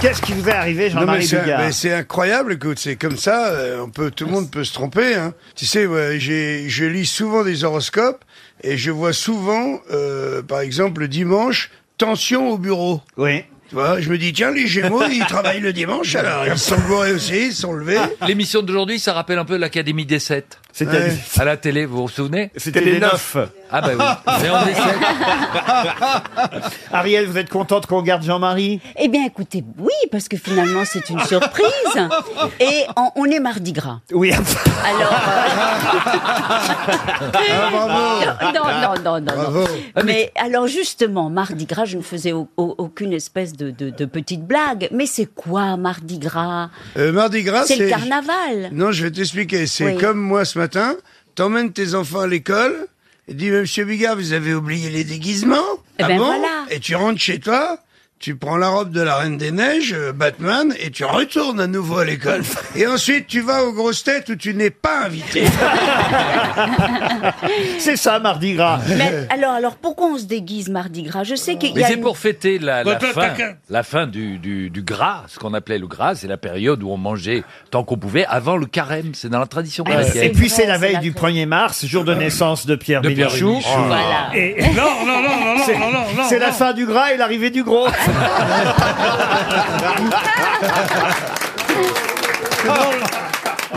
Qu'est-ce qui vous est arrivé, Non, mais Jean-Marie c'est- Bigard mais c'est incroyable, écoute, c'est comme ça, euh, on peut, tout le monde peut se tromper. Hein. Tu sais, ouais, j'ai- je lis souvent des horoscopes et je vois souvent, euh, par exemple, le dimanche, tension au bureau. Oui. Tu vois, je me dis, tiens, les Gémeaux, ils travaillent le dimanche, alors ils sont bourrés aussi, ils sont levés. Ah, Ah. L'émission d'aujourd'hui, ça rappelle un peu l'Académie des 7. C'était Ouais. À la télé, vous vous souvenez c'était les neuf. Ah bah oui. Mais on est sept. Ariel, vous êtes contente qu'on garde Jean-Marie Eh bien, écoutez, oui, parce que finalement, c'est une surprise. Et on, on est mardi gras. Oui. Alors. euh, non, non, non, non, non. Bravo. Mais alors, justement, mardi gras, je ne faisais au- au- aucune espèce de, de- de petite blague. Mais c'est quoi, mardi gras Euh, Mardi Gras, C'est le c'est... carnaval. Non, je vais t'expliquer, c'est Oui. comme moi ce matin, t'emmènes tes enfants à l'école et dis, monsieur Bigard, vous avez oublié les déguisements Eh Ah ben bon voilà. Et tu rentres chez toi tu prends la robe de la Reine des Neiges, euh, Batman, et tu retournes à nouveau à l'école. Et ensuite, tu vas aux grosses têtes où tu n'es pas invité. C'est ça, Mardi Gras. Mais alors, alors, pourquoi on se déguise mardi gras Je sais qu'il y Mais a. c'est une- pour fêter la, la Bah, bah, fin, t'inquiète. la fin du, du, du gras, ce qu'on appelait le gras, c'est la période où on mangeait tant qu'on pouvait avant le carême, c'est dans la tradition Ah, Et chrétienne. c'est- puis vrai, c'est la c'est veille la du fête. 1er mars, jour de naissance de Pierre De Pierre Bénichou. Bénichou. Voilà. Et... Non, non, non, non, non, non, C'est la fin du gras et l'arrivée du gros.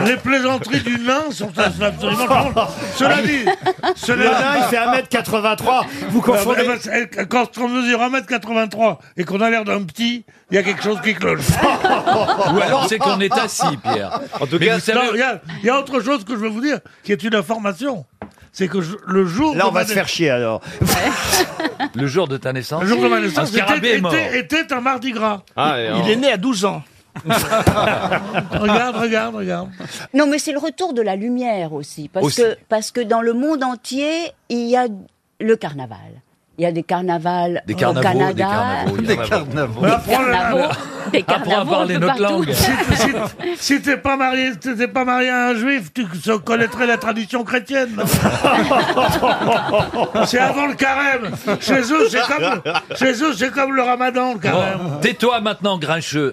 Les plaisanteries du nain sont absolument drôles. Cela dit, Le cela nain, il fait 1m83. Vous confondez. quand on mesure 1m83 et qu'on a l'air d'un petit, il y a quelque chose qui cloche. Ou alors c'est qu'on est assis, Pierre. En tout cas, Non, vous savez, Il y, a- il y a autre chose que je veux vous dire, qui est une information. C'est que je- le jour Là, de on va ma se na- faire chier hein. alors. le jour de ta naissance, le jour de ma un naissance scarabée était, est mort. était- était un mardi gras. Il est né à 12 ans. Regarde, regarde, regarde. Non, mais c'est le retour de la lumière aussi. Parce, Que, parce que dans le monde entier, il y a le carnaval. Il y a des carnavals Des au carnavaux, Canada. des Oh, carnavaux. il y en Voilà, a beaucoup. prends Bah, le- Ah, carnavaux, des Apprends à carnavaux un parler peu notre partout. langue. Si, si t'es pas marié, si t'étais pas marié à un juif, tu se- connaîtrais la tradition chrétienne. c'est avant le carême. Chez eux, c'est comme, chez eux, c'est comme le ramadan, le carême. Bon, tais-toi maintenant, grincheux.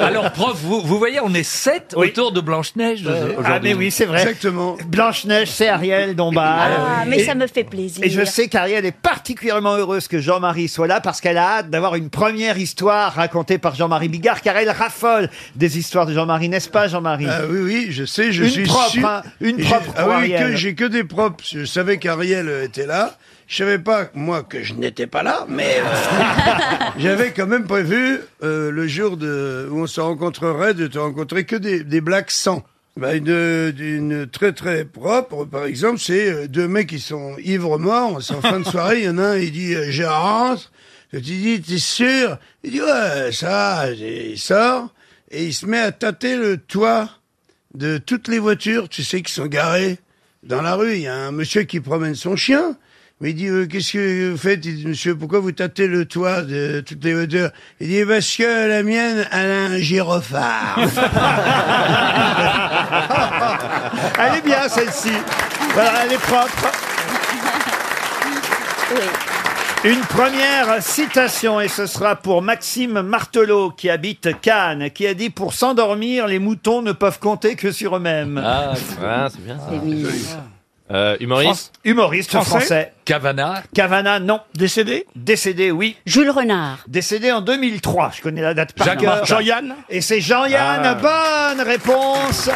Alors, prof, vous, vous voyez, on est sept Oui. autour de Blanche-Neige aujourd'hui. Ah, mais oui, c'est vrai. Exactement. Blanche-Neige, c'est Ariel Dombal. Ah, mais Et- ça me fait plaisir. Et je sais qu'Ariel est particulièrement heureuse que Jean-Marie soit là parce qu'elle a hâte d'avoir une première histoire racontée par Jean-Marie Bigard car elle raffole des histoires de Jean-Marie, n'est-ce pas Jean-Marie Ah oui, oui, je sais, je Une suis propre, sûr. hein, une J'ai- propre Ah pour oui, que Ariel. j'ai que des propres. Je savais qu'Ariel était là. Je savais pas, moi, que je n'étais pas là, mais euh, j'avais quand même prévu euh, le jour de, où on se rencontrerait de te rencontrer que des, des blagues sans. Bah, une, une très très propre, par exemple, c'est euh, deux mecs qui sont ivres morts, c'est en fin de soirée, il y en a un, il dit euh, « je rentre », tu dis « t'es sûr ?» Il dit « ouais, ça », il sort, et il se met à tâter le toit de toutes les voitures, tu sais, qui sont garées dans la rue. Il y a un monsieur qui promène son chien. Mais il dit, euh, qu'est-ce que vous faites Il dit, monsieur, pourquoi vous tâtez le toit de toutes les voitures Il dit, parce que la mienne, elle a un gyrophare. Elle est bien celle-ci. Voilà, elle est propre. Oui. Une première citation, et ce sera pour Maxime Martelot, qui habite Cannes, qui a dit « Pour s'endormir, les moutons ne peuvent compter que sur eux-mêmes Ah, Ah, c'est bien ça. C'est mignon. Euh, humoriste Humoriste français. Cavana, Cavana, non. Décédé Décédé, oui. Jules Renard. Décédé en 2003. Je connais la date par Jacques cœur. Martin. Jean-Yann Et c'est Jean-Yann. Bonne réponse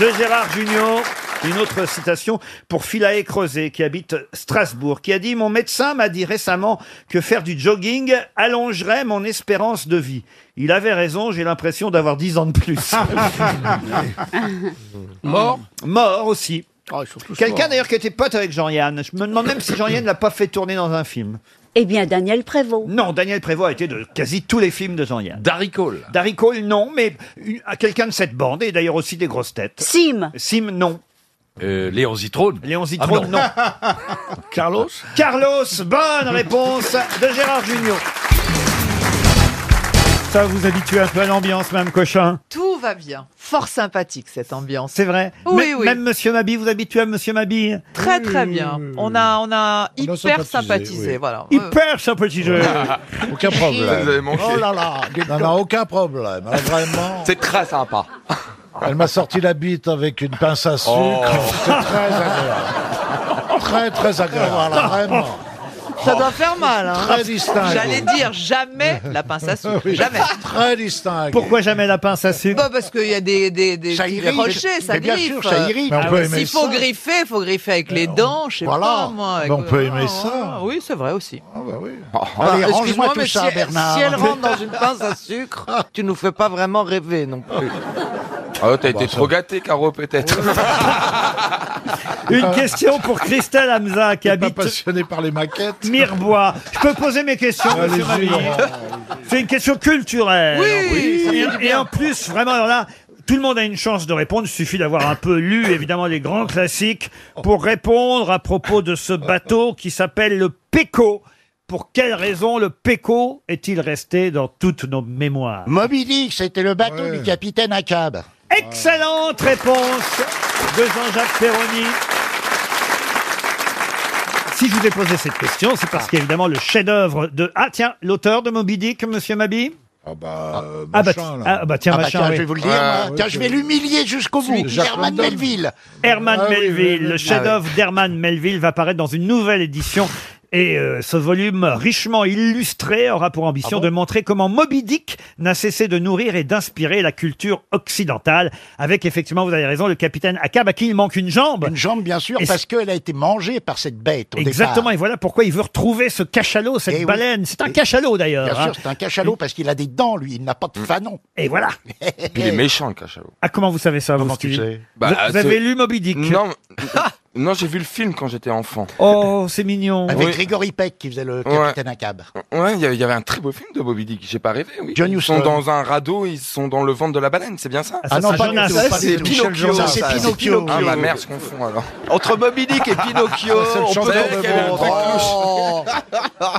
de Gérard Junior. Une autre citation pour Philae Creuset, qui habite Strasbourg, qui a dit Mon médecin m'a dit récemment que faire du jogging allongerait mon espérance de vie. Il avait raison, j'ai l'impression d'avoir 10 ans de plus. Mort Mort aussi. Ah, ils sont tous Quelqu'un morts. d'ailleurs qui était pote avec Jean-Yann. Je me demande même si Jean-Yann l'a pas fait tourner dans un film. Eh bien, Daniel Prévost. Non, Daniel Prévost a été de quasi tous les films de Jean-Yann. Darry Cole. Darry Cole, non, mais une- à quelqu'un de cette bande, et d'ailleurs aussi des grosses têtes. Sim. Sim, non. Euh, Léon Zitrone. Léon Zitrone, Ah, non. Carlos Carlos, bonne réponse de Gérard Junior. Ça vous habitue un peu à l'ambiance, même Cochin Tout va bien. fort sympathique cette ambiance. C'est vrai. Oui, Même- oui. Même Monsieur Mabille, vous habituez à Monsieur Mabille Très très bien. On a Hmm. on a hyper sympathisé, oui. voilà. Hyper sympathisé. Aucun problème. Vous avez manqué. Oh là là. Non, non, aucun problème. hein, Vraiment. C'est très sympa. Elle m'a sorti la bite avec une pince à sucre. Oh. C'est très agréable. Très, très agréable. Vraiment. Ça doit faire mal. hein. Très distingué. J'allais dire jamais la pince à sucre, Oui. jamais. Très distingué. Pourquoi jamais la pince à sucre Bah, parce qu'il y a des des des, Ça petits irrite. rochers, ça Mais bien griffe. sûr, ça irrite. Mais on Ah peut ouais, aimer S'il faut ça. griffer, il faut griffer avec les dents, je sais voilà. pas moi. avec- Mais on peut aimer Ah, ça. ah, Oui, c'est vrai aussi. Ah bah oui. Allez, range-moi Excuse-moi, tout mais ça, si, Bernard. si elle rentre dans une pince à sucre, Tu nous fais pas vraiment rêver non plus. Ah, t'as été trop gâté, Caro, peut-être. Une question pour Christelle Hamza qui T'es pas habite passionné par les maquettes. Mirbois. Je peux poser mes questions, monsieur Allez-y, Mabille Laurent. C'est une question culturelle. Oui, ça fait du et, et en plus, vraiment, alors là, tout le monde a une chance de répondre. Il suffit d'avoir un peu lu, évidemment, les grands classiques pour répondre à propos de ce bateau qui s'appelle le PECO. Pour quelle raison le PECO est-il resté dans toutes nos mémoires Moby Dick, c'était le bateau Ouais. du capitaine Ahab. Excellente réponse de Jean-Jacques Perroni. Si je vous ai posé cette question, c'est Ah. parce qu'évidemment le chef-d'œuvre de ah tiens l'auteur de Moby Dick, Monsieur Mabi. Ah bah, euh, Ah bah, machin, là. ah bah, tiens Ah bah machin, tiens, oui. je vais vous le dire. moi. oui, tiens, c'est- je vais l'humilier jusqu'au bout. Jacques Herman London. Melville. Herman Ah oui, Melville, oui, oui, le oui. chef-d'œuvre d'Herman Melville va paraître dans une nouvelle édition. Et euh, ce volume richement illustré aura pour ambition Ah de montrer comment Moby Dick n'a cessé de nourrir et d'inspirer la culture occidentale. Avec effectivement, vous avez raison, le capitaine Akab à qui il manque une jambe. Une jambe, bien sûr, Et parce c'est- qu'elle a été mangée par cette bête au Exactement, départ. et voilà pourquoi il veut retrouver ce cachalot, cette Eh oui. baleine. C'est un Et- cachalot d'ailleurs. Bien hein. Mm. sûr, c'est un cachalot parce qu'il a des dents, lui. Il n'a pas de fanon. Eh Et voilà. Il est méchant, le cachalot. Ah, comment vous savez ça, vous, Comment tu Stevie sais Bah, Vous- vous c'est- avez lu Moby Dick Non, mais- non j'ai vu le film quand j'étais enfant. Oh, c'est mignon. Avec Oui. Grégory Peck qui faisait le Ouais. capitaine Ahab. Ouais, il y avait- il y avait un très beau film de Bobby Dick, j'ai pas rêvé, oui. John ils sont Huston. dans un radeau, ils sont dans le ventre de la baleine, c'est bien ça Ah, ça, c'est Jonas. du tout, pas c'est du tout. Pinocchio, Ça, c'est ça. Pinocchio. Ah, ma mère se confond alors. Entre Moby Dick et Pinocchio. C'est le chanteur de Bond. oh,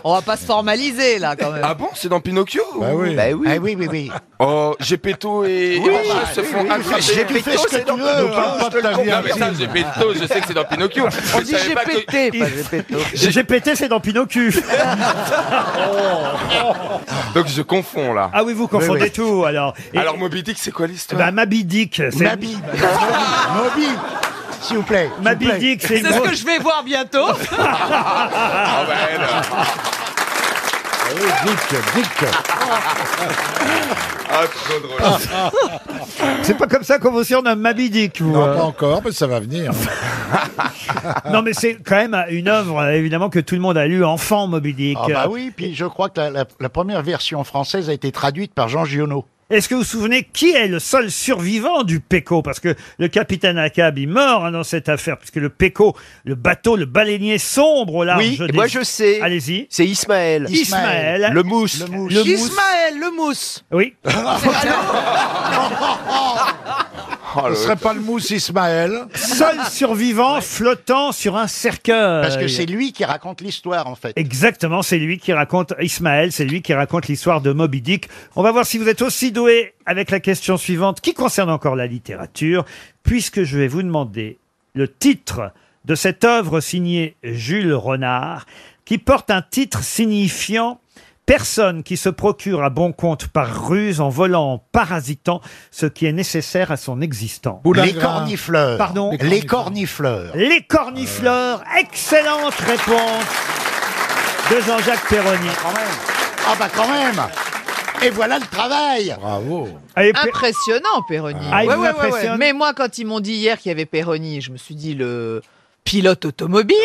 on va pas se formaliser là quand même. Ah bon, c'est dans Pinocchio ou- Bah oui. oui. Ah oui, oui, oui. Oh, Gepetto et et Roche se font attraper. Tu fais ce que tu Ne veux. hein, parle pas de ta vie Non, mais ça, intime. Gepetto, je sais que c'est dans Pinocchio. On Je dit savais pas que- GPT, pas GPT. J'ai pété, c'est dans Pinocchio. Donc je confonds là. Ah oui, vous confondez oui. tout, alors. Et- Alors Moby Dick, c'est quoi l'histoire bah, Moby Dick, c'est... Mabi. Moby. S'il vous plaît. s'il vous Moby plaît. Dick, Ah, c'est une C'est ce grosse- que je vais voir bientôt. Ah bah, elle, euh, Ah Oui, Dick, Dick. Ah, trop drôle. C'est pas comme ça qu'on vous surnomme Moby Dick, vous. Non, hein. pas encore, mais ça va venir. Non, mais c'est quand même une œuvre, euh, évidemment, que tout le monde a lu enfant, Moby Dick. Ah bah oui, puis je crois que la, la- la première version française a été traduite par Jean Giono. Est-ce que vous vous souvenez qui est le seul survivant du PECO Parce que le capitaine Akab, il meurt hein, dans cette affaire, puisque le PECO, le bateau, le baleinier sombre au large. Oui, et des- moi je sais. Allez-y. C'est Ismaël. Ismaël. Le mousse. Le mouche. Le mousse. Ismaël le mousse. Oui. Oh, Ce le- serait pas le mousse Ismaël. Seul survivant flottant sur un cercueil. Parce que c'est lui qui raconte l'histoire, en fait. Exactement, c'est lui qui raconte Ismaël, c'est lui qui raconte l'histoire de Moby Dick. On va voir si vous êtes aussi doué avec la question suivante qui concerne encore la littérature, puisque je vais vous demander le titre de cette œuvre signée Jules Renard, qui porte un titre signifiant Personne qui se procure à bon compte par ruse en volant, en parasitant ce qui est nécessaire à son existence. Les cornifleurs. Pardon Les cornifleurs. Les cornifleurs, excellente réponse de Jean-Jacques Perroni. Ah bah quand même Et voilà le travail Bravo. Allez, Pe- Impressionnant, Péroni. Ah, il vous impressionne Mais moi, quand ils m'ont dit hier qu'il y avait Péroni, je me suis dit le pilote automobile.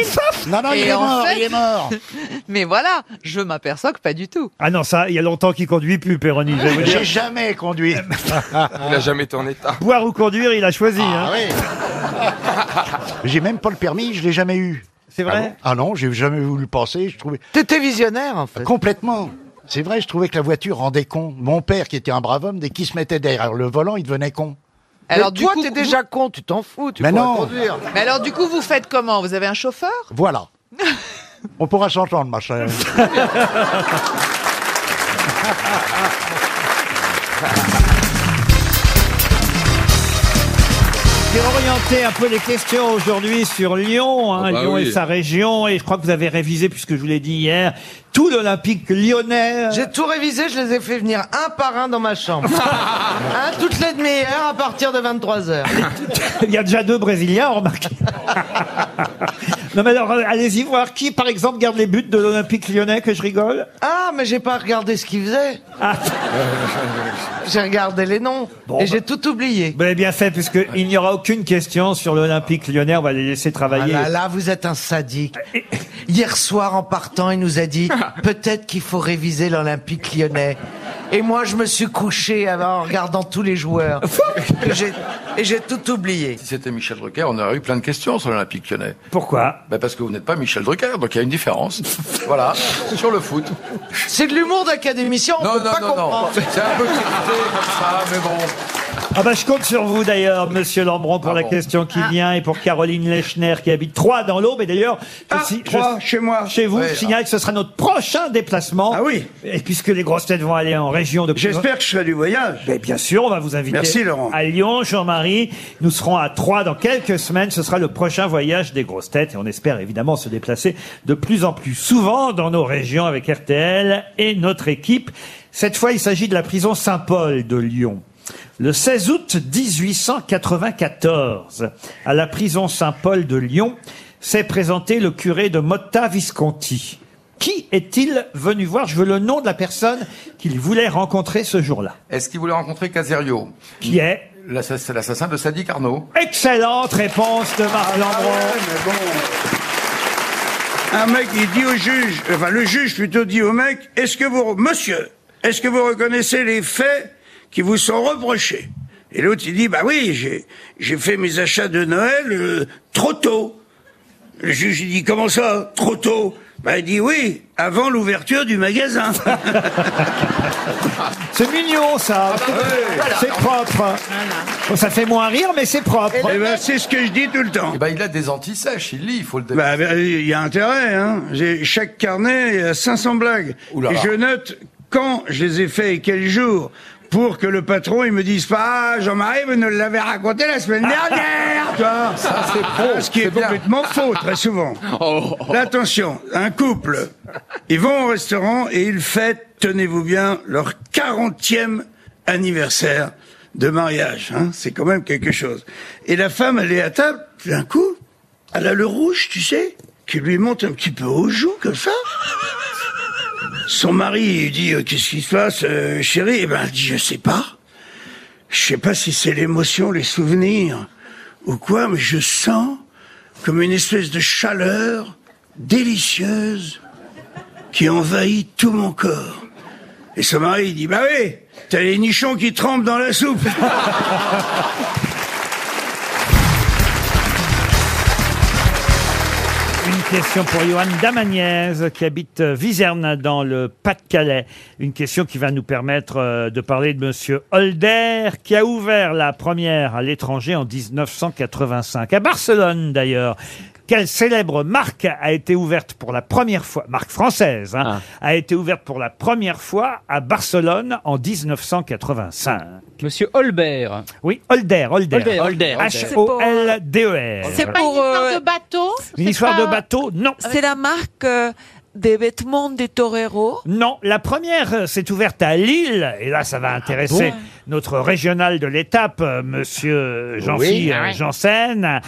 Non, non, Et il est en mort, fait- il est mort Mais voilà, je m'aperçois que pas du tout. Ah non, ça, il y a longtemps qu'il conduit plus, Péroni. je vais vous dire. J'ai jamais conduit. Il a jamais été en état. Boire ou conduire, il a choisi. hein. Ah oui J'ai même pas le permis, je l'ai jamais eu. C'est vrai Ah non, j'ai jamais voulu passer, je trouvais... T'étais visionnaire en fait. Complètement c'est vrai, je trouvais que la voiture rendait con. Mon père, qui était un brave homme, dès qu'il se mettait derrière le volant, il devenait con. Alors Alors du toi coup, t'es vous- déjà con, tu t'en fous, tu Mais pourras non. conduire. Mais alors du coup, vous faites comment Vous avez un chauffeur Voilà. On pourra s'entendre, ma chère. J'ai orienté un peu les questions aujourd'hui sur Lyon, hein, Oh bah Lyon et oui. sa région, et je crois que vous avez révisé, puisque je vous l'ai dit hier, tout l'Olympique lyonnais. J'ai tout révisé, je les ai fait venir un par un dans ma chambre. Hein, toutes les demi-heures à partir de 23h. Il y a déjà deux Brésiliens, remarquez. non mais alors, euh, allez-y voir qui, par exemple, garde les buts de l'Olympique lyonnais, que je rigole. Ah. Ah, mais j'ai pas regardé ce qu'ils faisaient. J'ai regardé les noms. et j'ai tout oublié. bah. Vous avez bien fait, puisque il n'y aura aucune question sur l'Olympique lyonnais, on va les laisser Ah travailler. là, là, vous êtes un sadique. Hier soir, en partant, il nous a dit peut-être qu'il faut réviser l'Olympique lyonnais. Et moi, je me suis couché en regardant tous les joueurs. Et j'ai- Et j'ai tout oublié. Si c'était Michel Drucker, on aurait eu plein de questions sur l'Olympique lyonnais. Pourquoi ben Parce que vous n'êtes pas Michel Drucker, donc il y a une différence. voilà, sur le foot. C'est de l'humour d'académicien, on Non, peut non, pas non, non. comprendre. C'est un peu cliché comme ça, mais bon. Ah bah je compte sur vous d'ailleurs, Monsieur Lambron, pour la question qui vient et pour Caroline Lechner qui habite Troyes dans l'Aube. Et d'ailleurs, je si- je- Troyes, chez moi. chez vous, Ouais. je signale que ce sera notre prochain déplacement. Ah oui. Et puisque les grosses têtes vont aller en région de. J'espère que je serai du voyage. Mais bien sûr, on va vous inviter Merci, Laurent. à Lyon, Jean-Marie. Nous serons à Troyes dans quelques semaines. Ce sera le prochain voyage des grosses têtes et on espère évidemment se déplacer de plus en plus souvent dans nos régions avec RTL et notre équipe. Cette fois, il s'agit de la prison Saint-Paul de Lyon. Le 16 août 1894, à la prison Saint-Paul de Lyon, s'est présenté le curé de Motta Visconti. Qui est-il venu voir Je veux le nom de la personne qu'il voulait rencontrer ce jour-là. Est-ce qu'il voulait rencontrer Caserio Qui est L'assa- C'est l'assassin de Sadi Carnot. Excellente réponse de Marc Lambron. Un mec, il dit au juge, enfin le juge plutôt dit au mec, est-ce que vous, monsieur, est-ce que vous reconnaissez les faits qui vous sont reprochés Et l'autre, il dit, bah oui, j'ai, j'ai fait mes achats de Noël euh, trop tôt. Le juge, il dit, comment ça, trop tôt Bah il dit, oui, avant l'ouverture du magasin. Ah, C'est mignon Ah, ça. bah, C'est propre. Bon, ça fait moins rire, mais c'est propre. Eh Eh ben, c'est ce que je dis tout le temps. ben, il a des antisèches, il lit, il faut le Bah, bah, il y a intérêt, hein. J'ai chaque carnet il y a 500 blagues. là et là. je note quand je les ai fait et quel jour pour que le patron il me dise pas ah, Jean-Marie vous nous l'avez raconté la semaine dernière toi. Ah. Ça, c'est pro, Ah, ce qui est, c'est bien. Oh. complètement faux très souvent. Là, attention, un couple, ils vont au restaurant et ils fêtent, tenez-vous bien, leur 40e anniversaire de mariage. hein. C'est quand même quelque chose. Et la femme, elle est à table, tout d'un coup, elle a le rouge, tu sais, qui lui monte un petit peu aux joues, comme ça. Son mari, il dit, euh, qu'est-ce qui se passe, euh, chérie Eh ben, elle dit, je sais pas. Je sais pas si c'est l'émotion, les souvenirs ou quoi, mais je sens comme une espèce de chaleur délicieuse qui envahit tout mon corps. Et son mari il dit Bah oui, t'as les nichons qui trempent dans la soupe. Une question pour Johan Damaniez qui habite euh, Viserne dans le Pas-de-Calais. Une question qui va nous permettre euh, de parler de Monsieur Holder qui a ouvert la première à l'étranger en 1985 à Barcelone d'ailleurs. Quelle célèbre marque a été ouverte pour la première fois, marque française, hein, Ah. a été ouverte pour la première fois à Barcelone en 1985. Monsieur Holbert. Oui, Holder, Holder. Holder, Holder, Holder. H-O-L-D-E-R. C'est pas une Euh, histoire de bateau Une C'est histoire de pas- bateau, non. C'est la marque euh, des vêtements des toreros. Non, la première euh, s'est ouverte à Lille, et là, ça va intéresser Ah bon notre régional de l'étape, euh, monsieur jean Oui, ah ouais. Janssen,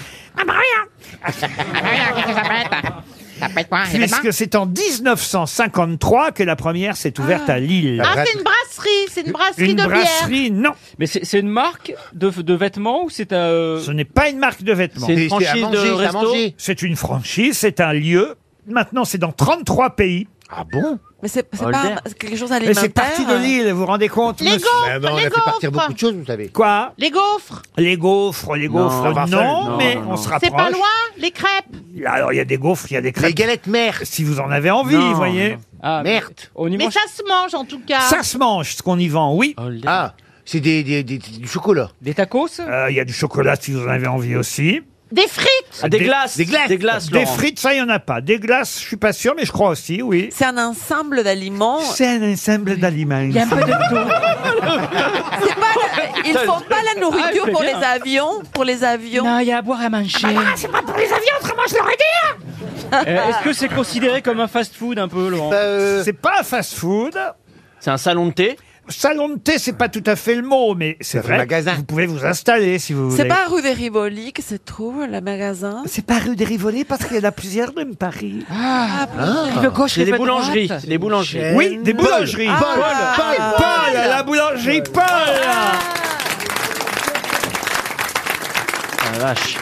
puisque c'est en 1953 que la première s'est ouverte à Lille. Ah, c'est une brasserie, c'est une brasserie Une de bière. brasserie, non. Mais c'est c'est une marque de, de vêtements ou c'est un... Ce n'est pas une marque de vêtements. C'est une C'est- c'est franchise à de manger, c'est à resto manger. C'est une franchise, c'est un lieu. Maintenant, c'est dans 33 pays. Ah bon Mais c'est c'est Holder. pas un- quelque chose Mais alimentaire. c'est parti de Lille, vous vous rendez compte Les monsieur gaufres, Eh Ben non, on a les fait partir gaufres. beaucoup de choses, vous savez. Quoi Les gaufres. Les gaufres, les gaufres, non, Raphaël, non, mais non, on non. se C'est rapproche. pas loin, les crêpes. Alors, il y a des gaufres, il y a des crêpes. Les galettes mères. Si vous en avez envie, Non, vous voyez. Ah, Merde. Mais ça se mange en tout cas. Ça se mange, ce qu'on y vend, oui. Oh, Ah, c'est des, des- des- du chocolat. Euh, Des tacos Il y a du chocolat si vous en avez envie aussi. Des Ah, frites Ah, Des- Des glaces. Des frites, ça, il n'y en a pas. Des glaces, je suis pas sûr, mais je crois aussi, oui. C'est un ensemble d'aliments. C'est un ensemble d'aliments. Il y a un peu de Ah, C'est pas la- Ils font pas la nourriture Ah, c'est pour bien. les avions, pour les avions. Non, il y a à boire à manger. Ah, c'est pas pour les avions, autrement je l'aurais dit. hein. Eh, Euh, Est-ce que c'est considéré comme un fast-food un peu, Laurent Euh, C'est pas un fast-food. C'est un salon de thé Salon de thé, c'est pas tout à fait le mot, mais c'est fait vrai. magasin. Vous pouvez vous installer si vous voulez. C'est pas rue des Rivoli que se trouve le magasin C'est pas rue des Rivoli parce qu'il y en a plusieurs de Paris. Ah, Ah. Le gauche, C'est le des droite. boulangeries. c'est Des boulangeries. Oui, des boulangeries. Paul, Paul, Paul, Paul, à la boulangerie Paul.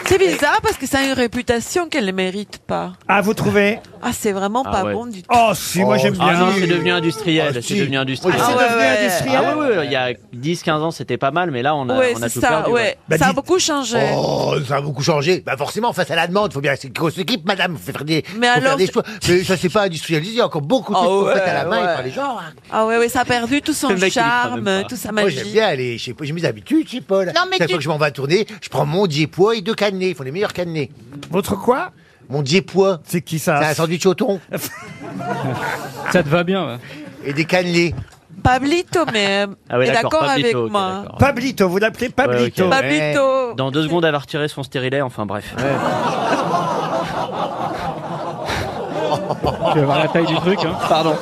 C'est bizarre parce que ça a une réputation qu'elle ne mérite pas. Ah, vous trouvez Ah, c'est vraiment Ah pas ouais. bon du tout. Oh, si, moi j'aime bien. Ah non, c'est devenu industriel. Ah, c'est si. devenu industriel. Ah, c'est Ah ouais, devenu ouais. industriel. Ah oui, oui, il y a 10-15 ans, c'était pas mal, mais là, on a, Ouais, on a c'est tout ça, perdu. ouais. Bah, Ça a beaucoup changé. Oh, ça a beaucoup changé. Bah forcément, face à la demande, faut bien c'est une grosse équipe, madame. Faut faire des, Mais faut faire alors, des c'est- choix. Mais ça, c'est pas industrialisé. Il y a encore beaucoup de Ah choses qu'on ouais, fait à la main ouais. et par les gens. hein. Ah ouais, ouais, ça a perdu tout son Le mec, il y croit même charme, pas. tout sa Moi, j'aime magie. bien aller chez Paul. J'ai mes habitudes chez Paul. Non, mais Chaque tu- fois que je m'en vais à tourner, je prends mon diépois et deux cannelés. Ils font les meilleurs cannelés. Votre quoi Mon diépois. C'est qui ça C'est un sandwich au thon. Ça te va bien. et des cannelés. Pablito, mais euh, Ah ouais, est d'accord, d'accord avec Pablito, ok, moi. Pablito, vous l'appelez Pablito. Ouais, ok. Pablito. Dans deux secondes, elle va retirer son stérilet, enfin bref. tu vas voir la taille du truc. Hein. Pardon.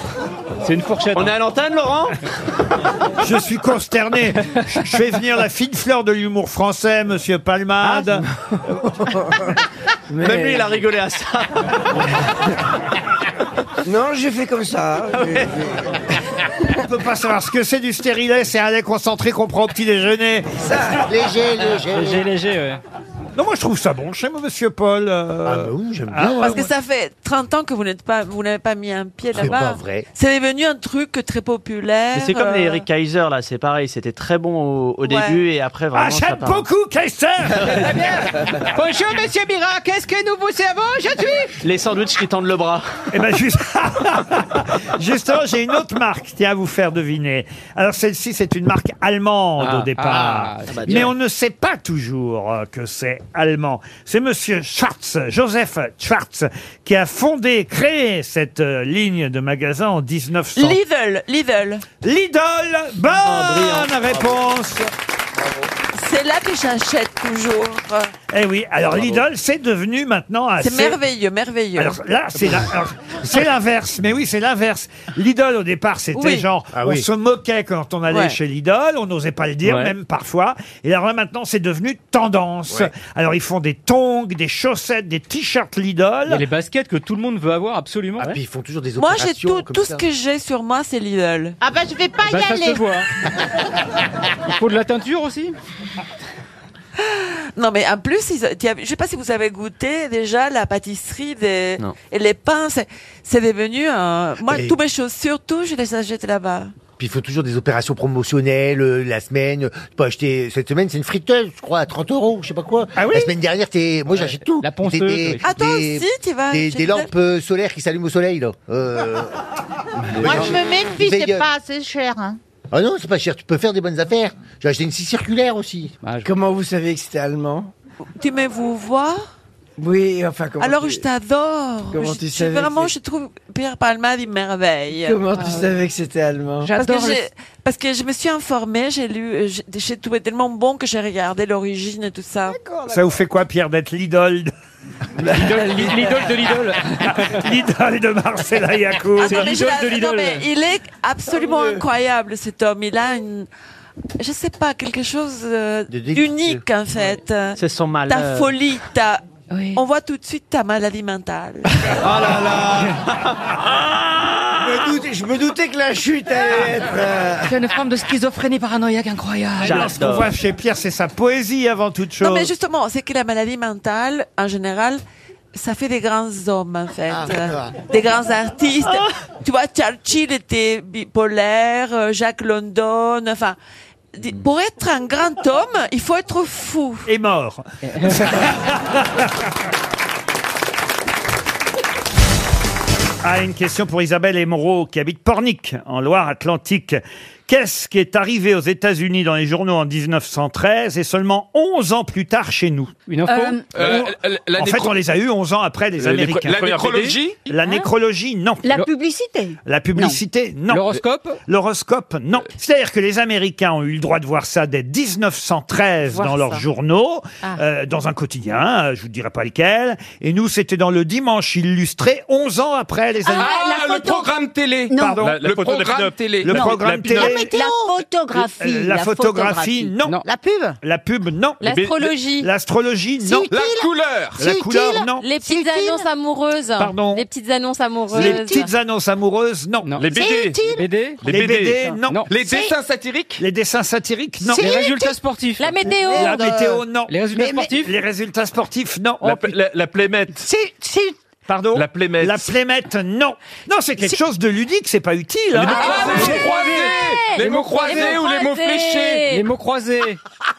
C'est une fourchette. hein. On est à l'antenne, Laurent Je suis consterné. Je vais venir la fine fleur de l'humour français, Monsieur Palmade. Ah, Même lui, il a rigolé à ça. Non, j'ai fait comme ça. On peut pas savoir ce que c'est du stérilet. C'est un lait concentré qu'on prend au petit déjeuner. Ça, léger, léger. Léger, léger, ouais. Non, moi je trouve ça bon chez Monsieur Paul. Ah bah oui, j'aime bien. Parce que ça fait 30 ans que vous n'êtes pas, vous n'avez pas mis un pied C'est là-bas. pas vrai. C'est devenu un truc très populaire. Mais c'est comme les euh, Eric Kaiser, là, c'est pareil, c'était très bon au, au Ouais. début et après vraiment. Ah, j'aime beaucoup Kaiser Bonjour, monsieur Mira, qu'est-ce que nous vous servons aujourd'hui Les sandwichs qui tendent le bras. Eh ben juste- justement, j'ai une autre marque, tiens, à vous faire deviner. Alors celle-ci, c'est une marque allemande Ah, au départ. ah, bah, mais tiens. on ne sait pas toujours euh, que c'est allemand. C'est monsieur Schwartz, Joseph Schwartz, qui a fondé, créé cette euh, ligne de magasin en 1900. Lidl, Lidl. Lidl, bonne Ah, réponse C'est là que j'achète toujours. Eh oui, alors Bravo. Lidl, c'est devenu maintenant assez... C'est merveilleux, merveilleux. Alors là, c'est la- alors, c'est l'inverse. Mais oui, c'est l'inverse. L'idole, au départ, c'était Oui. genre, Ah on oui. se moquait quand on allait Ouais. chez l'idole, on n'osait pas le dire, Ouais. même parfois. Et alors là, maintenant, c'est devenu tendance. Alors, ils font des tongs, des chaussettes, des t-shirts l'idole. Il y a les baskets que tout le monde veut avoir absolument. Ah, puis ils font toujours des Moi, j'ai tout, tout ce que j'ai sur moi, c'est Lidl. Ah bah je vais pas Bah, y ça aller. se voit. Il faut de la teinture aussi Non, mais en plus, ils- tu as- je sais pas si vous avez goûté déjà la pâtisserie des, Non. et les pains. C'est, c'est devenu un. Moi, Et- tous mes chaussures, tout, je les achète là-bas. Puis il faut toujours des opérations promotionnelles euh, la semaine. euh, Tu peux acheter cette semaine, c'est une friteuse, je crois, à 30 euros, je sais pas quoi. la semaine dernière, t'es, moi j'achète tout. La ponceuse, oui. Ah, toi aussi, tu vas Des, chez des Lidl lampes euh, solaires qui s'allument au soleil là. Euh, Moi je me méfie, c'est Vegan. pas assez cher. Hein. Ah non, c'est pas cher. Tu peux faire des bonnes affaires. J'ai acheté une scie circulaire aussi. Comment vous savez que c'était allemand Tu me vous vois Oui, enfin comment Alors, tu- je t'adore. Comment Je- tu je- savais Vraiment, que- je trouve Pierre Palma une merveille. Comment Ah tu ouais. savais que c'était allemand Parce que, j'ai- parce que je me suis informée, j'ai lu, euh, j'ai j'ai trouvé tellement bon que j'ai regardé l'origine et tout ça. Ça vous fait quoi, Pierre, d'être l'idole de- L'idole de l'idole. L'idole de Marcella Yacoub. Ah non, mais je la- non, mais il est absolument Ah incroyable cet homme. Il a une, je sais pas, quelque chose euh, d'unique en fait. C'est son malheur. Ta folie, ta. On voit tout de suite ta maladie mentale. Ah Je me, doutais, je me doutais que la chute allait être... euh, C'est une forme de schizophrénie paranoïaque incroyable. Alors, ce qu'on voit chez Pierre, c'est sa poésie avant toute chose. Non, mais justement, c'est que la maladie mentale, en général, ça fait des grands hommes, en fait. Euh, d'accord. des grands artistes. Tu vois, Churchill était bipolaire, euh, Jacques London, enfin... di- Pour être un grand homme, il faut être fou. Et mort. Ah, une question pour Isabelle Emeraude qui habite Pornic, en Loire-Atlantique, Qu'est-ce qui est arrivé aux États-Unis dans les journaux en 1913 et seulement 11 ans plus tard chez nous Une info Euh, Euh, l- la En fait, nécro- on les a eu 11 ans après les Euh, les Américains. pre- la La première Hein? nécrologie BD? La nécrologie, non. La Ah, publicité La publicité, non. L'horoscope Euh. L'horoscope, non. C'est-à-dire que les Américains ont eu le droit de voir ça dès 1913 Voir dans leurs ça. journaux, Ah. euh, dans un quotidien, euh, je vous dirai pas lequel. Et nous, c'était dans le Dimanche illustré, 11 ans après les Ah, Américains. la le programme télé Non. Pardon, La- la le photo de la programme pin-up. télé. Non. Le La programme pin-up. La télé. météo. La photographie. Euh, La, La photographie, photographie. non. La pub La pub, non. L'astrologie. L'astrologie, non. Subtil. La couleur. La Subtil. couleur, non. Les petites annonces amoureuses. Pardon. Les petites annonces amoureuses. Les petites annonces amoureuses, non. Les BD. C'est utile. Les BD, Les BD, non. non. Les C'est- dessins satiriques Les dessins satiriques, non. C'est Les résultats utile. sportifs La météo. La Merde. météo, non. Les résultats Mais- Oh, mais- sportifs Les résultats sportifs, non. La, la, la plémette. Pardon La plémette. La plémette, non. Non, c'est quelque chose de ludique, c'est pas utile. hein. Les mots Ah, croisés. les mots croisés. Ah, Les mots croisés ou les mots fléchés. Les mots croisés.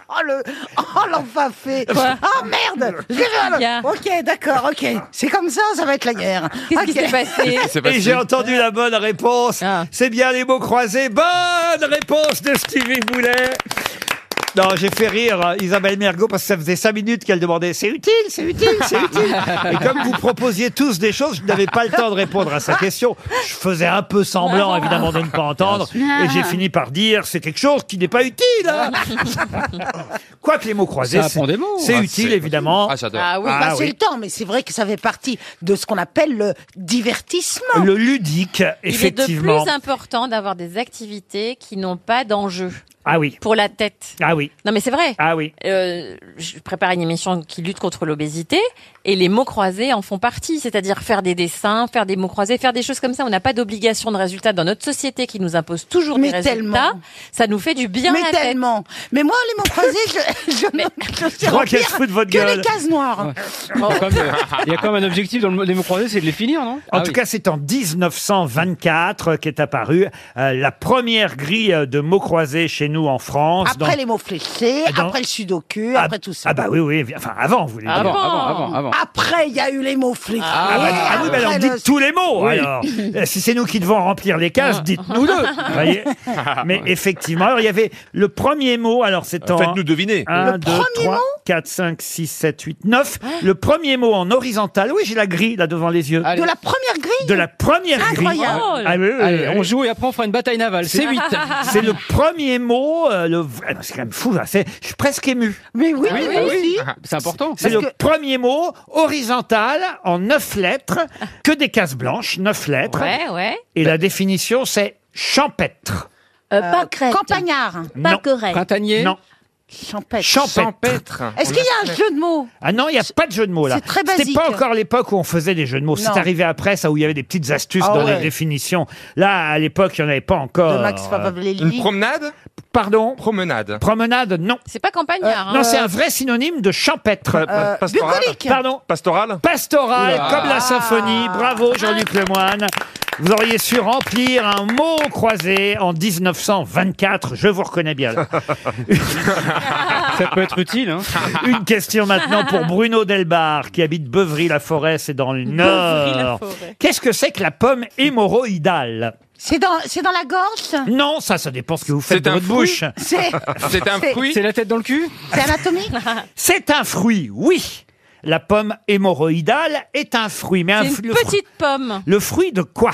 Oh, le... oh l'enfafé Quoi Oh merde Je vais vers le- Ok, d'accord, ok. C'est comme ça, ça va être la guerre. Qu'est-ce qui Ok. s'est passé Qu'est-ce qui s'est Et j'ai entendu la bonne réponse. C'est bien les mots croisés. Bonne réponse de Stevie Boulet. Non, j'ai fait rire euh, Isabelle Mergot parce que ça faisait cinq minutes qu'elle demandait c'est utile, c'est utile, c'est utile. Et comme vous proposiez tous des choses, je n'avais pas le temps de répondre à sa question. Je faisais un peu semblant, évidemment, de ne pas entendre. Bien sûr. Et j'ai fini par dire c'est quelque chose qui n'est pas utile. hein. Quoique les mots croisés, Ça apprend c'est des mots. c'est Ah, utile, c'est- évidemment. Ah, j'adore. Ah oui, bah, c'est le temps, mais c'est vrai que ça fait partie de ce qu'on appelle le divertissement. Le ludique, Il est de effectivement. plus important d'avoir des activités qui n'ont pas d'enjeu. Ah oui. Pour la tête. Ah oui. Non mais c'est vrai. Ah oui. Euh, je prépare une émission qui lutte contre l'obésité et les mots croisés en font partie, c'est-à-dire faire des dessins, faire des mots croisés, faire des choses comme ça. On n'a pas d'obligation de résultat dans notre société qui nous impose toujours Mais des résultats. tellement. Ça nous fait du bien Mais à la tellement. Mais moi, les mots croisés, je, je, ne sais crois qu'elle remplir se fout de votre que gueule. les cases noires. Il y a quand même- il y a quand même un objectif dans le- les mots croisés, c'est de les finir, non Ah En tout cas, c'est en 1924 qu'est apparue euh, la première grille euh, de mots croisés chez nous en France. Après Dans- les mots fléchés, Dans- après le sudoku, après tout ça. Ah bah oui, oui, enfin avant, vous voulez Ah dire. Avant, avant, Après, il y a eu les mots fléchés. Ah, bah, ah oui, mais alors Après dites le- tous les mots Oui. alors. Euh, si c'est nous qui devons remplir les cases, dites-nous deux. Vous voyez mais effectivement, alors il y avait le premier mot, alors Euh, c'est en... Faites-nous deviner. 1, Le 2, premier 3, 4, 5, 6, 7, 8, 9. Le premier mot en horizontal, oui j'ai la grille là devant les yeux. De la première grille De la première grille. Ah oui, oui, oui, Allez, oui. on joue et après on fera une bataille navale. C'est 8. C'est le premier mot. euh, le... vrai- C'est quand même fou. là. C'est- Je suis presque ému. Mais oui, Ah oui, mais oui. aussi. C'est important. C'est le Parce que- premier mot horizontal en neuf lettres, que des cases blanches, neuf lettres. Ouais, ouais. Et la définition, c'est champêtre. Euh, Euh, Campagnard. Non. Non. Champêtre. Champêtre. Est-ce qu'il y a un jeu de mots Ah non, il n'y a pas de jeu de mots là. C'est très C'était pas basique. encore l'époque où on faisait des jeux de mots. C'est Non. arrivé après ça où il y avait des petites astuces Ah dans ouais. les définitions. Là, à l'époque, il n'y en avait pas encore. De Max Favalelli. Une promenade Pardon Promenade. Promenade, non. C'est pas campagnard. hein. Euh, Non, c'est un vrai synonyme de champêtre. Euh, pastoral. bucolique. Ah. Pardon Pastoral Pastoral, Oula. comme la symphonie. Bravo Jean-Luc Lemoine. Vous auriez su remplir un mot croisé en 1924. Je vous reconnais bien. là. Ça peut être utile. Hein. Une question maintenant pour Bruno Delbar, qui habite Beuvry-la-Forêt, c'est dans le Nord. Beuvry-la-Forêt. Qu'est-ce que c'est que la pomme hémorroïdale C'est dans, c'est dans la gorge Non, ça, ça dépend ce que vous faites de votre bouche. C'est- c'est- C'est la tête dans le cul C'est anatomique C'est un fruit, oui. La pomme hémorroïdale est un fruit, mais un C'est fru- une le fru- petite pomme. Le fruit de quoi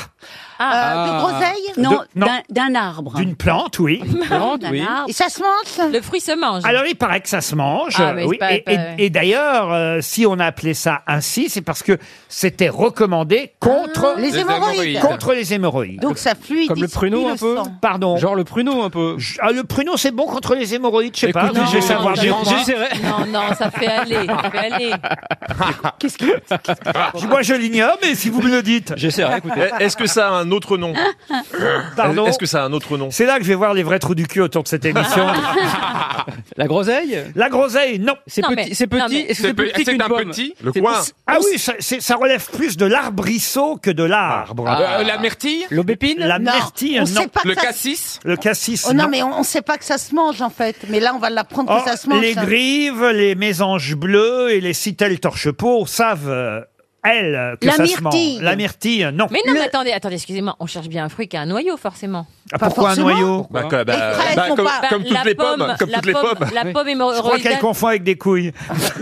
Ah. De- euh, Non, non. d'un- d'un arbre. D'une plante, oui. arbre. Et ça se mange Le fruit se mange. Alors il paraît que ça se mange. Ah, mais c'est oui. pas- et pas- et- ouais. et d'ailleurs, euh, si on a appelé ça ainsi, c'est parce que c'était recommandé contre Ah, les Les hémorroïdes. hémorroïdes. Contre les hémorroïdes. Donc ça fluidifie Comme le pruneau un peu sang. Pardon. Genre le pruneau un peu. Ah, le pruneau, c'est bon contre les hémorroïdes, je sais pas. Écoutez, mais je vais non, savoir. non, dire, non, moi. j'essaierai. Non, non, ça fait aller. Ça fait aller. Qu'est-ce Je- Moi, je l'ignore, mais si vous me le dites. J'essaierai, écoutez. Eh, Est-ce que ça a un autre nom Pardon Est-ce que ça a un autre nom C'est là que je vais voir les vrais trous du cul autour de cette émission. La groseille La groseille, non. C'est Non, petit. mais- C'est non, petit. mais- Est-ce que c'est C'est plus pe- petit c'est qu'une un pomme petit C'est- Ah oui, ça, c'est- ça relève plus de l'arbrisseau que de l'arbre. Ah. Euh, la myrtille L'aubépine La Non, myrtille, on non. sait pas que Le ça- cassis Le cassis, Oh non, mais on ne sait pas que ça se mange en fait. Mais là, on va l'apprendre Oh, que ça se mange. les grives, les mésanges bleus et les citelles torchepeaux savent, euh, elles, que La ça se mange. myrtille. La myrtille, non. Mais non, mais attendez, attendez, excusez-moi, on cherche bien un fruit qui a un noyau, forcément. Ah, pourquoi un noyau Bah, quoi, bah, Les fraises bah, sont comme, pas- comme la toutes les pomme- pommes. Comme la toutes les pomme- pommes. la pomme hémorroïdale- Ah, Je crois qu'elle confond avec des couilles.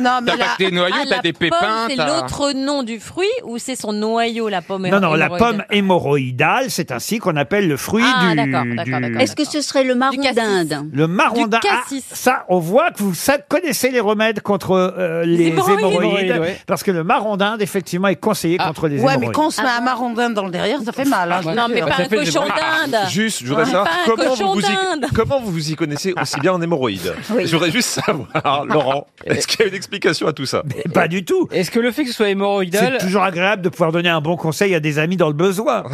Non, mais T'as pas la- que des noyaux, ah, t'as la des pépins, pomme, C'est t'as- l'autre nom du fruit ou c'est son noyau, la pomme Non, non, la hémorroïdale pomme hémorroïdale, c'est ainsi qu'on appelle le fruit Ah, du... d'accord, d'accord, du- d'accord. Est-ce que ce serait le marron d'Inde Le marronda. Du Ah, cassis. ça, on voit que vous sa- connaissez les remèdes contre euh, les, hémorroïdes. hémorroïdes. Hémorroïdes, ouais. Parce que le marronda, effectivement, est conseillé Ah. contre les Ah, Ouais, hémorroïdes. Ah, mais quand on se met un marondin dans le derrière, ça fait mal. hein, je Ah, Non, te mais jure. pas un cochon d'Inde. Juste, je voudrais Pas savoir un comment cochon vous, vous d'Inde. y, comment vous vous y connaissez aussi bien en hémorroïdes. Oui. Je voudrais juste savoir, Laurent, est-ce qu'il y a une explication à tout ça Pas du tout. Est-ce que le fait que ce soit hémorroïdal, C'est toujours agréable de pouvoir donner un bon conseil à des amis dans le besoin.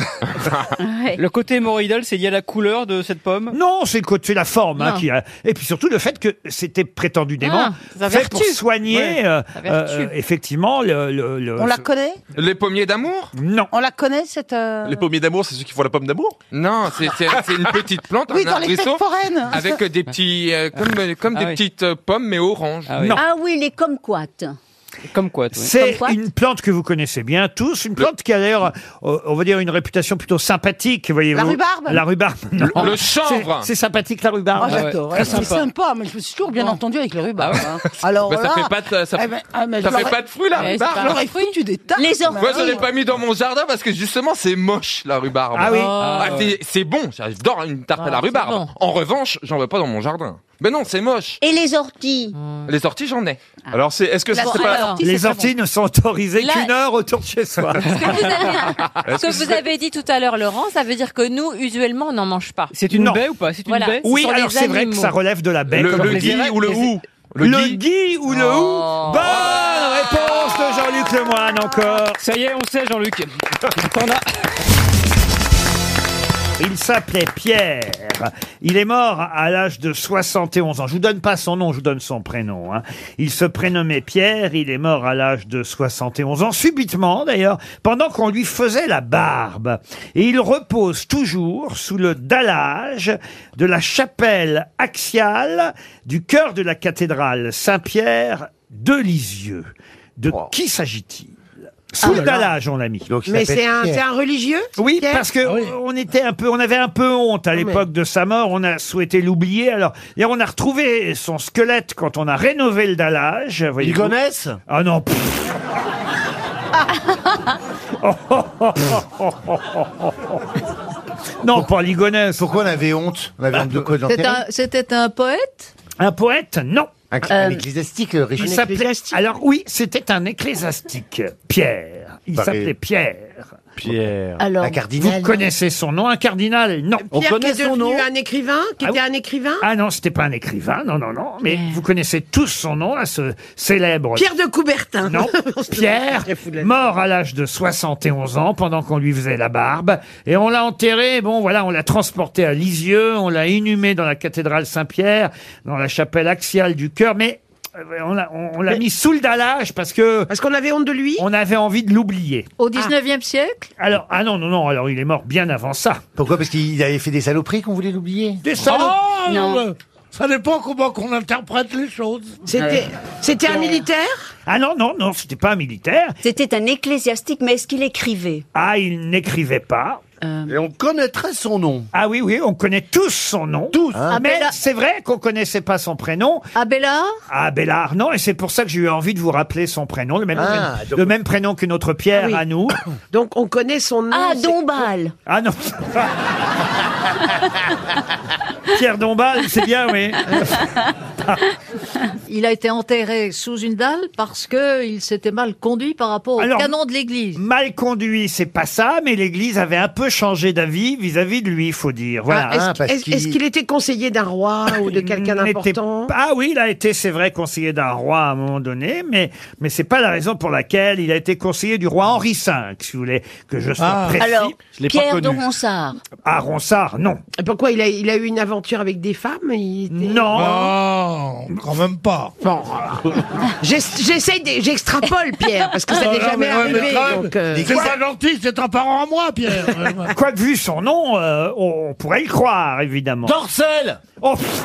le côté hémorroïdal, c'est lié à la couleur de cette pomme Non, c'est le côté, la forme hein, Non. qui a- Et puis surtout le fait que c'était prétendument Ah, sa fait pour vertu. soigner Ouais, euh, sa vertu. euh, effectivement le. le- le- On la ce- connaît Les pommiers d'amour Non. On la connaît, cette. euh, Les pommiers d'amour, c'est ceux qui font la pomme d'amour Non, c'est c'est- c'est une petite plante, Oui, un dans les fêtes arbrisseau, foraines. avec des petits, euh, comme, euh, comme Ah des oui. petites euh, pommes mais oranges. Non. Ah oui, les kumquats. Comme quoi, C'est une plante que vous connaissez bien tous, une plante qui a d'ailleurs, euh, on va dire, une réputation plutôt sympathique, voyez-vous. La rhubarbe La rhubarbe. non. Le chanvre. C'est- C'est sympathique la rhubarbe. Ah, j'adore. Très Eh, c'est sympa. Ah sympa, mais je me suis toujours bien entendu avec les rubans. Alors Bah, ça là, fait pas de- ça- eh ben, ah, mais ça je fait l'aurais- pas de fruits, la Ouais, rhubarbe. c'est pas- J'aurais foutu des tartes. Les Moi, je l'ai pas mis dans mon jardin parce que justement, c'est moche la rhubarbe. Ah oui. Ah, c'est- c'est bon, j'adore une tarte à Ah, la c'est rhubarbe. bon. En revanche, j'en veux pas dans mon jardin. Mais non, c'est moche. Et les orties Les orties, j'en ai. Ah. Alors, c'est, est-ce que La ça, c'est sortie, pas. alors. Les orties ne sont autorisées Là- qu'une heure autour de chez soi. Ce que vous avez dit tout à l'heure, Laurent, ça veut dire que nous, usuellement, on n'en mange pas. C'est une Non. baie ou pas C'est une Voilà. baie Oui, Ce sont alors les c'est vrai que ça animaux. relève de la baie. Le- comme le on dit. gui ou le hou Le, gui ou le Oh. hou Bonne réponse de Jean-Luc Lemoine encore. Ça y est, on sait, Jean-Luc. T'en as- Il s'appelait Pierre. Il est mort à l'âge de 71 ans. Je vous donne pas son nom, je vous donne son prénom. hein. Il se prénommait Pierre. Il est mort à l'âge de 71 ans, subitement d'ailleurs, pendant qu'on lui faisait la barbe. Et il repose toujours sous le dallage de la chapelle axiale du cœur de la cathédrale Saint-Pierre de Lisieux. De qui s'agit-il Ah Sous le là là. dallage, on l'a mis. Mais c'est un, c'est un religieux Oui, parce Ah que on était un peu, on avait un peu honte Ah, à l'époque de sa mort. On a souhaité l'oublier. Alors, et on a retrouvé son squelette quand on a rénové le dallage. Ils connaissent Ah non. pff. non, pas Ligonès. Pourquoi on avait honte On avait honte de quoi C'est un- C'était un, poète Un poète Non. Un, Euh, ecclésiastique, il s'appelait. Alors oui, c'était un ecclésiastique, Pierre. Il Pareil. s'appelait Pierre. Pierre. Alors, un cardinal. Vous connaissez son nom, un cardinal Non. Pierre qui est devenu un écrivain Qui Ah était oui. un écrivain Ah non, c'était pas un écrivain, non, non, non. Mais vous connaissez tous son nom, à ce célèbre. Pierre de Coubertin. Non, Pierre, mort à l'âge de 71 ans pendant qu'on lui faisait la barbe. Et on l'a enterré, bon voilà, on l'a transporté à Lisieux, on l'a inhumé dans la cathédrale Saint-Pierre, dans la chapelle axiale du cœur, mais euh, on l'a- on on l'a Mais- mis sous le dallage parce que... Parce qu'on avait honte de lui On avait envie de l'oublier. au 19e siècle Alors, ah non, non, non, alors il est mort bien avant ça. Pourquoi Parce qu'il avait fait des saloperies qu'on voulait l'oublier. Des Ah, Oh, Non. euh, Ça dépend comment qu'on interprète les choses. C'était c'était un militaire Euh, Ah non, non, non, c'était pas un militaire. C'était un ecclésiastique, mais est-ce qu'il écrivait Ah, il n'écrivait pas. Euh. Et on connaîtrait son nom. Ah oui, oui, on connaît tous son nom. Tous. Mais c'est vrai qu'on connaissait pas son prénom. Abélard Ah, Bélard, non, et c'est pour ça que j'ai eu envie de vous rappeler son prénom, le même, Ah, prénom, donc- le même prénom que notre Pierre Ah oui. à nous. Donc on connaît son nom. Ah, c'est- Dombal Ah non. Pierre Dombal, c'est bien, oui. Il a été enterré sous une dalle parce qu'il s'était mal conduit par rapport au Alors- canon de l'église. Mal conduit, c'est pas ça, mais l'Église avait un peu changé d'avis vis-à-vis de lui, il faut dire. Voilà. Ah, est-ce qu'- est-ce- est-ce qu'il était conseiller d'un roi ou de quelqu'un n'était d'important Ah oui, il a été, c'est vrai, conseiller d'un roi à un moment donné, mais, mais c'est pas la raison pour laquelle il a été conseiller du roi Henri V, si vous voulez que je sois Ah. précis. Alors, Pierre de Ronsard. À Ronsard, non. Et Pourquoi il a, il a eu une aventure avec des femmes il était- Ah. Non. Ah, Non, quand même pas. Bon, voilà. J'es- J'essaie, de- j'extrapole Pierre parce que ça Ah. Non, n'est non, jamais Ah, mais ouais, mais arrivé. quand même, donc, euh, C'est pas gentil, c'est un parent à moi, Pierre. Quoique vu son nom, euh, on, on pourrait le croire, évidemment. Dorsel Oh, pff.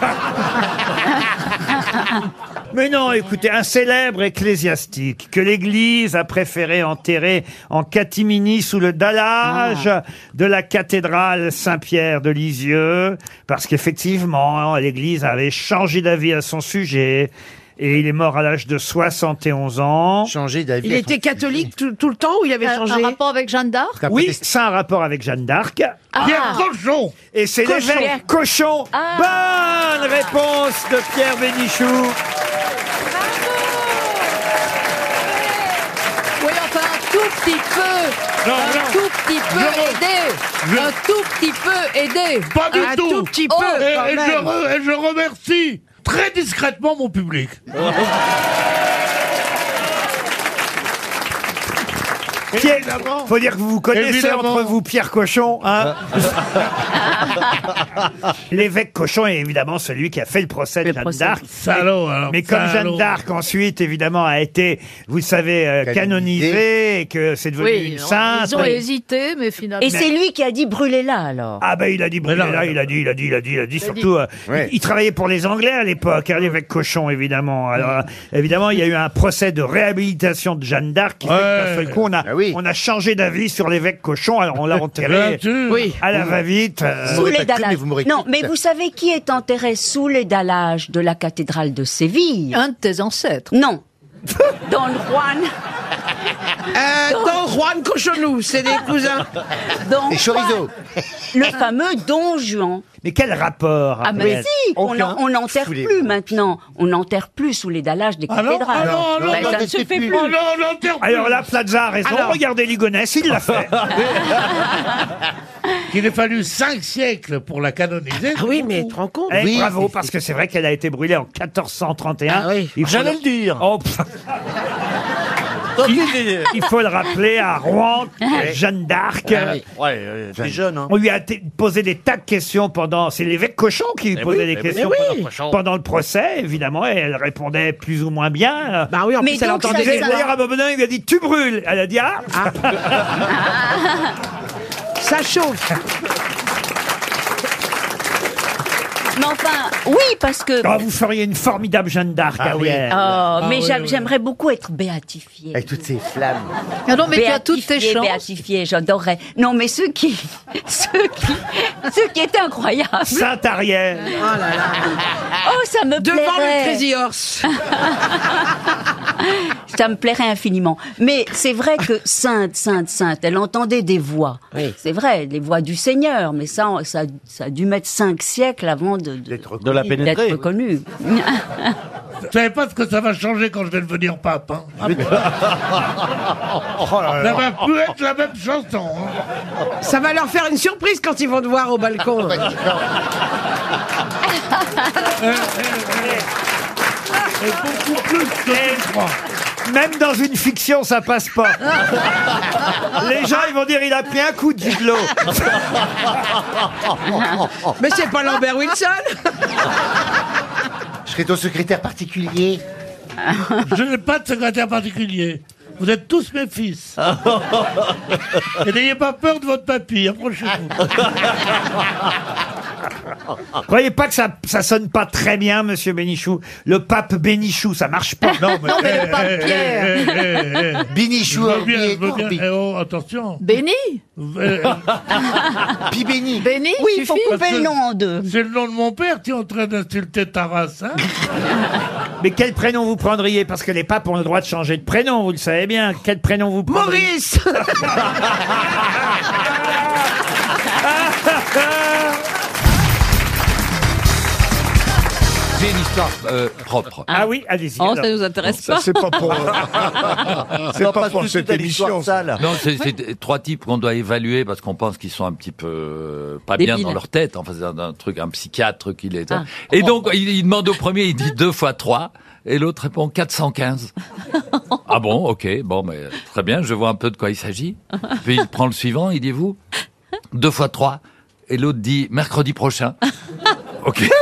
Mais non, écoutez, un célèbre ecclésiastique que l'Église a préféré enterrer en catimini sous le dallage de la cathédrale Saint-Pierre de Lisieux, parce qu'effectivement, l'Église avait changé d'avis à son sujet. Et il est mort à l'âge de 71 ans. Changé d'avis. Il était catholique tout, tout le temps ou il avait Euh, Un- changé un rapport avec Jeanne d'Arc Oui, ça a un rapport avec Jeanne d'Arc. Ah. Pierre Cochon Et c'est Cochon. l'évêque Cochon Bonne réponse de Pierre Bénichou Oui, enfin, un tout petit peu. Non, un non. tout petit peu Je re- aidé. Un tout petit peu aidé. Pas du un tout. tout petit peu. Et, et quand je, même. re- et je remercie très discrètement mon public. Pierre, faut dire que vous vous connaissez Évidemment. entre vous, Pierre Cochon. hein. L'évêque Cochon est évidemment celui qui a fait le procès de Jeanne procès. d'Arc. Salaud, alors, Mais comme Jeanne salaud. d'Arc ensuite, évidemment, a été, vous le savez, euh, Canonisée. canonisée et que c'est devenu Oui, une on- sainte. ils ont hésité. Hésité, mais finalement. Et c'est lui qui a dit brûlez-la alors. Ah ben il a dit brûler là, il a dit, il a dit, il a dit, il a dit surtout. euh, il, il travaillait pour les Anglais à l'époque, hein, l'évêque Cochon évidemment. Alors euh, évidemment il y a eu un procès de réhabilitation de Jeanne d'Arc. qui fait que d'un seul coup, on a, on a changé d'avis sur l'évêque Cochon. Alors on l'a Bien enterré sûr. Oui. à la Euh, va vite. Sous les dallages. non, mais vous savez qui est enterré sous les dallages de la cathédrale de Séville Un de tes ancêtres. Non. Don Juan. Don Juan Cochonou, c'est des cousins. Don Et chorizo. Le fameux Don Juan. Mais quel rapport Ah mais Ariel si, on Aucun. n'en- on n'enterre Foulez. plus maintenant. On n'enterre plus sous les dallages des Ah non, cathédrales. ah non, ah non, Ben, non, ça ne non, se c'est fait plus. plus. Oh non, Alors là, Plaza a raison. Alors- Regardez Ligonès, il l'a fait. Qu'il ait fallu cinq siècles pour la canoniser. Ah oui, mais tu te rends compte Eh, bravo, parce que c'est vrai qu'elle a été brûlée en 1431. hein. Il faut J'allais le dire. il, il faut le rappeler à Rouen, Ouais. Jeanne d'Arc. Ah oui. c'est jeune. hein. hein. On lui a t- posé des tas de questions pendant. C'est l'évêque Cochon qui lui Mais posait oui, des mais questions oui. pendant- Mais oui. Cochon. eh pendant, le procès, évidemment, et elle répondait plus ou moins bien. Bah oui, en Mais plus, elle donc, entendait ça- des voix. D'ailleurs, à un moment donné, il lui a dit Tu brûles Elle a dit Ah, Ça chauffe. Mais enfin, oui, parce que. Ah, Vous feriez une formidable Jeanne d'Arc. Ah oui. Ariel. Oh, mais j'a- j'aimerais beaucoup être béatifiée. Avec toutes ces flammes. Ah non, mais tu as toutes tes Béatifiée, chances. Béatifiée, j'adorerais. Non, mais ce qui, ce qui, ce qui est incroyable. Sainte Ariel. Oh là là. Oh, ça me Devant plairait. le Crazy Horse. Ça me plairait infiniment. Mais c'est vrai que sainte, sainte, sainte, elle entendait des voix. C'est vrai, les voix du Seigneur. Mais ça, on- ça, ça a dû mettre cinq siècles avant de, de, De la pénétrer, oui. D'être reconnue. Vous savez pas ce que ça va changer quand je vais devenir pape. Hein Ah ça va plus être la même chanson. hein. Ça va leur faire une surprise quand ils vont te voir au balcon. Euh. Même dans une fiction, ça passe pas. Les gens, ils vont dire il a pris un coup de gigolo. Mais c'est pas Lambert Wilson Je serais ton secrétaire particulier. Je n'ai pas de secrétaire particulier. Vous êtes tous mes fils. Et n'ayez pas peur de votre papy, approchez-vous. Oh, Croyez pas que ça, ça sonne pas très bien, monsieur Bénichou. Le pape Bénichou, ça marche pas. Non, Non, mais eh, le pape Pierre. Bénichou, Je veux eh. bien, je veux bien. Eh oh, attention. Béni Puis béni. Béni Oui, il faut suffit. couper Parce le que nom en deux. C'est le nom de mon père qui est en train d'insulter ta race. Hein Mais quel prénom vous prendriez Parce que les papes ont le droit de changer de prénom, vous le savez bien. Quel prénom vous prendriez Maurice J'ai une histoire euh, propre. Ah oui, allez-y. Oh, ça alors. nous intéresse Ça, pas. c'est pas pour, euh, euh, c'est pas pour cette émission. Non, c'est c'est trois types qu'on doit évaluer parce qu'on pense qu'ils sont un petit peu euh, pas Débiles. bien dans leur tête. Enfin, c'est un, un truc, un psychiatre qui les. Ah. Et donc, il, il demande au premier, il dit deux fois trois, et l'autre répond 415. ah bon, ok, bon, mais très bien, je vois un peu de quoi il s'agit. Puis il prend le suivant, il dit vous deux fois trois, et l'autre dit mercredi prochain. ok.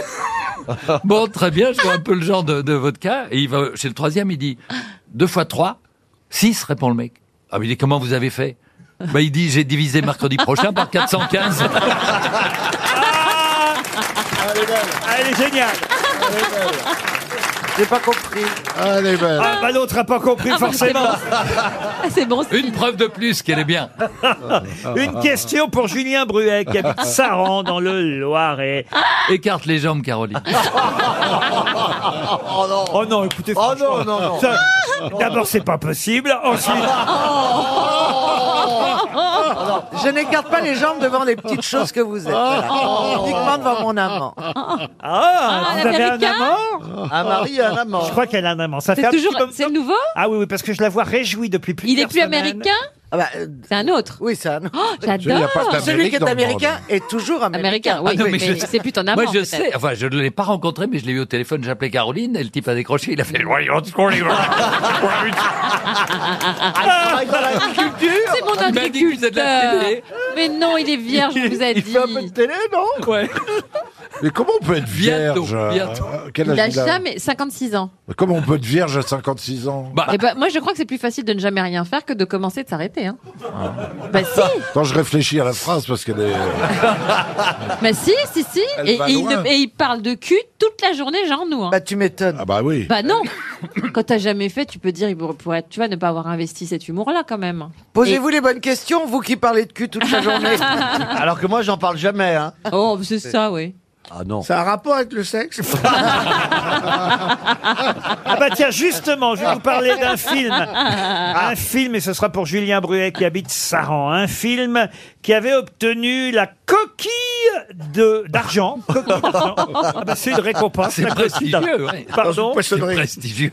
Bon, très bien, je vois un peu le genre de, de votre cas. Et il va chez le troisième, il dit deux fois trois, six, répond le mec. Ah, mais il dit comment vous avez fait Bah, il dit j'ai divisé mercredi prochain par 415. elle est belle. Ah, elle est géniale. J'ai pas compris. elle est belle. Ah, bah l'autre a pas compris, Ah, bah, c'est forcément. Ah, c'est bon. Une preuve de plus qu'elle est bien. Ah, Une question pour Julien Bruet, qui habite Saran, dans le Loiret. Écarte les jambes, Caroline. Oh non. Oh non, écoutez. Oh franchement, non, non, non. ça- D'abord, c'est pas possible. Ensuite. Oh. Je n'écarte pas les jambes devant les petites choses que vous êtes. voilà. Uniquement devant mon amant. Ah, Oh. vous avez un l'Américain amant Un mari et un amant. Je crois qu'elle a un amant. Ça C'est fait un toujours- petit moment- c'est le nouveau Ah oui, oui, parce que je la vois réjouie depuis plusieurs Il est plus semaines. américain C'est un autre. Oh, Oui, c'est un autre. j'adore. Ah bah, euh, Celui qui est américain est toujours américain. Américain, oui, Ah non, mais, mais je- c'est plus ton amant. Moi, je peut-être. sais. Enfin, je ne l'ai pas rencontré, mais je l'ai eu au téléphone. J'appelais Caroline et le type a décroché. Il a fait. Voyons, tu connais, voilà. Ah, Ah, C'est mon Il m'a dit que vous êtes de la agriculteur. télé. Mais non, il est vierge, je vous ai dit. Il fait un peu de télé, non Ouais. Mais comment on peut être Bientôt, vierge euh, bientôt. quel Il âge a il a jamais 56 ans. Mais Comment on peut être vierge à 56 ans Eh ben, moi, je crois que c'est plus facile de ne jamais rien faire que de commencer de s'arrêter. Hein. Bah si. Quand je réfléchis à la phrase, parce qu'elle est... Ah, Mais si, si, si. Elle Et, va et il loin. ne- et il parle de cul toute la journée, genre nous. hein. Bah, tu m'étonnes. Ah bah oui. Bah non. Quand t'as jamais fait, tu peux dire, il pourrait être, tu vois, ne pas avoir investi cet humour-là quand même. Posez-vous les bonnes questions, vous qui parlez de cul toute la journée. Alors que moi, j'en parle jamais. Hein. Oh, c'est ça, oui. Ah non. Ça a un rapport avec le sexe Ah bah tiens, justement, je vais vous parler d'un film. Ah. Un film, et ce sera pour Julien Bruet qui habite Saran. Un film qui avait obtenu la coquille de d'argent. Coquille d'argent. Ah bah, c'est une récompense. C'est la coquille d'argent. prestigieux, ouais. Pardon C'est prestigieux.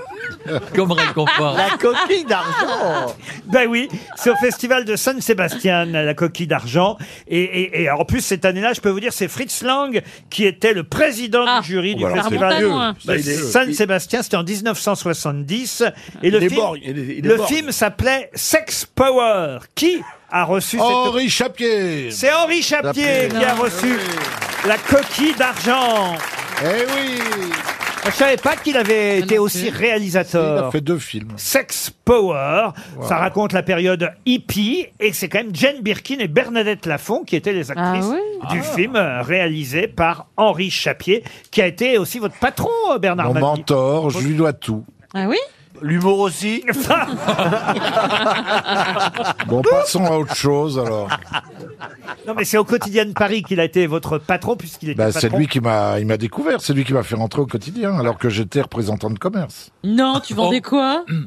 Comme récompense. coquille d'argent Ben oui, c'est au festival de San Sébastien, la coquille d'argent. Et, et- et en plus, cette année-là, je peux vous dire, c'est Fritz Lang qui était le président du jury du bah alors, c'est festival vieux. Bah, de il est- San il- Sébastien. C'était en 1970. Et le Il est film, mort, il est- il est le mort. film s'appelait Sex Power. Qui a reçu Henri Chapier C'est Henri Chapier Chapier. qui a reçu Ah la coquille d'argent. Eh oui je savais pas qu'il Ah avait été aussi réalisateur. Il a fait deux films. Sex Power. Wow. Ça raconte la période hippie et c'est quand même Jane Birkin et Bernadette Lafont qui étaient les actrices oui du Ah. film euh, réalisé par Henri Chapier qui a été aussi votre patron euh, Bernard Mon bah, Mabie. mentor, je lui dois tout. Ah oui L'humour aussi Bon, passons à autre chose, alors. Ah, Non mais c'est au quotidien de Paris qu'il a été votre patron puisqu'il était Bah, c'est patron. lui qui m'a, il m'a découvert, c'est lui qui m'a fait rentrer au quotidien, alors que j'étais représentant de commerce. Non, tu vendais Oh. quoi Mm.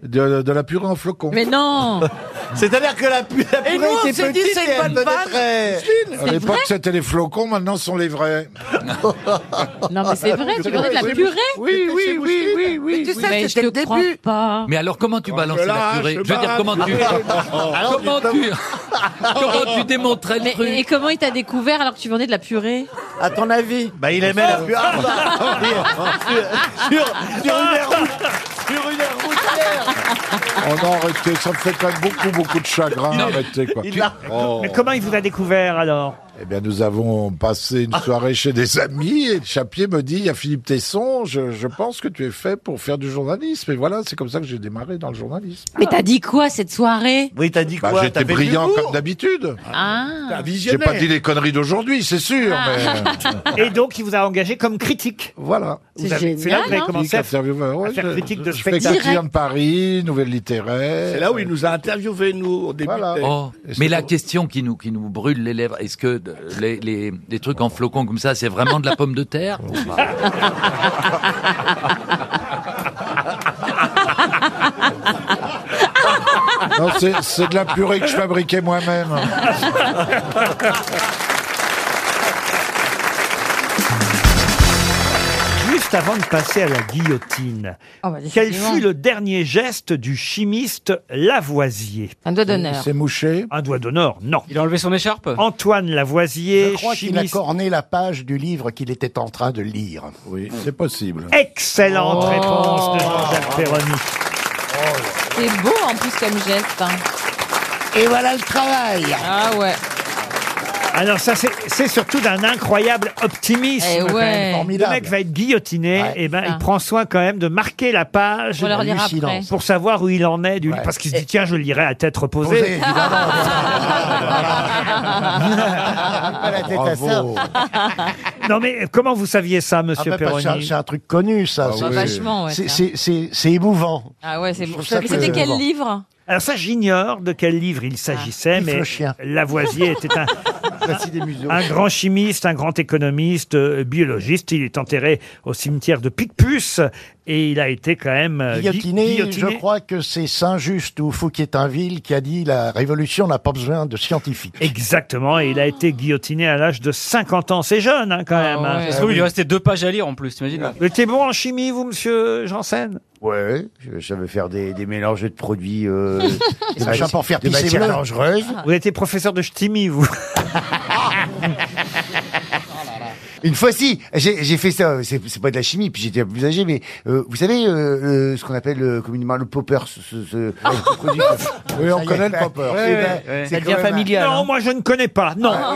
De, de la purée en flocons. Mais non C'est-à-dire que la, pu- la Hein. Et nous, on s'est dit, c'est une bonne vanne. À l'époque, c'était les flocons, maintenant, ce sont les vrais. Non, mais c'est vrai, tu vendais de la purée Oui, oui, oui, oui, oui. Mais tu sais, Mais c'était je le te crois début. pas. Mais alors, comment Oh, tu balances la lâche, purée Je veux bah, dire, comment tu. Alors, comment tu. Comment tu démontrais le Mais- truc et comment il t'a découvert alors que tu vendais de la purée À ton avis Bah, il aimait Ah, la purée. Ah. sur, sur une aire route- sur une aire routière. On en restait, ça me fait quand même beaucoup, beaucoup de chagrin d'arrêter, quoi. Il l'a- Oh. Mais comment il vous a découvert alors Eh bien, nous avons passé une soirée chez des amis et Chapier me dit, il y a Philippe Tesson, je, je pense que tu es fait pour faire du journalisme. Et voilà, c'est comme ça que j'ai démarré dans le journalisme. Mais t'as dit quoi cette soirée Oui, t'as dit Bah, quoi j'étais T'avais de brillant l'humour comme d'habitude. Ah J'ai pas dit les conneries d'aujourd'hui, c'est sûr, Ah. mais... euh, Et donc il vous a engagé comme critique. Voilà. Vous avez- C'est hein. là que vous avez commencé à faire à faire critique de je fais spectacle. quotidien de Paris, nouvelle Euh, littéraire. C'est là où il nous a interviewé, nous, au début. de- Oh, mais la question qui nous, qui nous brûle les lèvres, est-ce que de- les, les, les trucs en flocons comme ça, c'est vraiment de la pomme de terre Oh, bah. Non, c'est- c'est de la purée que je fabriquais moi-même. Juste avant de passer à la guillotine, Oh, bah, quel décidément. fut le dernier geste du chimiste Lavoisier Un doigt d'honneur. mouché Un doigt d'honneur, non. Il a enlevé son écharpe Antoine Lavoisier, Je crois qu'il a chimiste. corné la page du livre qu'il était en train de lire. Oui, c'est possible. Excellente Oh. réponse de Jean-Jacques Perroni. C'est beau en plus comme geste. hein. Et voilà le travail Ah ouais. Alors ça, c'est c'est surtout d'un incroyable optimisme. Eh quand ouais. même. Le Formidable. mec va être guillotiné, et ben Ah. il prend soin quand même de marquer la page On va le relire Du silence. après. pour savoir où il en est du parce qu'il se dit tiens, je lirai à tête Posée, reposée. non mais comment vous saviez ça, Monsieur Ah bah, parce que Perroni C'est un- c'est un truc connu, ça. Ah bah, C'est- oui. Vachement, ouais, c'est- ça. c'est- C'est c'est émouvant. Ah ouais, c'est Je bon. trouve ça que- C'était quel bon. livre Alors ça, j'ignore de quel livre Ah. il s'agissait, Pif mais le chien. Lavoisier était un, un grand chimiste, un grand économiste, euh, biologiste. Il est enterré au cimetière de Picpus et il a été quand même euh, gui- Guillotiné, guillotiné. je crois que c'est Saint-Just ou Fouquier-Tinville qui a dit la révolution n'a pas besoin de scientifiques. Exactement, et il a été guillotiné à l'âge de 50 ans. C'est jeune, hein, quand même. hein. Ça se trouve, il lui restait deux pages à lire en plus, t'imagines Vous étiez bon en chimie, vous, monsieur Janssen Ouais, je savais faire des, des mélanges de produits. Euh, Des machins pour faire pisser bleu. Vous étiez professeur de chimie, vous. Ah, Une fois si, j'ai j'ai fait ça, c'est c'est pas de la chimie, puis j'étais plus âgé, mais euh, vous savez euh, euh, ce qu'on appelle euh, communément le popper, ce, ce- ce- Ah. ce produit. Oui, on Ah. Ça y connaît est. le popper. Eh Ouais, ben, ouais, ouais. c'est Ça devient quand même un- familial, Non, moi, je ne connais pas. Non, Ah,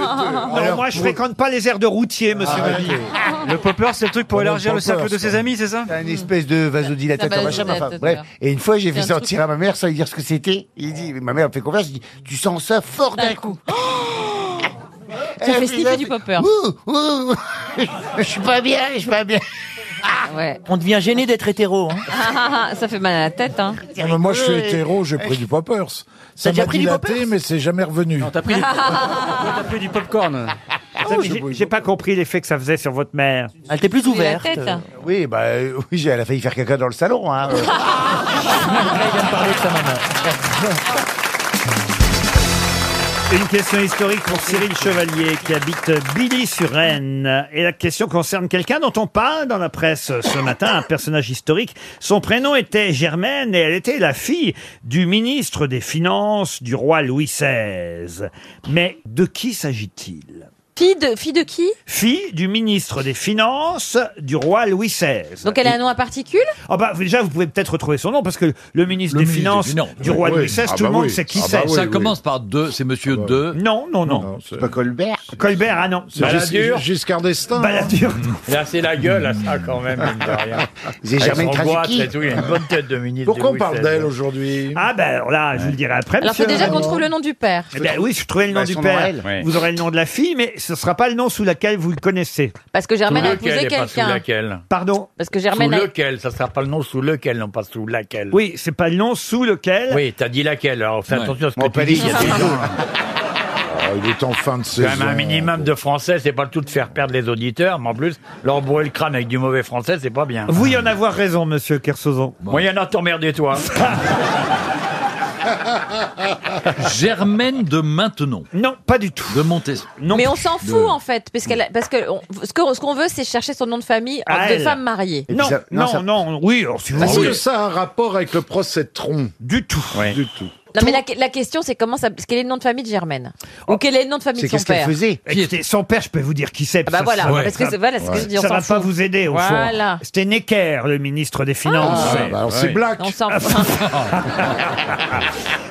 non ouais. Alors, moi, je pour- fréquente pas les aires de routier, monsieur Mabille. Le popper, c'est le truc pour Comment élargir le le cercle popper, de ses amis, c'est ça un Hmm. espèce de vasodilatateur, Un machin, enfin, vasodilatateur. bref. Et une fois, j'ai C'est fait un sortir à ma mère sans lui dire ce que c'était. Il dit, ma mère me fait confiance, il dit, tu sens ça fort d'un coup. Eh, Ça fait sniffer du popper. Je suis pas bien, je suis pas bien. ouais. On devient gêné d'être hétéro. Hein. Ah, ah, ça fait mal à la tête, hein. Ah, mais moi, je suis hétéro, j'ai pris du poppers. Ça déjà m'a pris du dilaté, mais c'est jamais revenu. Non, t'as pris T'as pris du popcorn. Ah, Attends, mais j'ai- J'ai pas compris l'effet que ça faisait sur votre mère. Elle était plus Mais la ouverte. tête. Oui, bah euh, oui, j'ai- elle a failli faire caca dans le salon. Euh. Hein. Une question historique pour Cyril Chevalier qui habite Billy-sur-Aisne. Et la question concerne quelqu'un dont on parle dans la presse ce matin, un personnage historique. Son prénom était Germaine et elle était la fille du ministre des Finances du roi Louis XVI. Mais de qui s'agit-il Fille de, fille de qui Fille du ministre des Finances du roi Louis XVI. Donc elle a un nom à particule Ah bah, déjà, vous pouvez peut-être retrouver son nom parce que le ministre des Finances Ah du roi Louis XVI, tout le monde sait qui c'est. ça commence par deux, c'est monsieur deux. Non, non, Ah bah non. c'est pas Colbert. Colbert, ah non. C'est Balladur. Gis- Giscard d'Estaing. Balladur. Là, c'est la gueule, à ça, quand même, mine de rien. J'ai jamais Avec son boîte tragiqué. et tout, il a une bonne tête de ministre. Pourquoi de on parle Louis XVI. d'elle aujourd'hui Ah ben alors là, je vous le dirai après. Alors faut monsieur. déjà qu'on trouve le nom du père. Eh ben oui, je trouvais le nom Bah, du son nom à père. elle. Ouais. Vous aurez le nom de la fille, mais ce ne sera pas le nom sous lequel vous le connaissez. Parce que Germaine a Sous lequel épousé et pas sous quelqu'un. laquelle Pardon Parce que Germaine a... Sous lequel, ça sera pas le nom sous lequel, non pas sous laquelle. Oui, c'est pas le nom sous lequel. Oui, t'as dit laquelle, alors fais Ouais. attention à ce Bon, que tu dis, il y a des gens. Ah, il est en fin de C'est saison. quand même un minimum de français, c'est pas le tout de faire perdre les auditeurs, mais en plus, leur bourrer le crâne avec du mauvais français, c'est pas bien. Vous y en avoir raison, monsieur Kersozon. Moi, il y en a t'emmerder, toi. Ah, Germaine de Maintenon. Non, pas du tout. De Montesson. Mais on s'en fout en fait, parce, qu'elle a- parce que on- ce qu'on ce qu'on veut, c'est chercher son nom de famille À de Ah, elle. femme mariée. Non, non, non, oui, alors, si vous Est-ce voulez. que Ah, ça a un rapport avec le procès de Tron Du tout. Du tout. Non, mais la, la question, c'est comment ça. parce Quel est le nom de famille de Germaine Oh. Ou quel est le nom de famille de son père Écoutez, son père, je peux vous dire qui c'est. bah ça, voilà, ça- parce que c'est- voilà, c'est ce que je dis, on Ça s'en va pas fout. vous aider, au Voilà. fond. C'était Necker, le ministre des Finances. Ah, bah, alors, c'est Black. On s'en fout. Ah.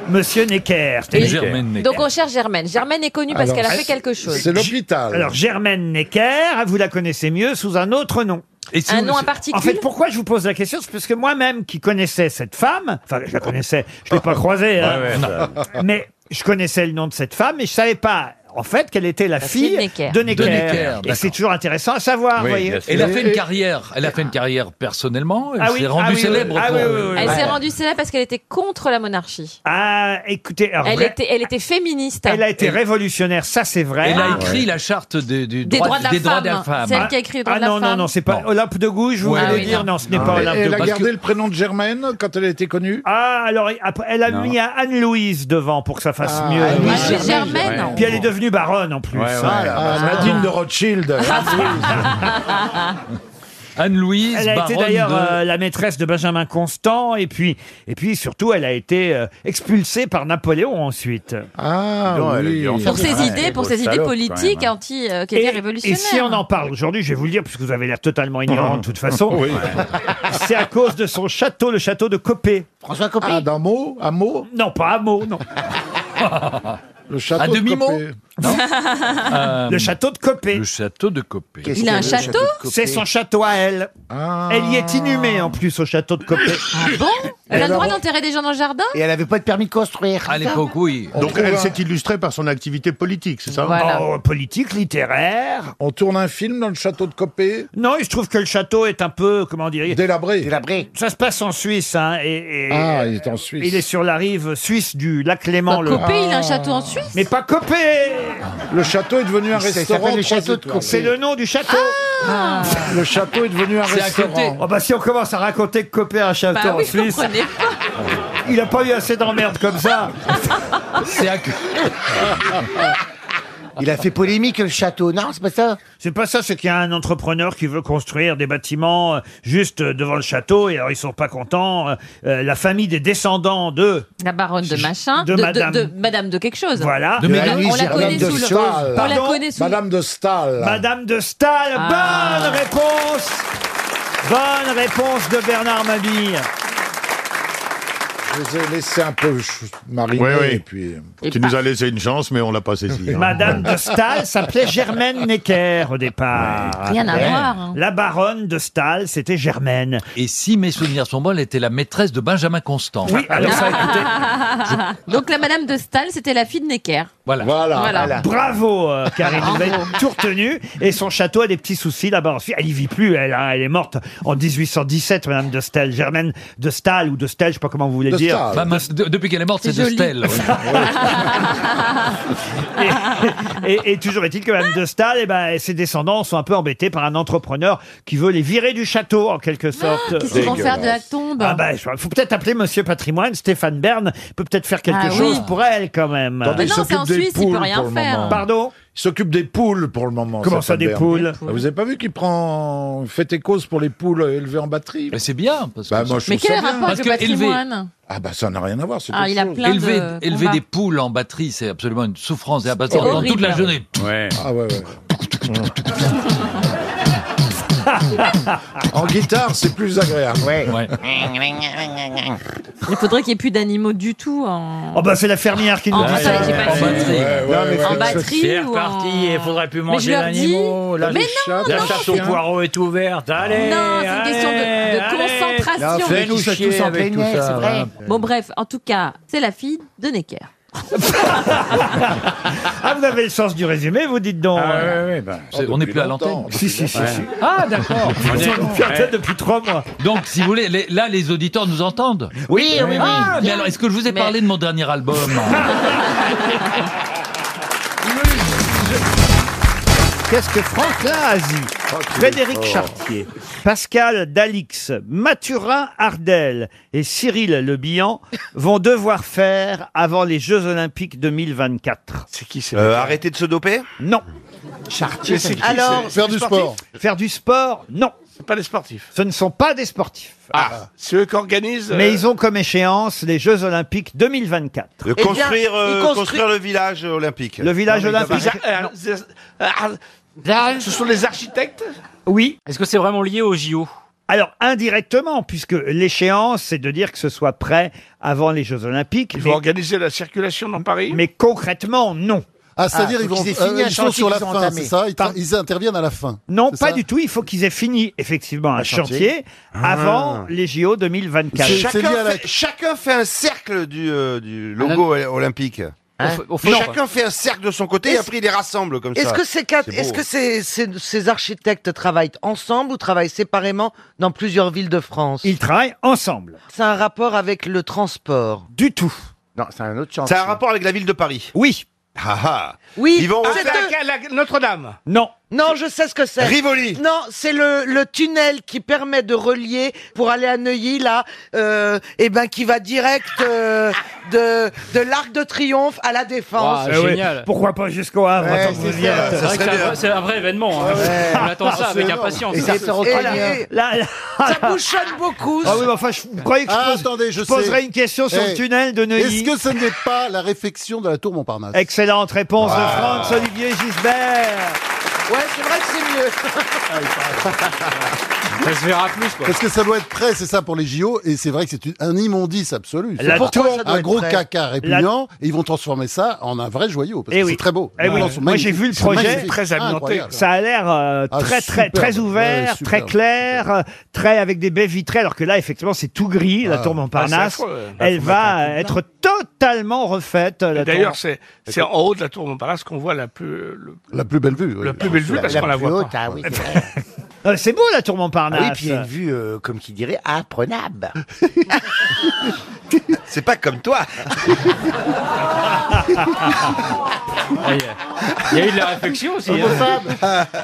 Monsieur Necker. c'était Et- Necker. Donc on cherche Germaine. Germaine est connue parce Alors, qu'elle a c'est- fait quelque chose. l'hôpital. Alors, Germaine Necker, vous la connaissez mieux sous un autre nom. si Un vous- nom en particulier En fait, pourquoi je vous pose la question C'est parce que moi-même, qui connaissais cette femme, enfin, je la connaissais, je ne l'ai pas croisée, hein. Ouais, ouais, ça- mais je connaissais le nom de cette femme, et je savais pas, en fait, qu'elle était la, La fille fille de Necker. Necker. De Necker, et d'accord. c'est toujours intéressant à savoir, vous voyez. elle a fait une carrière. Elle a fait une carrière personnellement. Elle Ah oui, s'est ah rendue oui, oui. célèbre. Ah pour- oui, oui, oui, oui. Elle s'est Ouais. rendue célèbre parce qu'elle était contre la monarchie. Ah, écoutez, alors, Elle vrai- était, elle était féministe. elle a été révolutionnaire, ça c'est vrai. Ah, Elle a écrit la charte des, du Des droit- droits de la des droits femme. de la femme. C'est elle qui a écrit les droits Ah de la non, non, femme. non, c'est pas Olympe de Gouges, je Ouais. voulais Ah oui, dire. non. Non, ce n'est Non, pas mais Olympe Elle de a Gouges. gardé le prénom de Germaine quand elle a été connue Ah, alors après, elle a mis à Anne-Louise devant pour que ça fasse Ah, mieux. Anne-Louise Ah, mais Germaine. Germaine, Puis elle est devenue baronne en plus. bah, Ouais, ouais. Ah, Nadine de Rothschild. Anne-Louise, Elle a été baronne d'ailleurs de- euh, la maîtresse de Benjamin Constant et puis et puis surtout elle a été euh, expulsée par Napoléon ensuite. Ah oui. Pour ses idées, pour ses idées politiques, anti, euh, qui étaient Et révolutionnaires. si on en parle aujourd'hui, je vais vous le dire parce que vous avez l'air totalement ignorant de toute façon. Oui. C'est à cause de son château, le château de Copé. François Copé. Ah, d'un mot, un mot Non, pas un mot, non. Le château À de demi-mot Copé. Euh, Euh, Le château de Copé. Le château de Copé. Qu'est-ce que le de Copé C'est son château à elle. Ah, Elle y est inhumée en plus au château de Copé. Bon Elle a le droit d'enterrer des gens dans le jardin Et elle n'avait pas de permis de construire. À l'époque, oui. Donc elle s'est illustrée par son activité politique, c'est ça Voilà. Oh, politique, littéraire. On tourne un film dans le château de Copé Non, il se trouve que le château est un peu, comment dire Délabré. Délabré. Ça se passe en Suisse. hein, et, et- Ah, il est en Suisse. Il est sur la rive suisse du lac Léman. le- Bah, Ah. Copé, il a un château en Suisse Mais pas Copé Le château est devenu un Ça restaurant. s'appelle le trois château de étoiles. Copé. C'est le nom du château. Ah. Le château est devenu un restaurant. Oh bah si on commence à raconter que Copé a un château Bah en Suisse, il a pas eu assez d'emmerdes comme ça. C'est à Il a fait polémique le château, non C'est pas ça C'est pas ça, c'est qu'il y a un entrepreneur qui veut construire des bâtiments euh, juste euh, devant le château et alors ils sont pas contents. Euh, euh, La famille des descendants de La baronne de machin, De hein, de, de- madame. de madame de quelque chose. Voilà. De On la- Mélanie on la connaît Germaine de sous le... Stahl. On la Pardon connaît sous le- Madame de Stahl. Madame de Stahl. Ah. Bonne réponse. Bonne réponse de Bernard Mabille. Je vous ai laissé un peu ch- mariner. Oui, oui. Et puis... euh, Tu nous as laissé une chance, mais on l'a pas saisie. hein. Madame de Stahl s'appelait Germaine Necker au départ. Rien à voir, hein. La baronne de Stahl, c'était Germaine. Et si mes souvenirs sont bons, elle était la maîtresse de Benjamin Constant. Oui, alors ça, écoutez, Donc la madame de Stahl, c'était la fille de Necker. Voilà. Voilà. Bravo, euh, Karine, vous avez tout retenu. Et son château a des petits soucis là-bas. Ensuite, elle y vit plus, elle, hein, elle est morte en 1817, Madame de Staël, Germaine de Staël ou de Staël, je sais pas comment vous voulez De dire. Staël. Bah, mince, de- depuis qu'elle est morte, c'est de Stel. Et, et toujours est-il que Madame de Staël, eh ben, ses descendants sont un peu embêtés par un entrepreneur qui veut les virer du château en quelque sorte. Ah, Qu'est-ce qu'ils vont faire de la tombe Ah bah, il faut peut-être appeler Monsieur Patrimoine, Stéphane Bern peut peut-être faire quelque Ah oui. chose pour elle quand même. Ah, Attendez, Mais non, il s'occupe c'est en des Suisse, il peut poules rien pour le faire. moment. Pardon Il s'occupe des poules pour le moment. Comment ça, Stéphane des Bern. poules Ah, Vous avez pas vu qu'il prend fait et cause pour les poules élevées en batterie Mais c'est bien. Parce que Bah, moi, je Mais trouve quel ça bien. rapport Parce avec le que élevé. patrimoine Ah bah ça n'a rien à voir. c'est Ah, autre il a chose. plein élever, de élever combats. des poules en batterie, c'est absolument une souffrance et à C'est battre pendant horrible. toute la journée. Ouais. Ah ouais, ouais. en guitare, c'est plus agréable. Ouais. Il faudrait qu'il n'y ait plus d'animaux du tout en, Oh bah c'est la fermière qui nous en, dit Ah, ça. j'ai pas En dit. batterie. en batterie C'est ou en... reparti, il faudrait plus manger je leur dis- l'animaux. La, Mais non, la non, chasse aux c'est- poireaux est ouverte. Allez, Non, c'est une question de- de allez, concentration. allez. Fais-nous Fais-nous chier chier avec avec tout ça, ça, vrai. voilà. Bon bref, en tout cas, c'est la fille de Necker. Ah vous avez le sens du résumé, vous dites donc. Ah, ouais, ouais, ben, bah. C'est- on n'est plus à l'antenne. Si si si. si. Ah, d'accord. Ils sont une quarantaine depuis trois mois. Donc, si vous voulez, les- là, les auditeurs nous entendent. Oui, oui, oui. Ah, mais alors, est-ce que je vous ai Mais- parlé de mon dernier album Qu'est-ce que Franck Lahazy, Frédéric Chartier, Pascal Dalix, Mathurin Ardel et Cyril Le Bihan vont devoir faire avant les Jeux Olympiques 2024 C'est qui c'est Euh, Arrêtez de se doper Non. Chartier, c'est qui Alors, c'est- Faire du sport. Faire du sport Non. C'est pas les sportifs. Ce ne sont pas des sportifs. Ah, c'est eux qui organisent. Mais euh, ils ont comme échéance les Jeux Olympiques 2024. de Eh bien, construire, euh, ils construisent- construire le village olympique. Le village olympique. Les ar- euh, euh, Ce sont les architectes Oui. Est-ce que c'est vraiment lié au JO Alors, indirectement, puisque l'échéance, c'est de dire que ce soit prêt avant les Jeux Olympiques. Ils mais- vont organiser la circulation dans Paris Mais concrètement, non. Ah, c'est-à-dire Ah, ils donc vont, c'est fini euh, un ils sont chantier sur la qu'ils ont fin, entamé. c'est ça ils, tra- ils interviennent à la fin. Non, C'est pas ça du tout. Il faut qu'ils aient fini, effectivement, un chantier, chantier. Ah. avant les JO C'est- 2024. c'est lié à Chacun la- fait, chacun fait un cercle du, euh, du logo olympique. Chacun fait un cercle de son côté et après il les rassemble comme ça. Hein Est-ce que, ces quatre, C'est est-ce beau. que ces, ces- ces architectes travaillent ensemble ou travaillent séparément dans plusieurs villes de France Ils travaillent ensemble. C'est un rapport avec le transport. Du tout. Non, c'est un autre chantier. C'est un rapport avec la ville de Paris. Oui. Ah, ah. Oui, Ils vont ah, refaire c'est la- la- Notre-Dame. Non. Non, je sais ce que c'est. Rivoli. Non, c'est le, le tunnel qui permet de relier pour aller à Neuilly, là, euh, et ben qui va direct euh, de, de l'Arc de Triomphe à la Ah, Défense. Eh oui, Pourquoi pas jusqu'au Havre Ouais, attends que c'est vous y ça. êtes. Ça serait bien. C'est un vrai événement. hein. On attend ça avec impatience. Et c'est Et là, extraordinaire. et- Là, là- ça bouchonne beaucoup. Ah oui, mais enfin, je vous croyez que je, Ah, pose- attendez, je je poserai sais. une question sur le Eh, tunnel de Neuilly. Est-ce que ce n'est pas la réfection de la tour Montparnasse Excellente réponse de Franck Olivier Gisbert. Ah, Ouais, c'est vrai que c'est mieux. Ça se verra plus, quoi. Parce que ça doit être prêt, c'est ça, pour les JO, et c'est vrai que c'est une- un immondice absolu. La Pourquoi tour- ça doit un être gros prêt caca La- répugnant, et ils vont transformer ça en un vrai joyau, parce Eh que oui. c'est très beau. Eh oui. Moi, j'ai vu le projet. Ça a l'air euh, Ah, très, très, superbe. très ouvert, Ouais, superbe, très clair, euh, très avec des baies vitrées. Alors que là, effectivement, c'est tout gris, la Ah. tour Montparnasse. Ah, c'est affreux, ouais. Elle Ah, faut va mettre un coup être totalement refaite. la D'ailleurs, tour. c'est c'est en haut de la tour Montparnasse qu'on voit la plus, le, La plus belle vue. oui. la plus belle vue parce qu'on la voit. pas. Ah, C'est beau, la tour Montparnasse. Ah oui, puis il y a une vue, euh, comme qui dirait, apprenable. C'est pas comme toi. Il Ah, y a eu de la réflexion aussi, hein. Ah, Ah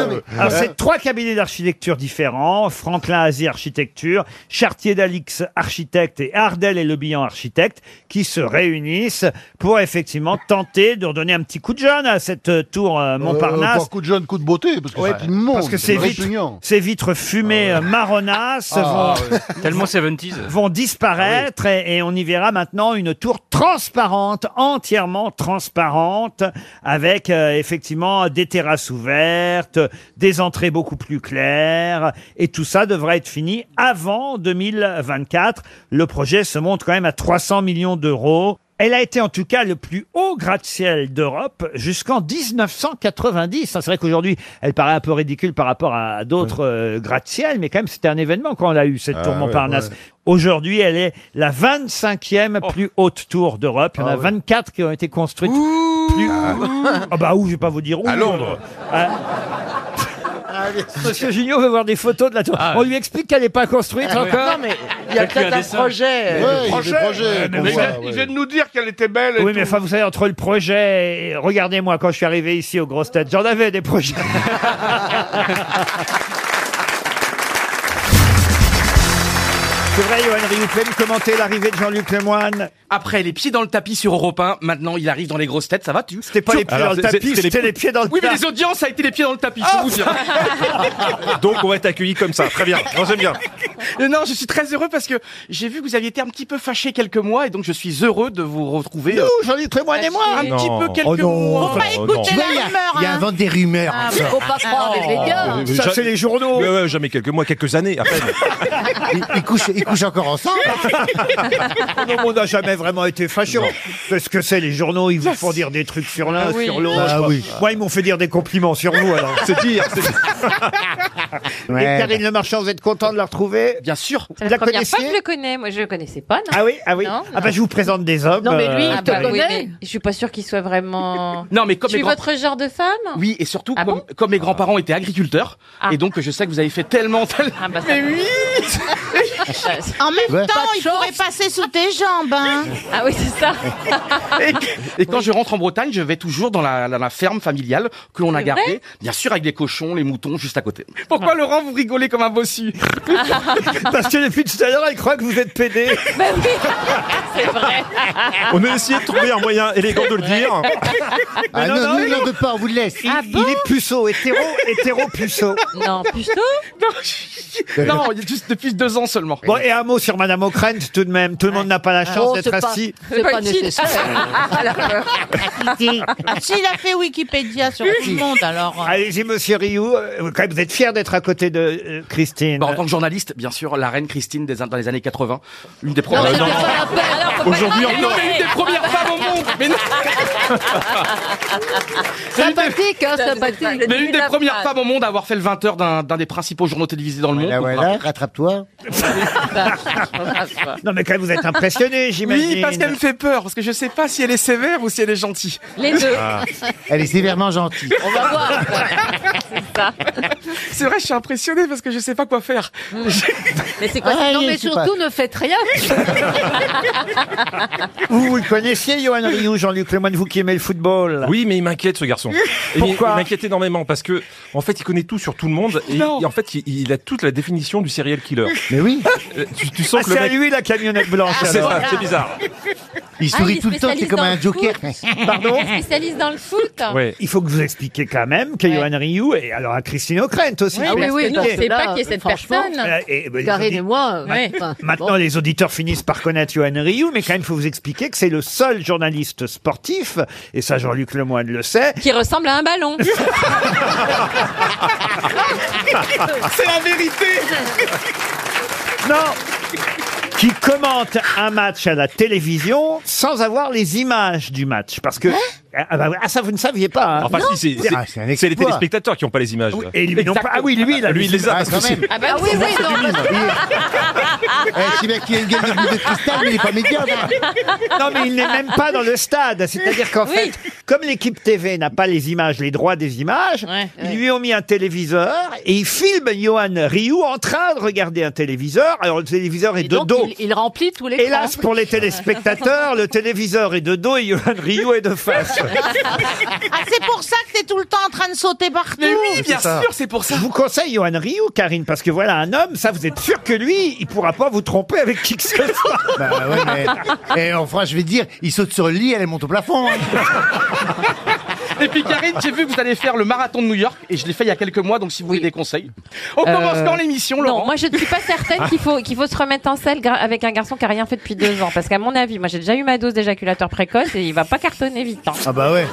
Alors, Ah, c'est trois cabinets d'architecture différents. Franklin Asie Architecture, Chartier d'Alix Architecte et Ardel et Le Bihan Architecte qui se réunissent pour effectivement tenter de redonner un petit coup de jeune à cette euh, tour euh, Euh, Montparnasse. pas coup de jeune, coup de beauté, parce que Ouais, c'est immonde. parce que ces vitres, répugnant. ces vitres fumées euh, marronnasses Ah, vont, ouais. Tellement 70s. vont Ah disparaître et, et on y verra maintenant une tour transparente, entièrement transparente, avec euh, effectivement des terrasses ouvertes, des entrées beaucoup plus claires, et tout ça devra être fini avant 2024. Le projet se monte quand même à 300 millions d'euros. Elle a été en tout cas le plus haut gratte-ciel d'Europe jusqu'en 1990. Ça, C'est vrai qu'aujourd'hui, elle paraît un peu ridicule par rapport à d'autres euh, gratte-ciel, mais quand même, c'était un événement quand on l'a eu, cette Ah tour ouais, Montparnasse. ouais. Aujourd'hui, elle est la 25e Oh. plus haute tour d'Europe. Il Ah y en a 24 qui ont été construites plus... Ah bah où, je vais pas vous dire où. À Londres. Ah, Monsieur Gignot veut voir des photos de la tour. On lui explique qu'elle n'est pas construite Ah ouais. encore. Non, mais il y a Peut-être peut-être qu'il y a un des projet, euh, Le projet, euh, mais il, vient, il vient de nous dire qu'elle était belle. et Oui, mais tout. enfin, vous savez, entre le projet et... Regardez-moi, quand je suis arrivé ici aux grosses têtes, j'en avais des projets. C'est vrai, Johan Rioux, pouvez-vous commenter l'arrivée de Jean-Luc Lemoine Après les pieds dans le tapis sur Europe 1, maintenant il arrive dans les grosses têtes, ça va tu C'était pas les pieds dans le tapis, c'était les pieds dans le Ah. Oui, mais tas. les audiences, ça a été les pieds dans le tapis, je vous dis. Donc on va être accueillis comme ça. Très bien. Non, j'aime bien. Euh, Non, je suis très heureux parce que j'ai vu que vous aviez été un petit peu fâchés quelques mois et donc je suis heureux de vous retrouver. euh, Jean-Luc Lemoine et moi Un petit peu quelques Oh mois. Faut pas écouter la rumeur, hein. des rumeurs. Ah, faut pas croire avec les gars. Ça, c'est les journaux. Mais Ah, ouais, jamais quelques mois, quelques années. à peine. Ils, couchent, encore ensemble. Non, mais on n'a jamais vraiment été fâchés. Parce que c'est les journaux, ils vous font dire des trucs sur l'un, Ah oui. sur l'autre. Ah oui. Moi, ils m'ont fait dire des compliments sur vous, alors. C'est dire, c'est Et Karine Le Marchand, vous êtes content de la retrouver Bien sûr. Vous C'est la la première fois que je connaissiez le connais. Moi, je le connaissais pas. Non Ah oui, ah oui. Non, ah bah, je vous présente des hommes. euh, Ah bah oui, Karine. mais je suis pas sûre qu'il soit vraiment. Non, mais comme je suis les grands- votre genre de femme. Oui, et surtout, Ah comme, comme mes grands-parents étaient agriculteurs, et donc je sais que vous avez fait tellement... tellement- Ah, bah, Mais oui En même Ouais. temps, Pas il pourrait passer sous tes jambes. Hein. Ah oui, c'est ça. et, et quand je rentre en Bretagne, je vais toujours dans la, la- la ferme familiale que l'on a C'est vrai gardée, bien sûr avec les cochons, les moutons juste à côté. Pourquoi Laurent vous rigolez comme un bossu Parce que depuis tout à l'heure, elle croit que vous êtes pédé. Bah c'est vrai. On a essayé de trouver un moyen élégant de le dire. Ah non, non, non, nous, non. il n'en veut pas, on vous le laisse. Il, il est puceau, hétéro, hétéro Oh, puceau. Non, plutôt. Non, il y a juste depuis deux ans seulement. Bon, et un mot sur Madame O'Krent, tout de même. Tout le monde n'a Ah, pas Ah, la chance Oh, d'être c'est pas- assis. c'est pas utile. euh, S'il Ah, a fait Wikipédia sur tout le monde, alors. euh. Allez-y, monsieur Rioux. Euh, Quand même, vous êtes fier d'être à côté de euh, Christine. Bah, en tant que journaliste, bien sûr, la reine Christine des, dans les années 80, une des Non, mais premières. c'était pas la peine. Alors, faut pas Aujourd'hui, parler. Mais non, mais une des premières femmes au monde. Mais non. hein, Sympathique, hein, sympathique. Mais une des premières femmes au monde à avoir fait le 20h d'un d'un des principaux journaux télévisés dans le monde. Voilà, rattrape-toi. Non, mais quand même, vous êtes impressionné, j'imagine. Oui, parce qu'elle me fait peur, parce que je sais pas si elle est sévère ou si elle est gentille. Les deux. Ah. Elle est sévèrement gentille. On va voir. C'est vrai, je suis impressionné parce que je sais pas quoi faire. Hmm. Mais c'est quoi Ah, ça Non, allez, mais je sais surtout, ne faites rien. Vous, vous le connaissiez, Johan Rioux, Jean-Luc Lemoyne, vous qui aimez le football Oui, mais il m'inquiète ce garçon. Et Pourquoi il m'inquiète énormément parce que en fait, il connaît tout sur tout le monde et, et en fait, il, il a toute la définition du serial killer. Euh, Mais oui. tu, sens que Ah, c'est à lui la camionnette blanche. Ah, C'est alors. ça, c'est bizarre. Il Ah, sourit tout le temps, c'est comme un joker. Pardon Il est spécialiste dans le foot. Il faut que vous expliquiez quand même que Johan Rioux et alors à Christine O'Krent aussi. Oui, faut oui, oui, expliquer. non, c'est pas qui est cette franchement, personne. euh, et, ben, les audi- moi. Ma- Maintenant, les auditeurs finissent par connaître Johan Rioux, mais quand même, il faut vous expliquer que c'est le seul journaliste sportif, et ça, Jean-Luc Lemoyne le sait. Qui ressemble à un ballon. C'est la vérité Non qui commente un match à la télévision sans avoir les images du match. Parce que... Ah, bah, ah, ça, vous ne saviez pas. hein. Enfin, si, c'est- c'est Ah, un c'est les exploit. téléspectateurs qui n'ont pas les images. là. Et lui, non pas- ah oui, lui, il a Lui, il les a. Ah, quand même. Ah bah oui, oui, c'est bien qu'il a une gueule de boule de cristal, mais il est pas hein. médiocre. Non, mais il n'est même pas dans le stade. C'est-à-dire qu'en fait, comme l'équipe TV n'a pas les images, les droits des images, ils lui ont mis un téléviseur et ils filment Johan Rioux en train de regarder un téléviseur. Alors, le téléviseur est de dos. Il, il remplit tous les Hélas, pour les téléspectateurs, le téléviseur est de dos et Johan Rioux est de face. Ah, c'est pour ça que t'es tout le temps en train de sauter partout. c'est pour ça. Je vous conseille Johan Rioux, Karine, parce que voilà un homme, ça vous êtes sûr que lui, il pourra pas vous tromper avec qui que ce soit. Bah ouais, Ah, mais. Et enfin, je vais te dire, il saute sur le lit, elle monte au plafond. hein. Et puis Karine, j'ai vu que vous allez faire le marathon de New York et je l'ai fait il y a quelques mois, donc si vous voulez des conseils. On commence Euh, quand l'émission, Laurent Non, moi je ne suis pas certaine qu'il faut qu'il faut se remettre en selle gra- avec un garçon qui a rien fait depuis deux ans, parce qu'à mon avis, moi j'ai déjà eu ma dose d'éjaculateur précoce et il va pas cartonner vite. hein. Ah bah ouais.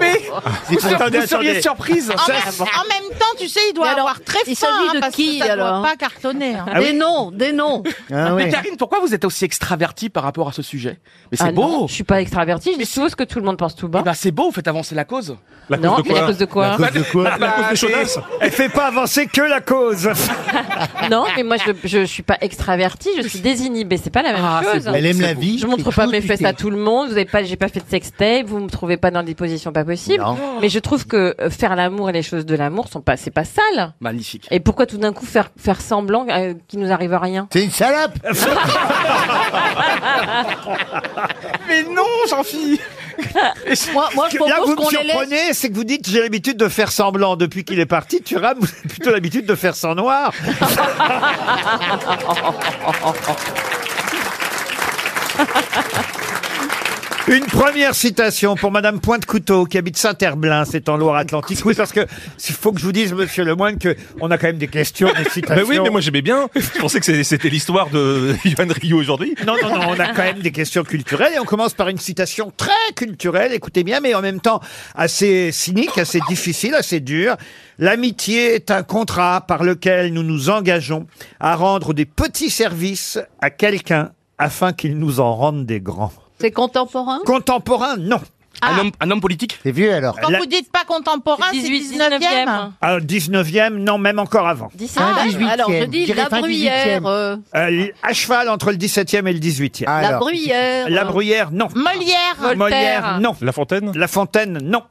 Mais Ah. C'est pour- vous, ser- vous seriez surprise. En, bah, même- en même temps, tu sais, il doit avoir très faim. il s'agit hein, de parce qui, que ça alors Ah doit pas cartonner. hein. Ah Des noms, des noms. ah Ah Mais Karine, pourquoi vous êtes aussi extravertie par rapport à ce sujet Mais c'est Ah beau. non, je suis pas extravertie, je dis souvent ce que tout le monde pense tout bas. Bah c'est beau, vous faites avancer la cause. La cause Non, de mais quoi la cause de quoi La cause de quoi Bah, La cause des c'est- chaudasses Ah, Elle fait pas avancer que la cause. non, mais moi je, je suis pas extravertie, je suis désinhibée, c'est pas la même Ah, c'est chose. hein. beau, Elle aime c'est la beau. vie, Je montre c'est pas tout mes du fesses tout. à tout le monde. Vous avez pas, j'ai pas fait de sextape, vous me trouvez pas dans des positions pas possibles. Non. Mais je trouve que euh, faire l'amour et les choses de l'amour sont pas, c'est pas sale. Magnifique. Et pourquoi tout d'un coup faire faire semblant euh, qu'il nous arrive rien T'es une salope. Mais non, Jean-Philippe Moi, Ah, moi je Là, propose vous me qu'on les laisse. surprenez, c'est que vous dites j'ai l'habitude de faire semblant. Depuis qu'il est parti, tu rames, vous avez plutôt l'habitude de faire sans noir. Une première citation pour Madame Pointe-Couteau qui habite Saint-Herblain, c'est en Loire-Atlantique. Oui, parce que il faut que je vous dise, Monsieur Lemoine, que on a quand même des questions, des citations. Ben oui, mais moi j'aimais bien. Je pensais que c'est- c'était l'histoire de Yohan Rio aujourd'hui. Non, non, non, on a quand même des questions culturelles et on commence par une citation très culturelle, écoutez bien, mais en même temps assez cynique, assez difficile, assez dure. L'amitié est un contrat par lequel nous nous engageons à rendre des petits services à quelqu'un afin qu'il nous en rende des grands. C'est contemporain Contemporain, non. Un, homme, politique C'est Ah. vieux alors Quand vous dites pas contemporain, c'est 19e. 19e. Ah, 19e, non, même encore avant. Ah, alors je dis la bruyère. euh, Euh, à cheval entre le 17e et le 18e. La bruyère. La Bruyère, non. Molière. Voltaire. Molière, non. La Fontaine Ah. La Fontaine, non.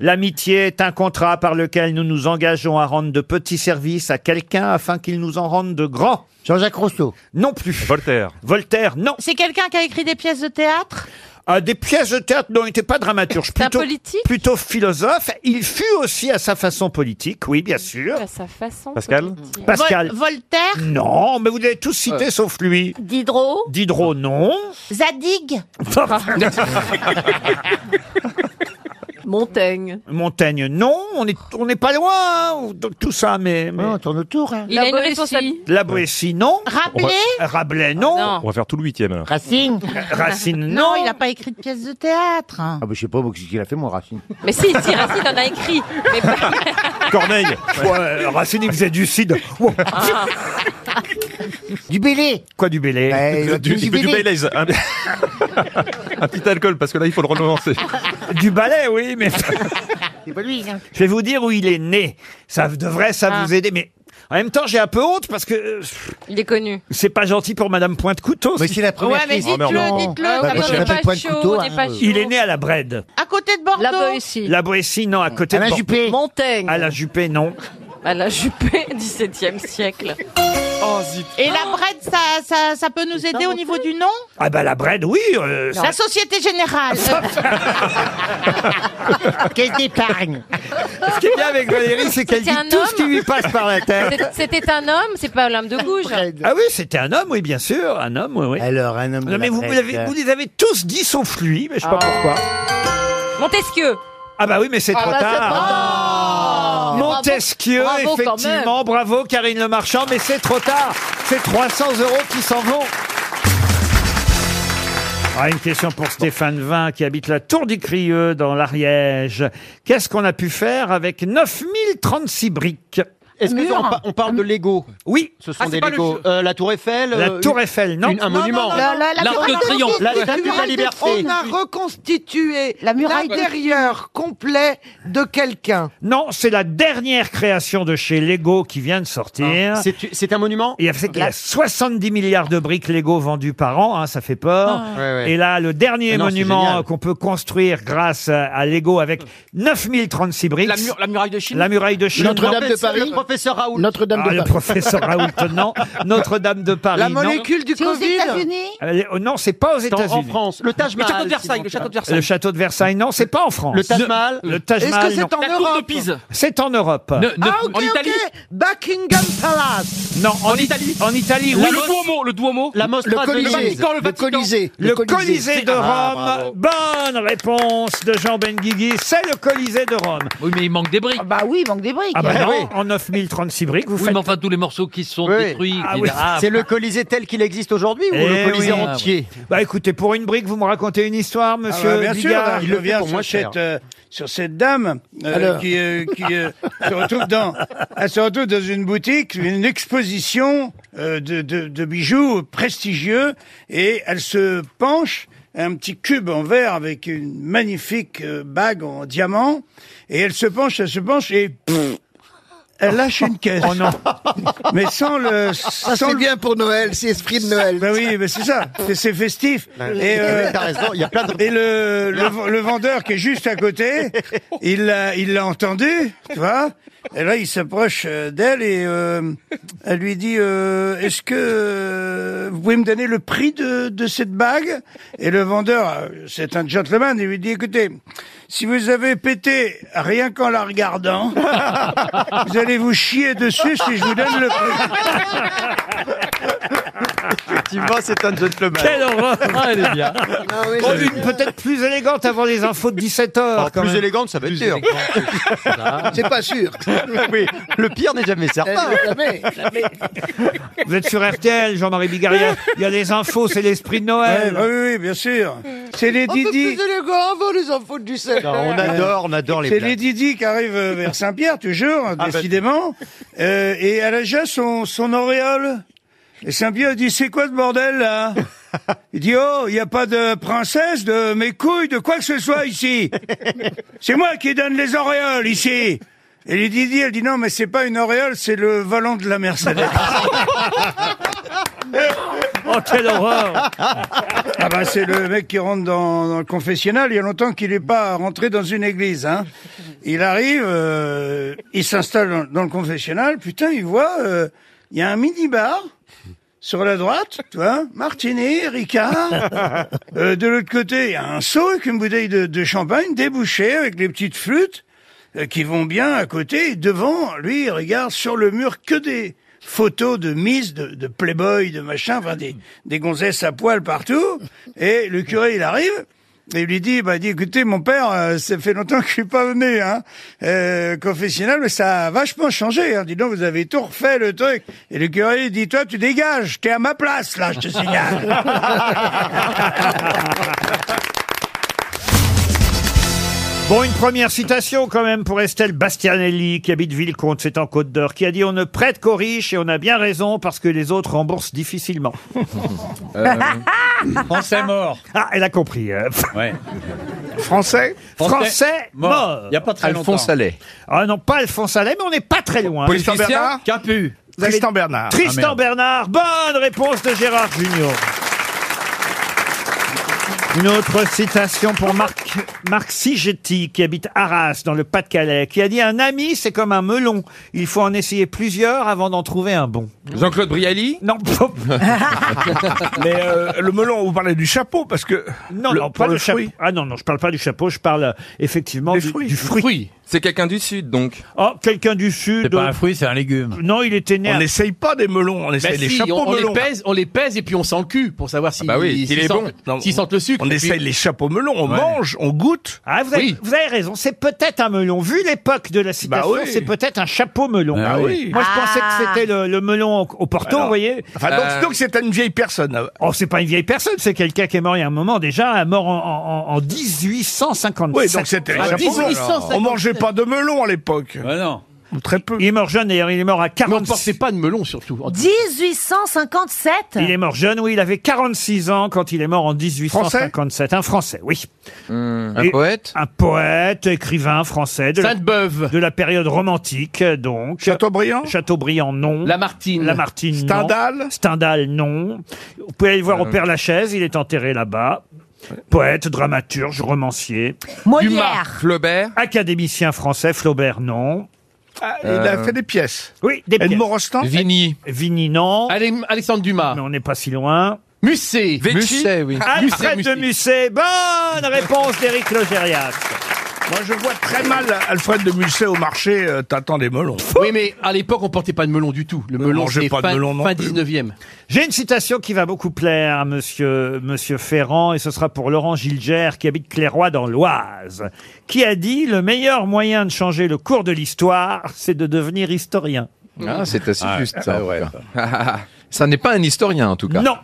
L'amitié est un contrat par lequel nous nous engageons à rendre de petits services à quelqu'un afin qu'il nous en rende de grands. Jean-Jacques Rousseau Non plus. Voltaire. Voltaire, non. C'est quelqu'un qui a écrit des pièces de théâtre Ah, des pièces de théâtre, non, il n'était pas dramaturge. Plutôt, plutôt philosophe. Il fut aussi à sa façon politique, oui, bien sûr. À sa façon. Pascal Pascal. Vol- Voltaire Non, mais vous l'avez tous Euh. cité sauf lui. Diderot Diderot, non. Zadig Montaigne. Montaigne, non. On n'est on n'est pas loin, hein, de tout ça, mais... mais- On tourne autour. hein. Il a une responsabilité. La Boétie, non. Rabelais Rabelais, non. On va faire tout le huitième. alors. Racine Racine, Non, non. il n'a pas écrit de pièces de théâtre. Ah bah je sais pas moi, qu'est-ce qu'il a fait moi Racine. Mais si, si, Racine en a écrit. Mais pas- Corneille. Ouais, Euh, Racine, il faisait du cid. Wow. Du Bélé Quoi du Bélé Ouais, Du, du, du Baileys. Un, un petit alcool, parce que là, il faut le relancer. Du ballet, oui, mais Ah, C'est pas lui. hein. je vais vous dire où il est né. Ça devrait, ça Ah. vous aider, mais en même temps, j'ai un peu honte parce que euh, Il est connu. c'est pas gentil pour Madame Pointe-Couteau. Mais c'est la première Ouais, mais qui- dites-le, Oh, merde. dites-le, Bah, ça parce donne qu'elle pas s'appelle Pointe chaud, Couteau, n'est hein. pas chaud. Il est né à la Brède. À côté de Bordeaux La Boétie. La Boétie, non, à côté Alain de Bor- Juppé Montaigne. Alain Juppé, non. À la Juppé, 17e siècle. Et la bread, ça, ça, ça peut nous aider au niveau du nom Ah bah la bread, oui. euh, La Société Générale. Caisse d'épargne. Ce qui est bien avec Valérie, c'est qu'elle dit tout ce qui lui passe par la tête. C'était un homme, c'est pas l'homme de gouge. Ah oui, c'était un homme, oui, bien sûr, un homme, oui. Alors, un homme. de Non, mais la vous, vous presse. l'avez- vous les avez tous dit sauf lui, mais je sais pas pourquoi. Montesquieu. Ah bah oui, mais c'est Ah trop bah, c'est trop tard. tard. Oh Bravo. Montesquieu, Bravo quand effectivement, même. bravo Karine Le Marchand, mais c'est trop tard. C'est 300 euros qui s'en vont. Ah, une question pour Stéphane Vin qui habite la Tour du Crieux dans l'Ariège. Qu'est-ce qu'on a pu faire avec 9036 briques Est-ce que on, pa- on parle de Lego Oui. Ce sont Ah, c'est des pas le Lego. jeu. Euh, la Tour Eiffel. La euh, Tour une- Eiffel, non. une- un Non, non, monument. Oh non, non, la- la L'Arc de Triomphe. La statue de la liberté. On a reconstitué l'intérieur complet de quelqu'un. Non, c'est la dernière création de chez Lego qui vient de sortir. Ah, C'est un monument Il y a, c'est qu'il y a 70 milliards de briques Lego vendues par an, hein, ça fait peur. Ah. Ouais, ouais. Et là, le dernier Ah non, c'est monument génial. qu'on peut construire grâce à- à Lego avec 9036 briques. La, mur- la muraille de Chine. La muraille de Chine. Le professeur- Le professeur Raoul. Ah, le professeur Raoult, non. Notre-Dame de Paris, La non. molécule du C'est aux Covid. États-Unis Euh, euh, Non, c'est pas aux C'est en- en États-Unis. France. Le Taj Le Mahal, château de Versailles, si le château de Versailles. Le château de Versailles, non, c'est pas en France. Le Taj Mahal. Le Taj Est-ce que Mahal, c'est non. en La tour de Europe Pise. C'est en Europe. ah ok, ok, Buckingham Palace. Non, en, Italie. En Italie, La oui. Mos- Duomo, le Duomo. La Mostra Le de Colisée. Venise. Le Le Vatican. Colisée. Le Le Colisée. Colisée de Ah, Rome. Bonne réponse de Jean Benguigui. C'est le Colisée de Rome. Oui, mais il manque des briques. bah oui, il manque des briques. Ah bah Ah non, oui. en 9036 briques, vous Oui, faites... mais Enfin, tous les morceaux qui sont Oui. détruits. Ah qui- oui. Ah, C'est le Colisée tel qu'il existe aujourd'hui ou Eh le Colisée oui. entier Bah écoutez, pour une brique, vous me racontez une histoire, monsieur Ah bah, bien sûr, Bigard il revient sur cette, euh, sur cette dame euh, Alors. qui, euh, qui, euh, se retrouve dans, elle se retrouve dans une boutique, une exposition euh, de, de- de bijoux prestigieux, et elle se penche un petit cube en verre avec une magnifique euh, bague en diamant, et elle se penche, elle se penche, et pff, elle lâche une caisse. Oh non. Mais sans le. c'est Ah, bien pour Noël, c'est esprit de Noël. Ben oui, mais c'est ça, c'est- c'est festif. euh, Ouais. T'as raison, il y a plein de- et le, le, v- le vendeur qui est juste à côté, il l'a il l'a entendu, tu vois. Et là, il s'approche euh, d'elle et euh, elle lui dit euh, Est-ce que euh, vous pouvez me donner le prix de, de cette bague Et le vendeur, euh, c'est un gentleman, il lui dit Écoutez, si vous avez pété rien qu'en la regardant, vous allez vous chier dessus si je vous donne le prix. Effectivement, c'est un gentleman. Quelle horreur Ah, elle est bien. Oh, une peut-être plus élégante avant les infos de 17h. plus élégante, ça va être dur. Ah. Ah, C'est pas sûr. oui, le pire n'est jamais Eh, certain. Vous êtes sur RTL, Jean-Marie Bigard. Il y a- il y a les infos, c'est l'esprit de Noël. Ouais, bah oui, oui, bien sûr. C'est les Un peu Didi. plus élégant avant les infos du sel. on adore Ah, C'est les Didi qui arrivent euh, vers Saint-Pierre, toujours, ben, hein, décidément. Euh, et elle a déjà son, son auréole. Et Saint-Pierre dit, c'est quoi ce bordel, là Il dit, oh, il n'y a pas de princesse, de mes couilles, de quoi que ce soit ici. C'est moi qui donne les auréoles, ici. Et les Didi, elle dit, non, mais c'est pas une auréole, c'est le volant de la Mercedes. Oh, quelle horreur Ah bah c'est le mec qui rentre dans, dans le confessionnal, il y a longtemps qu'il n'est pas rentré dans une église. Hein. Il arrive, euh, il s'installe dans, dans le confessionnal, putain, il voit, euh, il y a un mini-bar sur la droite, tu vois, Martini, Ricard. Euh, de l'autre côté, il y a un seau avec une bouteille de, de champagne débouchée avec les petites flûtes euh, qui vont bien à côté. Et devant, lui, il regarde sur le mur que des photos de Miss, de, de Playboy, de machin, enfin des, des gonzesses à poil partout. Et le curé, il arrive. Et il lui dit, bah, il dit, écoutez, mon père, euh, ça fait longtemps que je suis pas venu, hein, euh, confessionnal, mais ça a vachement changé, hein. Dis donc, vous avez tout refait, le truc. Et le curé, il dit, toi, tu dégages, t'es à ma place, là, je te signale. Bon, une première citation quand même pour Estelle Bastianelli, qui habite Villecomte, c'est en Côte d'Or, qui a dit On ne prête qu'aux riches et on a bien raison parce que les autres remboursent difficilement. Euh, Français mort. Ah, elle a compris. Français Français mort. Il n'y a pas très Alphonse longtemps. Allais. Ah non, pas Alphonse Allais, mais on n'est pas très loin. Politicien Tristan Bernard Capu. Tristan Bernard. Ah, Tristan merde. Bernard. Bonne réponse de Gérard Junior. Une autre citation pour Marc Marc, Marc Sigetti, qui habite Arras, dans le Pas-de-Calais, qui a dit Un ami, c'est comme un melon. Il faut en essayer plusieurs avant d'en trouver un bon. Jean-Claude Brialy Non. Mais euh, le melon, vous parlez du chapeau, parce que... Non, non, pas le chapeau. Ah non, non, je parle pas du chapeau, je parle euh, effectivement du, du fruit. C'est quelqu'un du Sud, donc. Oh, quelqu'un du Sud. C'est pas un fruit, c'est un légume. Non, il était né. On n'essaye pas des melons, on essaye Bah des si, chapeaux on- on les melons. pèse- on les pèse et puis on sent le cul pour savoir Ah bah oui, s'il est bon. S'ils sentent le sucre, On et puis- essaye les chapeaux melons, on Ouais. mange, on goûte. Ah, vous avez, Oui. vous avez raison, c'est peut-être un melon. Vu l'époque de la citation, Bah oui. c'est peut-être un chapeau melon. Ah oui. Moi, je pensais que c'était le, le melon au- au Porto, Alors, vous voyez. enfin, donc- Euh. donc c'est une vieille personne. Oh, c'est pas une vieille personne, c'est quelqu'un qui est mort il y a un moment déjà, mort en, en- en 1857. Oui, donc c'était les Ah, chapeaux melons. 1857. On mangeait pas de melon à l'époque. Bah non. Très peu. Il est mort jeune d'ailleurs, il est mort à 40 on ne portait pas de melon surtout. 1857 Il est mort jeune, oui, il avait 46 ans quand il est mort en 1857. Un Français, oui. Hmm. un poète Un poète, écrivain français. De Sainte-Beuve. De la période romantique, euh, donc. Chateaubriand Chateaubriand, non. Lamartine Lamartine, non. Stendhal Stendhal, non. Vous pouvez aller le voir au Père Lachaise, il est enterré là-bas. Poète, dramaturge, romancier. Molière. Flaubert. Académicien français, Flaubert, non. Eh il a Euh. fait des ben, pièces. Oui, des pièces. Edmond Rostand Vigny. Vigny, non. Alexandre Dumas. Mais on n'est pas si loin. Musset. Vecchi Musset, oui. Ah, Alfred Musset, de Musset. Bonne réponse d'Éric Logérias. Moi, je vois très mal Alfred de Musset au marché, euh, t'attends des melons. Oui, mais à l'époque, on portait pas de melon du tout. Le melon, mangeait c'est Euh, pas de fin, melon non fin plus. 19e. J'ai une citation qui va beaucoup plaire à monsieur, monsieur Ferrand, et ce sera pour Laurent Gilger, qui habite Clairoy dans l'Oise, qui a dit « Le meilleur moyen de changer le cours de l'histoire, c'est de devenir historien. » Ah, c'est assez juste, ça, ouais. Ça n'est pas un historien, en tout cas. Non.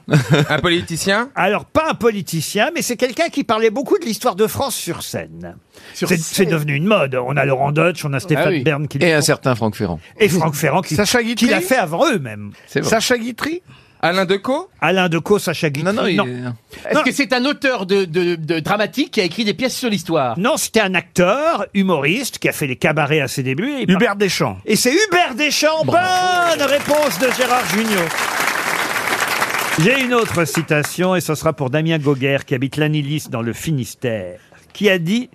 un politicien Alors, pas un politicien, mais c'est quelqu'un qui parlait beaucoup de l'histoire de France sur scène. C'est c'est devenu une mode. On a Laurent Deutsch, on a Stéphane Bern qui le Et un font. certain Ah Franck Ferrand. Et Franck Ferrand qui, Sacha qui Guitry l'a fait avant eux-mêmes. C'est vrai. Sacha Guitry Alain Decaux Alain Decaux, Sacha Guitry. non, il non. est- Non. Est-ce que c'est un auteur de, dramatique qui a écrit des pièces sur l'histoire Non, c'était un acteur, humoriste, qui a fait les cabarets à ses débuts. et il Hubert Deschamps. Et c'est Hubert Deschamps. Bonne réponse de Gérard Junior. J'ai une autre citation et ce sera pour Damien Gauguer qui habite l'Anilis dans le Finistère, qui a dit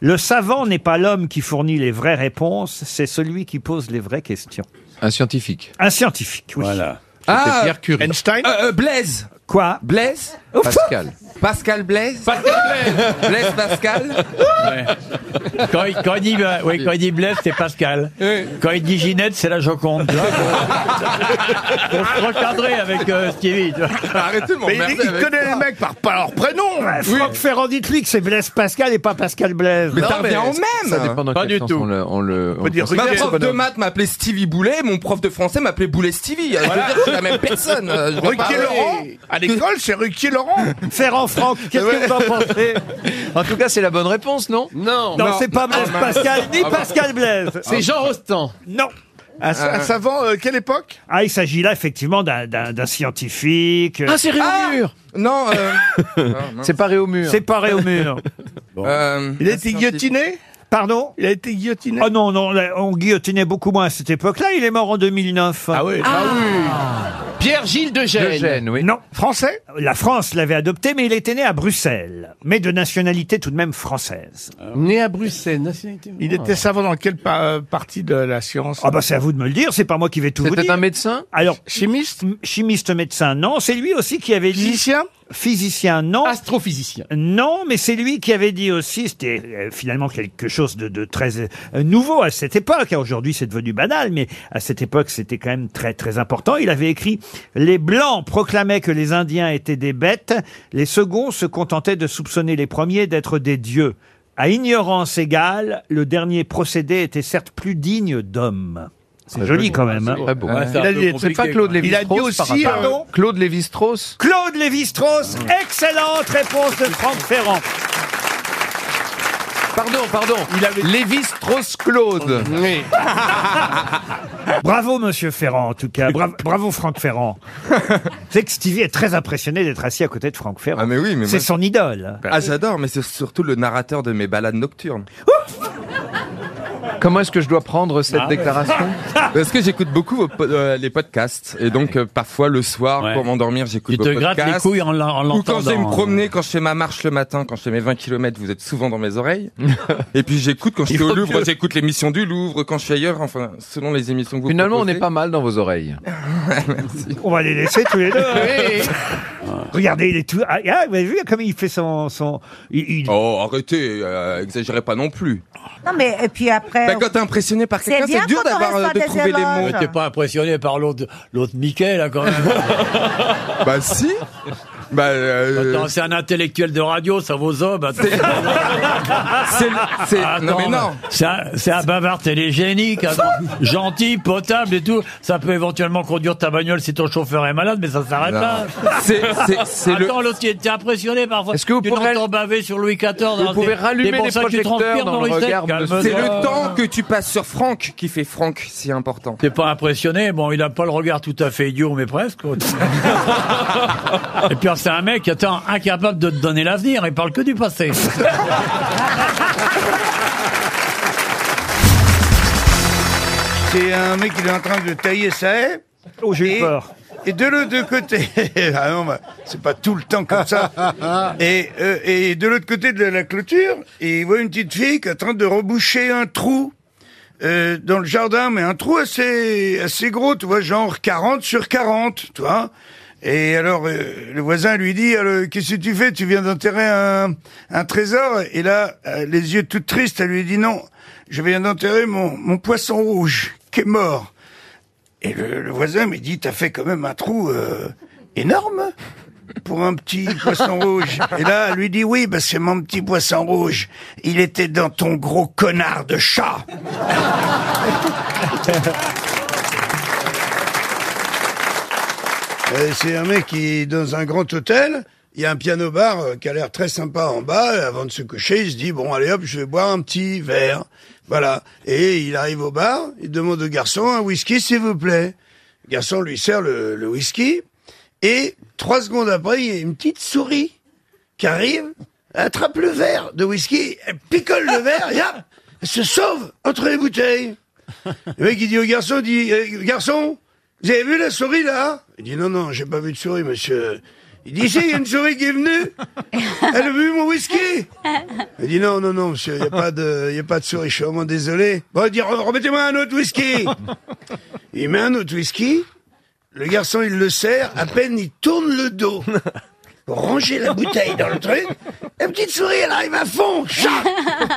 Le savant n'est pas l'homme qui fournit les vraies réponses, c'est celui qui pose les vraies questions. Un scientifique. Un scientifique, oui. Voilà. Ah, Einstein Euh, Blaise Quoi Blaise Pascal. Pascal Blaise Pascal Blaise Blaise Pascal Quand il, quand il dit, bah, oui, quand il dit Blaise, c'est Pascal. Quand il dit Ginette, c'est la Joconde. tu vois, Pour pour se recadrer avec euh, Stevie. Bah, Arrêtez Mais il, il connaît les mecs par, par leur prénom. Ouais, Franck Ferrand, dites-lui que c'est Blaise Pascal et pas Pascal Blaise. Mais t'en reviens au même Pas du tout. on le, peut dire ma Ruquier, prof ce bonhomme. de maths m'appelait Stevie Boulet, mon prof de français m'appelait Boulet Stevie. Euh, Voilà. Je veux dire, c'est la même personne. euh, je vois pas- Ruquier Laurent À l'école, c'est Ruquier Laurent. Ferrand Franck, qu'est-ce que vous en pensez En tout cas, c'est la bonne réponse, non Non. Ah, bah, Non, c'est pas Blaise Pascal, ni Pascal Blaise. C'est Jean Rostand. Non. Un sa- un savant, euh, quelle époque Ah, il s'agit là effectivement d'un- d'un d'un scientifique. euh, Ah, c'est Réaumur Non, euh, Ah, C'est pas Réaumur. C'est pas Réaumur. Il a été guillotiné Pardon Il a été guillotiné Oh non, non, là, on guillotinait beaucoup moins à cette époque-là. Il est mort en 2009. Ah oui, Pierre-Gilles de Gênes. Non. Français La France l'avait adopté, mais il était né à Bruxelles. Mais de nationalité tout de même française. Euh, Né à Bruxelles, nationalité. Il était savant dans quelle pa- euh, partie de la science Ah bah c'est à vous de me le dire, c'est pas moi qui vais tout vous dire. C'était un médecin Alors chimiste Chimiste médecin, non. C'est lui aussi qui avait dit. Physicien Physicien, non. Astrophysicien. Non, mais c'est lui qui avait dit aussi, c'était euh, finalement quelque chose de, de très euh, nouveau à cette époque. Aujourd'hui, c'est devenu banal, mais à cette époque, c'était quand même très très important. Il avait écrit Les Blancs proclamaient que les Indiens étaient des bêtes, les seconds se contentaient de soupçonner les premiers d'être des dieux. À ignorance égale, le dernier procédé était certes plus digne d'homme. C'est joli quand même. hein. Il a dit- c'est pas Claude Lévi-Strauss. Il a dit aussi Pardon Claude Lévi-Strauss. Claude Lévi-Strauss, Mmh. excellente réponse de Franck Ferrand. Pardon, pardon. Lévi-Strauss-Claude. Oui. Bravo, monsieur Ferrand, en tout cas. Bra- bravo, Franck Ferrand. C'est que Stevie est très impressionné d'être assis à côté de Franck Ferrand. Ah mais oui, mais C'est moi- son idole. Ah, j'adore, mais c'est surtout le narrateur de mes balades nocturnes. Comment est-ce que je dois prendre cette Ah. déclaration Parce que j'écoute beaucoup vos po- euh, les podcasts et donc euh, parfois le soir pour m'endormir j'écoute Tu vos te podcasts. grattes les couilles en l'en- en Ou quand je vais me l'entendant. promener, quand je fais ma marche le matin, quand je fais mes 20 km, vous êtes souvent dans mes oreilles. et puis j'écoute quand je suis au Louvre, j'écoute l'émission du Louvre, quand je suis ailleurs, enfin selon les émissions que vous Finalement, on est pas mal dans vos oreilles. On va les laisser tous les deux. hein. Oui. Regardez, il est tout. Ah, ah, vous avez vu comme il fait son. son... il- il- Oh, arrêtez, euh, exagérez pas non plus. Non, mais et puis après. Ben, Bah, quand t'es impressionné par quelqu'un, c'est dur d'avoir, euh, de trouver les mots. T'es pas impressionné par l'autre, l'autre Mickey, là, quand même. bah, si. Bah, Attends, c'est un intellectuel de radio, ça bah, vaut zob. attends. c'est- Ah, Attends, non, mais non. C'est un, c'est un bavard télégénique, attends. gentil, potable et tout. Ça peut éventuellement conduire ta bagnole si ton chauffeur est malade, mais ça s'arrête Non. là. C'est- c'est- c'est le- Attends, l'autre, il était impressionné parfois. Est-ce que vous tu pourrez- l'entends baver sur Louis XIV Vous alors, pouvez c'est- rallumer c'est pour les ça que tu projecteurs transpires, dans le Morissette, regard. de- calme-toi. C'est le temps que tu passes sur Franck qui fait Franck si important. T'es pas impressionné Bon, il a pas le regard tout à fait idiot, mais presque. et puis c'est un mec, attends, incapable de te donner l'avenir, il parle que du passé. C'est un mec qui est en train de tailler sa haie. Oh, j'ai eu peur. Et de l'autre côté, ah non, bah, c'est pas tout le temps comme ça. et, euh, et de l'autre côté de la clôture, il voit une petite fille qui est en train de reboucher un trou euh, dans le jardin, mais un trou assez, assez gros, tu vois, genre 40 sur 40, tu vois. Et alors, euh, le voisin lui dit, Alors, qu'est-ce que tu fais Tu viens d'enterrer un, un trésor Et là, euh, les yeux tout tristes, elle lui dit, non, je viens d'enterrer mon, mon poisson rouge qui est mort. Et le, le voisin me dit, t'as fait quand même un trou euh, énorme pour un petit poisson rouge. Et là, elle lui dit, oui, bah, c'est mon petit poisson rouge. Il était dans ton gros connard de chat. Euh, c'est un mec qui est dans un grand hôtel. Il y a un piano bar euh, qui a l'air très sympa en bas. Et Avant de se coucher, il se dit bon allez hop, je vais boire un petit verre. Voilà. Et il arrive au bar. Il demande au garçon un whisky s'il vous plaît. Le garçon lui sert le, le whisky. Et trois secondes après, il y a une petite souris qui arrive, elle attrape le verre de whisky, elle picole le verre, et hop, elle se sauve entre les bouteilles. Le mec, il dit au garçon, il dit, Eh, garçon, vous avez vu la souris là Il dit, non, non, j'ai pas vu de souris, monsieur. Il dit, si, il y a une souris qui est venue, elle a vu mon whisky. Il dit, non, non, non, monsieur, il n'y a, pas de- il y a pas de souris, je suis vraiment désolé. Bon, il dit, Re- remettez-moi un autre whisky. Il met un autre whisky, le garçon, il le serre, à peine il tourne le dos. pour Ranger la bouteille dans le truc. La petite souris, elle arrive à fond. Chat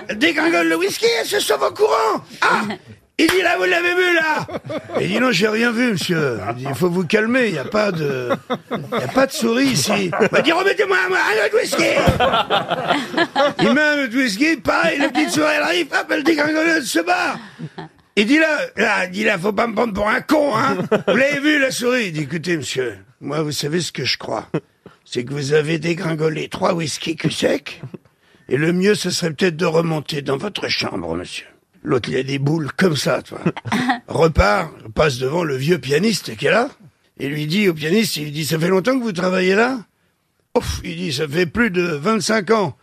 Elle dégringole le whisky, elle se sauve en courant. Ah Il dit là, vous l'avez vu là Il dit non, j'ai rien vu, monsieur. Il dit, il faut vous calmer, il n'y a pas de. Il n'y a pas de souris ici. Il m'a dit, remettez-moi un, un autre whisky Il met un autre whisky, pareil, la petite souris, elle arrive, hop, elle dégringole, elle se barre il dit là, là, il dit là, faut pas me prendre pour un con, hein. Vous l'avez vu, la souris. Il dit, écoutez, monsieur, moi, vous savez ce que je crois. C'est que vous avez dégringolé trois whisky cul sec. Et le mieux, ce serait peut-être de remonter dans votre chambre, monsieur. L'autre, il a des boules comme ça, toi. Repart, passe devant le vieux pianiste qui est là. Et lui dit au pianiste, il lui dit, ça fait longtemps que vous travaillez là? Ouf, il dit, ça fait plus de 25 ans.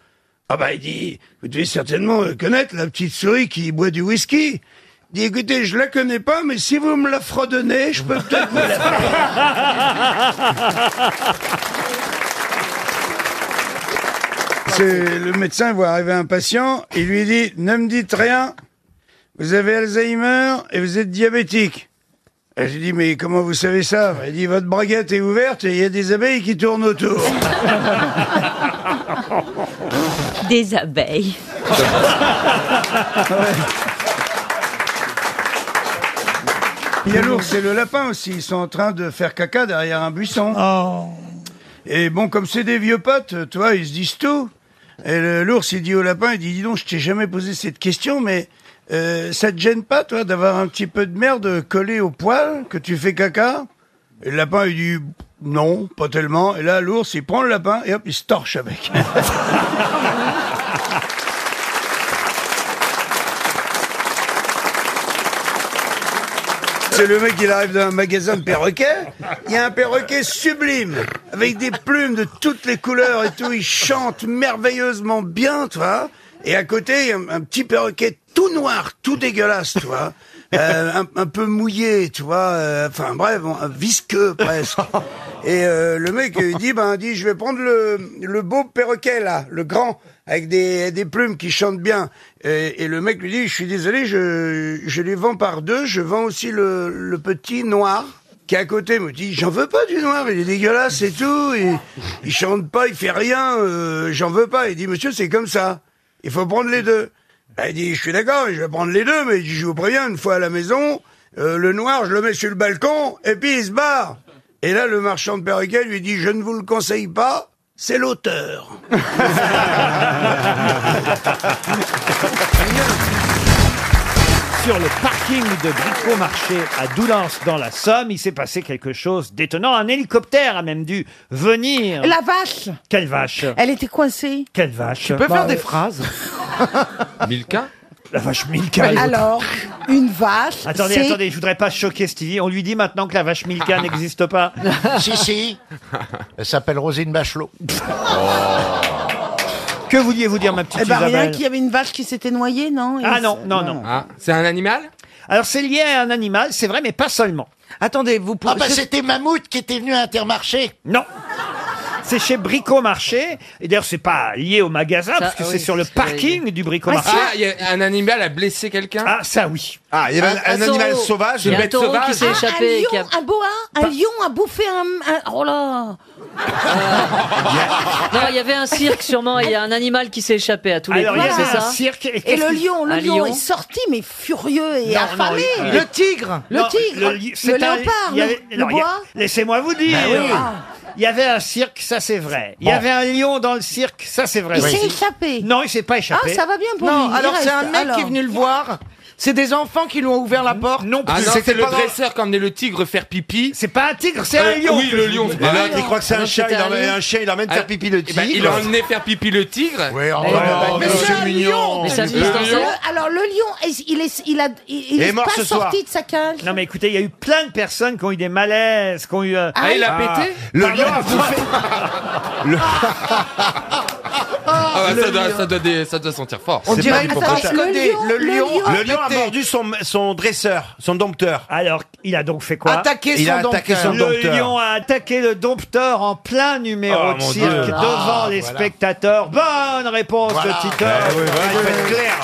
Ah bah, il dit, vous devez certainement euh, connaître la petite souris qui boit du whisky. Il dit, écoutez, je la connais pas, mais si vous me la fredonnez, je peux peut-être vous la C'est le médecin voit arriver un patient, il lui dit, ne me dites rien, vous avez Alzheimer et vous êtes diabétique. Et J'ai dit, mais comment vous savez ça Il dit, votre braguette est ouverte et il y a des abeilles qui tournent autour. Des abeilles. Ah Il y a l'ours et le lapin aussi. Ils sont en train de faire caca derrière un buisson. Et bon, comme c'est des vieux potes, tu vois, ils se disent tout. Et le- l'ours, il dit au lapin, il dit, dis donc, je t'ai jamais posé cette question, mais euh, ça te gêne pas, toi, d'avoir un petit peu de merde collée au poil que tu fais caca Et le lapin, il dit, non, pas tellement. Et là, l'ours, il prend le lapin et hop, il se torche avec. C'est le mec, il arrive dans un magasin de perroquets. Il y a un perroquet sublime, avec des plumes de toutes les couleurs et tout. Il chante merveilleusement bien, tu vois. Et à côté, il y a un, un petit perroquet tout noir, tout dégueulasse, tu vois. Euh, un, un peu mouillé, tu vois. euh, Enfin bref, un- visqueux presque. Et euh, le mec il dit, ben il dit, je vais prendre le, le beau perroquet là, le grand, avec des, des plumes qui chantent bien. Et, et le mec lui dit, je suis désolé, je, je les vends par deux, je vends aussi le, le petit noir qui est à côté me dit j'en veux pas du noir, il est dégueulasse et tout, il, il chante pas, il fait rien, euh, j'en veux pas. Il dit monsieur c'est comme ça, il faut prendre les deux. Ben, il dit je suis d'accord, je vais prendre les deux, mais il dit, je vous préviens une fois à la maison, euh, le noir je le mets sur le balcon et puis il se barre. Et là le marchand de perroquet lui dit je ne vous le conseille pas, c'est l'auteur. Sur le parking de Bricomarché à Doullens, dans la Somme, il s'est passé quelque chose d'étonnant. Un hélicoptère a même dû venir. La vache Quelle vache Elle était coincée. Quelle vache Tu peux faire des phrases Milka La vache Milka. elle est- Alors, une vache. Attendez, c'est- attendez, je voudrais pas choquer Stevie. On lui dit maintenant que la vache Milka n'existe pas. Si, si. Elle s'appelle Rosine Bachelot. Que vouliez-vous dire, ma petite Eh ben, rien Isabelle qu'il y avait une vache qui s'était noyée, non Et Ah c'est- non, non, non. c'est un animal Alors c'est lié à un animal, c'est vrai, mais pas seulement. Attendez, vous Ah, bah, c'était Mammouth qui était venu à Intermarché. Non. C'est chez Bricomarché. Et d'ailleurs, c'est pas lié au magasin, Ça, parce que ah c'est oui, sur le c'est ce que j'allais parking du Bricomarché. Ah, il y a un animal a blessé quelqu'un Ah, ça oui. Ah, il y avait un- un Un animal taureau. sauvage, Il y a une un bête taureau sauvage. qui s'est Ah, échappé, un lion, qui a- un boa, un lion a bouffé un... un- Oh là Non, il y avait un cirque sûrement, et il y a un animal qui s'est échappé à tous les Alors, coups, il y avait c'est un ça cirque et- Et le lion, le Un lion, est sorti, mais furieux et Non, affamé. non, il- il- Le Non, tigre. li- Le c'est un- léopard. il y avait- Le le non, il y a- bois. Laissez-moi vous dire. Bah oui. Ah. Il y avait un cirque, ça c'est vrai. Il y Bon. avait un lion dans le cirque, ça c'est vrai. Il aussi. s'est échappé. Non, il s'est pas échappé. Ah, ça va bien pour Non, lui, il alors c'est un reste, mec qui est alors. venu le voir. C'est des enfants qui lui ont ouvert la porte. Non, Ah non, c'était c'était le pas dans- dresseur qui emmenait le tigre faire pipi. Euh, C'est pas un tigre, c'est un lion Oui, que le je lion. vous dis. c'est Et pas là, il croit que c'est un Ah, chat, il c'était un emmène- lion. un chat, il emmène faire pipi le Eh ben, Il tigre. a emmené faire pipi le tigre. Oui, oh, mais c'est un mignon. Mais ça Le existe lion. Le- alors le lion, est- il est, il a, il, il Il est est mort pas ce soir. sorti de sa cage. Non mais écoutez, il y a eu plein de personnes qui ont eu des malaises, qui ont eu. euh, Ah, il a pété Le lion a bouffé. Ah, bah, Le ça, doit, lion. ça doit des- ça doit sentir fort. On C'est dirait- pas du Attends, porc- est-ce que Le des- lion- le le lion lion a Le lion a pété. mordu son, son dresseur, son dompteur. Alors, il a donc fait quoi Attaqué Il son a attaqué dompteur. son dompteur. Le lion a attaqué le dompteur en plein numéro Oh, de mon cirque Dieu. devant Ah, les voilà. spectateurs. Bonne réponse Voilà. de Tito. Eh oui, voilà, il faut être clair.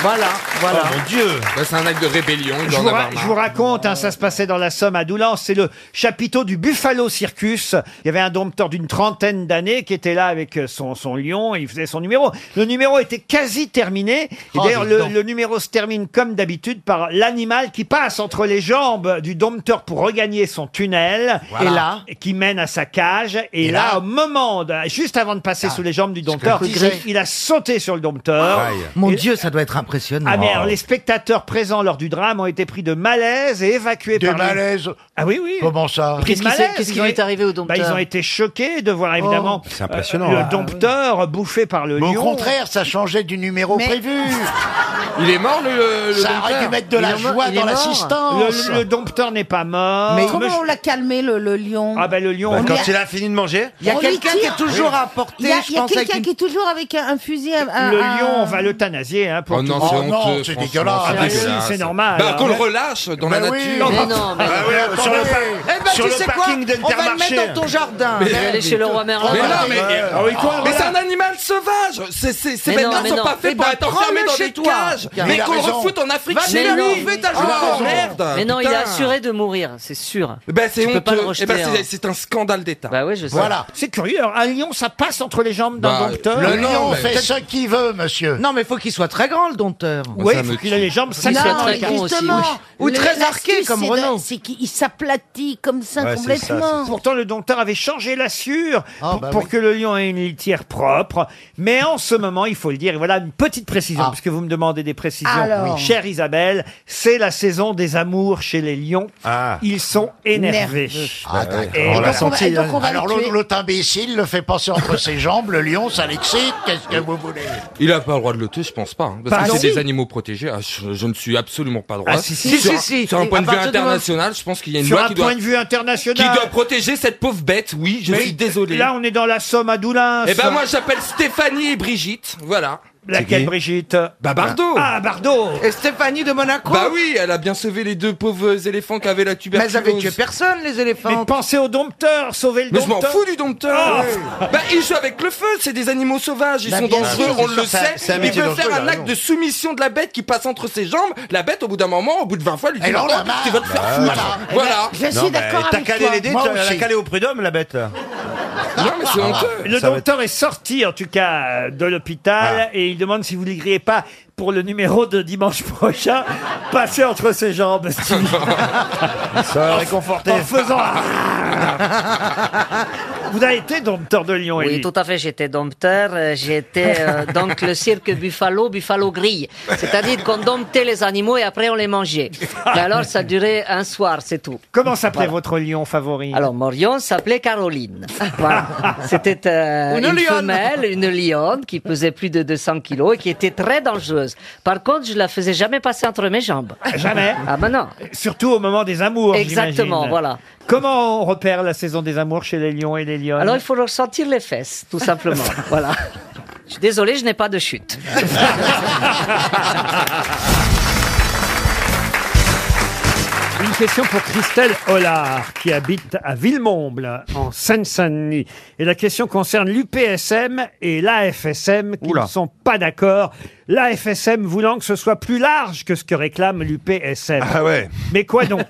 Voilà, voilà. Oh mon dieu. Bah, c'est un acte de rébellion. Il Je doit en vous, ra- avoir je marre. vous raconte, hein, ça se passait dans la Somme à Doullens, c'est le chapiteau du Buffalo Circus. Il y avait un dompteur d'une trentaine d'années qui était là avec euh, son, son lion, il faisait son numéro. Le numéro était quasi terminé. Et Oh, D'ailleurs, dis le, donc. le numéro se termine comme d'habitude par l'animal qui passe entre les jambes du dompteur pour regagner son tunnel. Voilà. Et là Qui mène à sa cage. Et, Et là, là Ah, au moment, de- juste avant de passer sous les jambes du dompteur, je disais. Ah, il a sauté sur le dompteur. Mon Et- Dieu, ça doit être impressionnant. ah Oh. mais alors, les spectateurs présents lors du drame ont été pris de malaise et évacués Des par la- malaises Ah oui oui. Comment ça Pris de Qu'est-ce qui s'est- malaise, qu'est-ce ils qui ont est été- arrivé au bah, ils dompteur ont été choqués de voir évidemment C'est impressionnant, euh, hein. le dompteur bouffé par le Mais au lion. contraire, ça changeait du numéro prévu. Il est mort le. le Ça aurait dompteur dû mettre de la joie dans l'assistance. Le, le dompteur n'est pas mort. Mais comment on l'a calmé le, le lion Ah ben le lion. Bah, on quand lui il a fini de manger, Il y a On lui quelqu'un tire. qui est toujours à portée. Il y a, il y a pensais quelqu'un qui est toujours avec un, un fusil. à- à- Le à- lion, on va l'euthanasier. Hein, pour Oh tout- non, c'est Oh non, honteux, c'est franchement, dégueulasse. c'est Ah bah oui, dégueulasse. c'est normal, Bah, qu'on le alors. relâche dans la Bah oui. nature. Mais non, mais Bah non. oui, Attendez. sur le par- Eh Bah, ben, sur tu le sais quoi parking On va le d'Intermarché. mettre dans ton jardin. Mais- Merde. aller chez le roi Merlin. Mais non, mais, Ouais. ah oui, quoi, Ah, mais voilà. c'est un animal sauvage. C'est- c'est- Ces Mais non, bêtes-là mais sont non. pas Eh faites pour ben, être prends-le enfermées dans chez des toi. cages. Car Mais il a qu'on le raison. refoute en Afrique Va chez chez lui. lui. Fais ta Il a joie. Oh, raison. Merde. Mais non, il est Putain. assuré de mourir, c'est sûr. Ben c'est Tu peux pas le honteux. rejeter, Eh ben, hein. c'est- C'est un scandale d'État. Bah oui, je sais. Voilà. C'est curieux, alors, un lion, ça passe entre les jambes d'un Bah, dompteur. Le lion mais- fait ce qu'il veut, monsieur. Non, mais faut qu'il soit très grand, le dompteur. Oui, il faut qu'il ait les jambes Non, sacrées. justement. Ou Le- très l'astuce, arqué, comme c'est de- Renaud. C'est qu'il s'aplatit comme ça Ouais, c'est ça, complètement. c'est ça. Pourtant, le dompteur avait changé la sûre pour, bah pour oui. que le lion ait une litière propre. Mais en ce moment, il faut le dire, et voilà une petite précision, parce que vous me demandez des précisions. Alors. Oui. Chère Isabelle, c'est la saison des amours chez les lions. Ils sont énervés. Ah, d'accord. Oh, Et on donc, on l'a va- senti. hein. et donc, on va Alors le l'autre tuer. l'autre imbécile le fait passer entre ses jambes, le lion, ça l'excite, qu'est-ce que vous voulez Il a pas le droit de le tuer, je pense pas. hein, Bah parce que si. c'est des animaux protégés. Ah, je, je ne suis absolument pas droit. Ah, si, si. Sur, Si, si, si. sur un point À de vue partir du moment- international, je pense qu'il y a une Sur loi un qui doit, point de vue qui international. doit protéger cette pauvre bête. Oui, je Mais suis désolé. ben, Là, on est dans la Somme à Doulin. Eh ben moi, j'appelle Stéphanie et Brigitte. Voilà. Laquelle, Brigitte Bah Bardot Ah, Bardot Et Stéphanie de Monaco Bah oui, elle a bien sauvé les deux pauvres éléphants qui avaient la Mais tuberculose. elles avaient tué personne, les éléphants. Mais pensez au dompteur, sauvez le Mais je m'en dompteur. fous du dompteur Ah. Ouais. Bah ils jouent avec le feu, c'est des animaux sauvages, ils Bah, sont bien dangereux, sûr, on c'est le sûr, c'est un- sait. c'est un Ils métier peuvent faire dangereux, un t'as acte de soumission de la bête qui passe entre ses jambes. La bête, au bout d'un moment, au bout de 20 fois, lui dit Elle en Attends, a marre. tu vas te faire Bah, foutre. voilà. Eh ben, Voilà. je suis d'accord avec toi. Moi aussi. au prud'homme, la bête, là. Non, mais c'est honteux. Le Ça va docteur est sorti, en tout cas, euh, de l'hôpital et il demande si vous l'igriez pas pour le numéro de dimanche prochain, passer entre ses jambes. Stevie. Ça va réconforter. En faisant. vous avez été dompteur de Lyon, Oui, Elie. tout à fait. J'étais dompteur. euh, J'étais euh, donc le cirque Buffalo, Buffalo Grill. C'est-à-dire qu'on domptait les animaux et après on les mangeait. Mais alors ça durait un soir, c'est tout. Comment s'appelait Voilà. votre lion favori Alors Morion s'appelait Caroline. Voilà. C'était euh, Une une, lionne. femelle, une lionne qui pesait plus de 200 kilos et qui était très dangereuse. Par contre, je la faisais jamais passer entre mes jambes. Jamais Ah ben non. Surtout au moment des amours. Exactement, j'imagine. voilà. Comment on repère la saison des amours chez les lions et les lionnes Alors il faut ressentir les fesses, tout simplement. voilà. Je suis désolé, je n'ai pas de chute. Une question pour Christelle Hollard, qui habite à Villemomble, en Seine-Saint-Denis. Et la question concerne l'UPSM et l'AFSM, qui ne sont pas d'accord. L'AFSM voulant que ce soit plus large que ce que réclame l'UPSM. Ah ouais. Mais quoi donc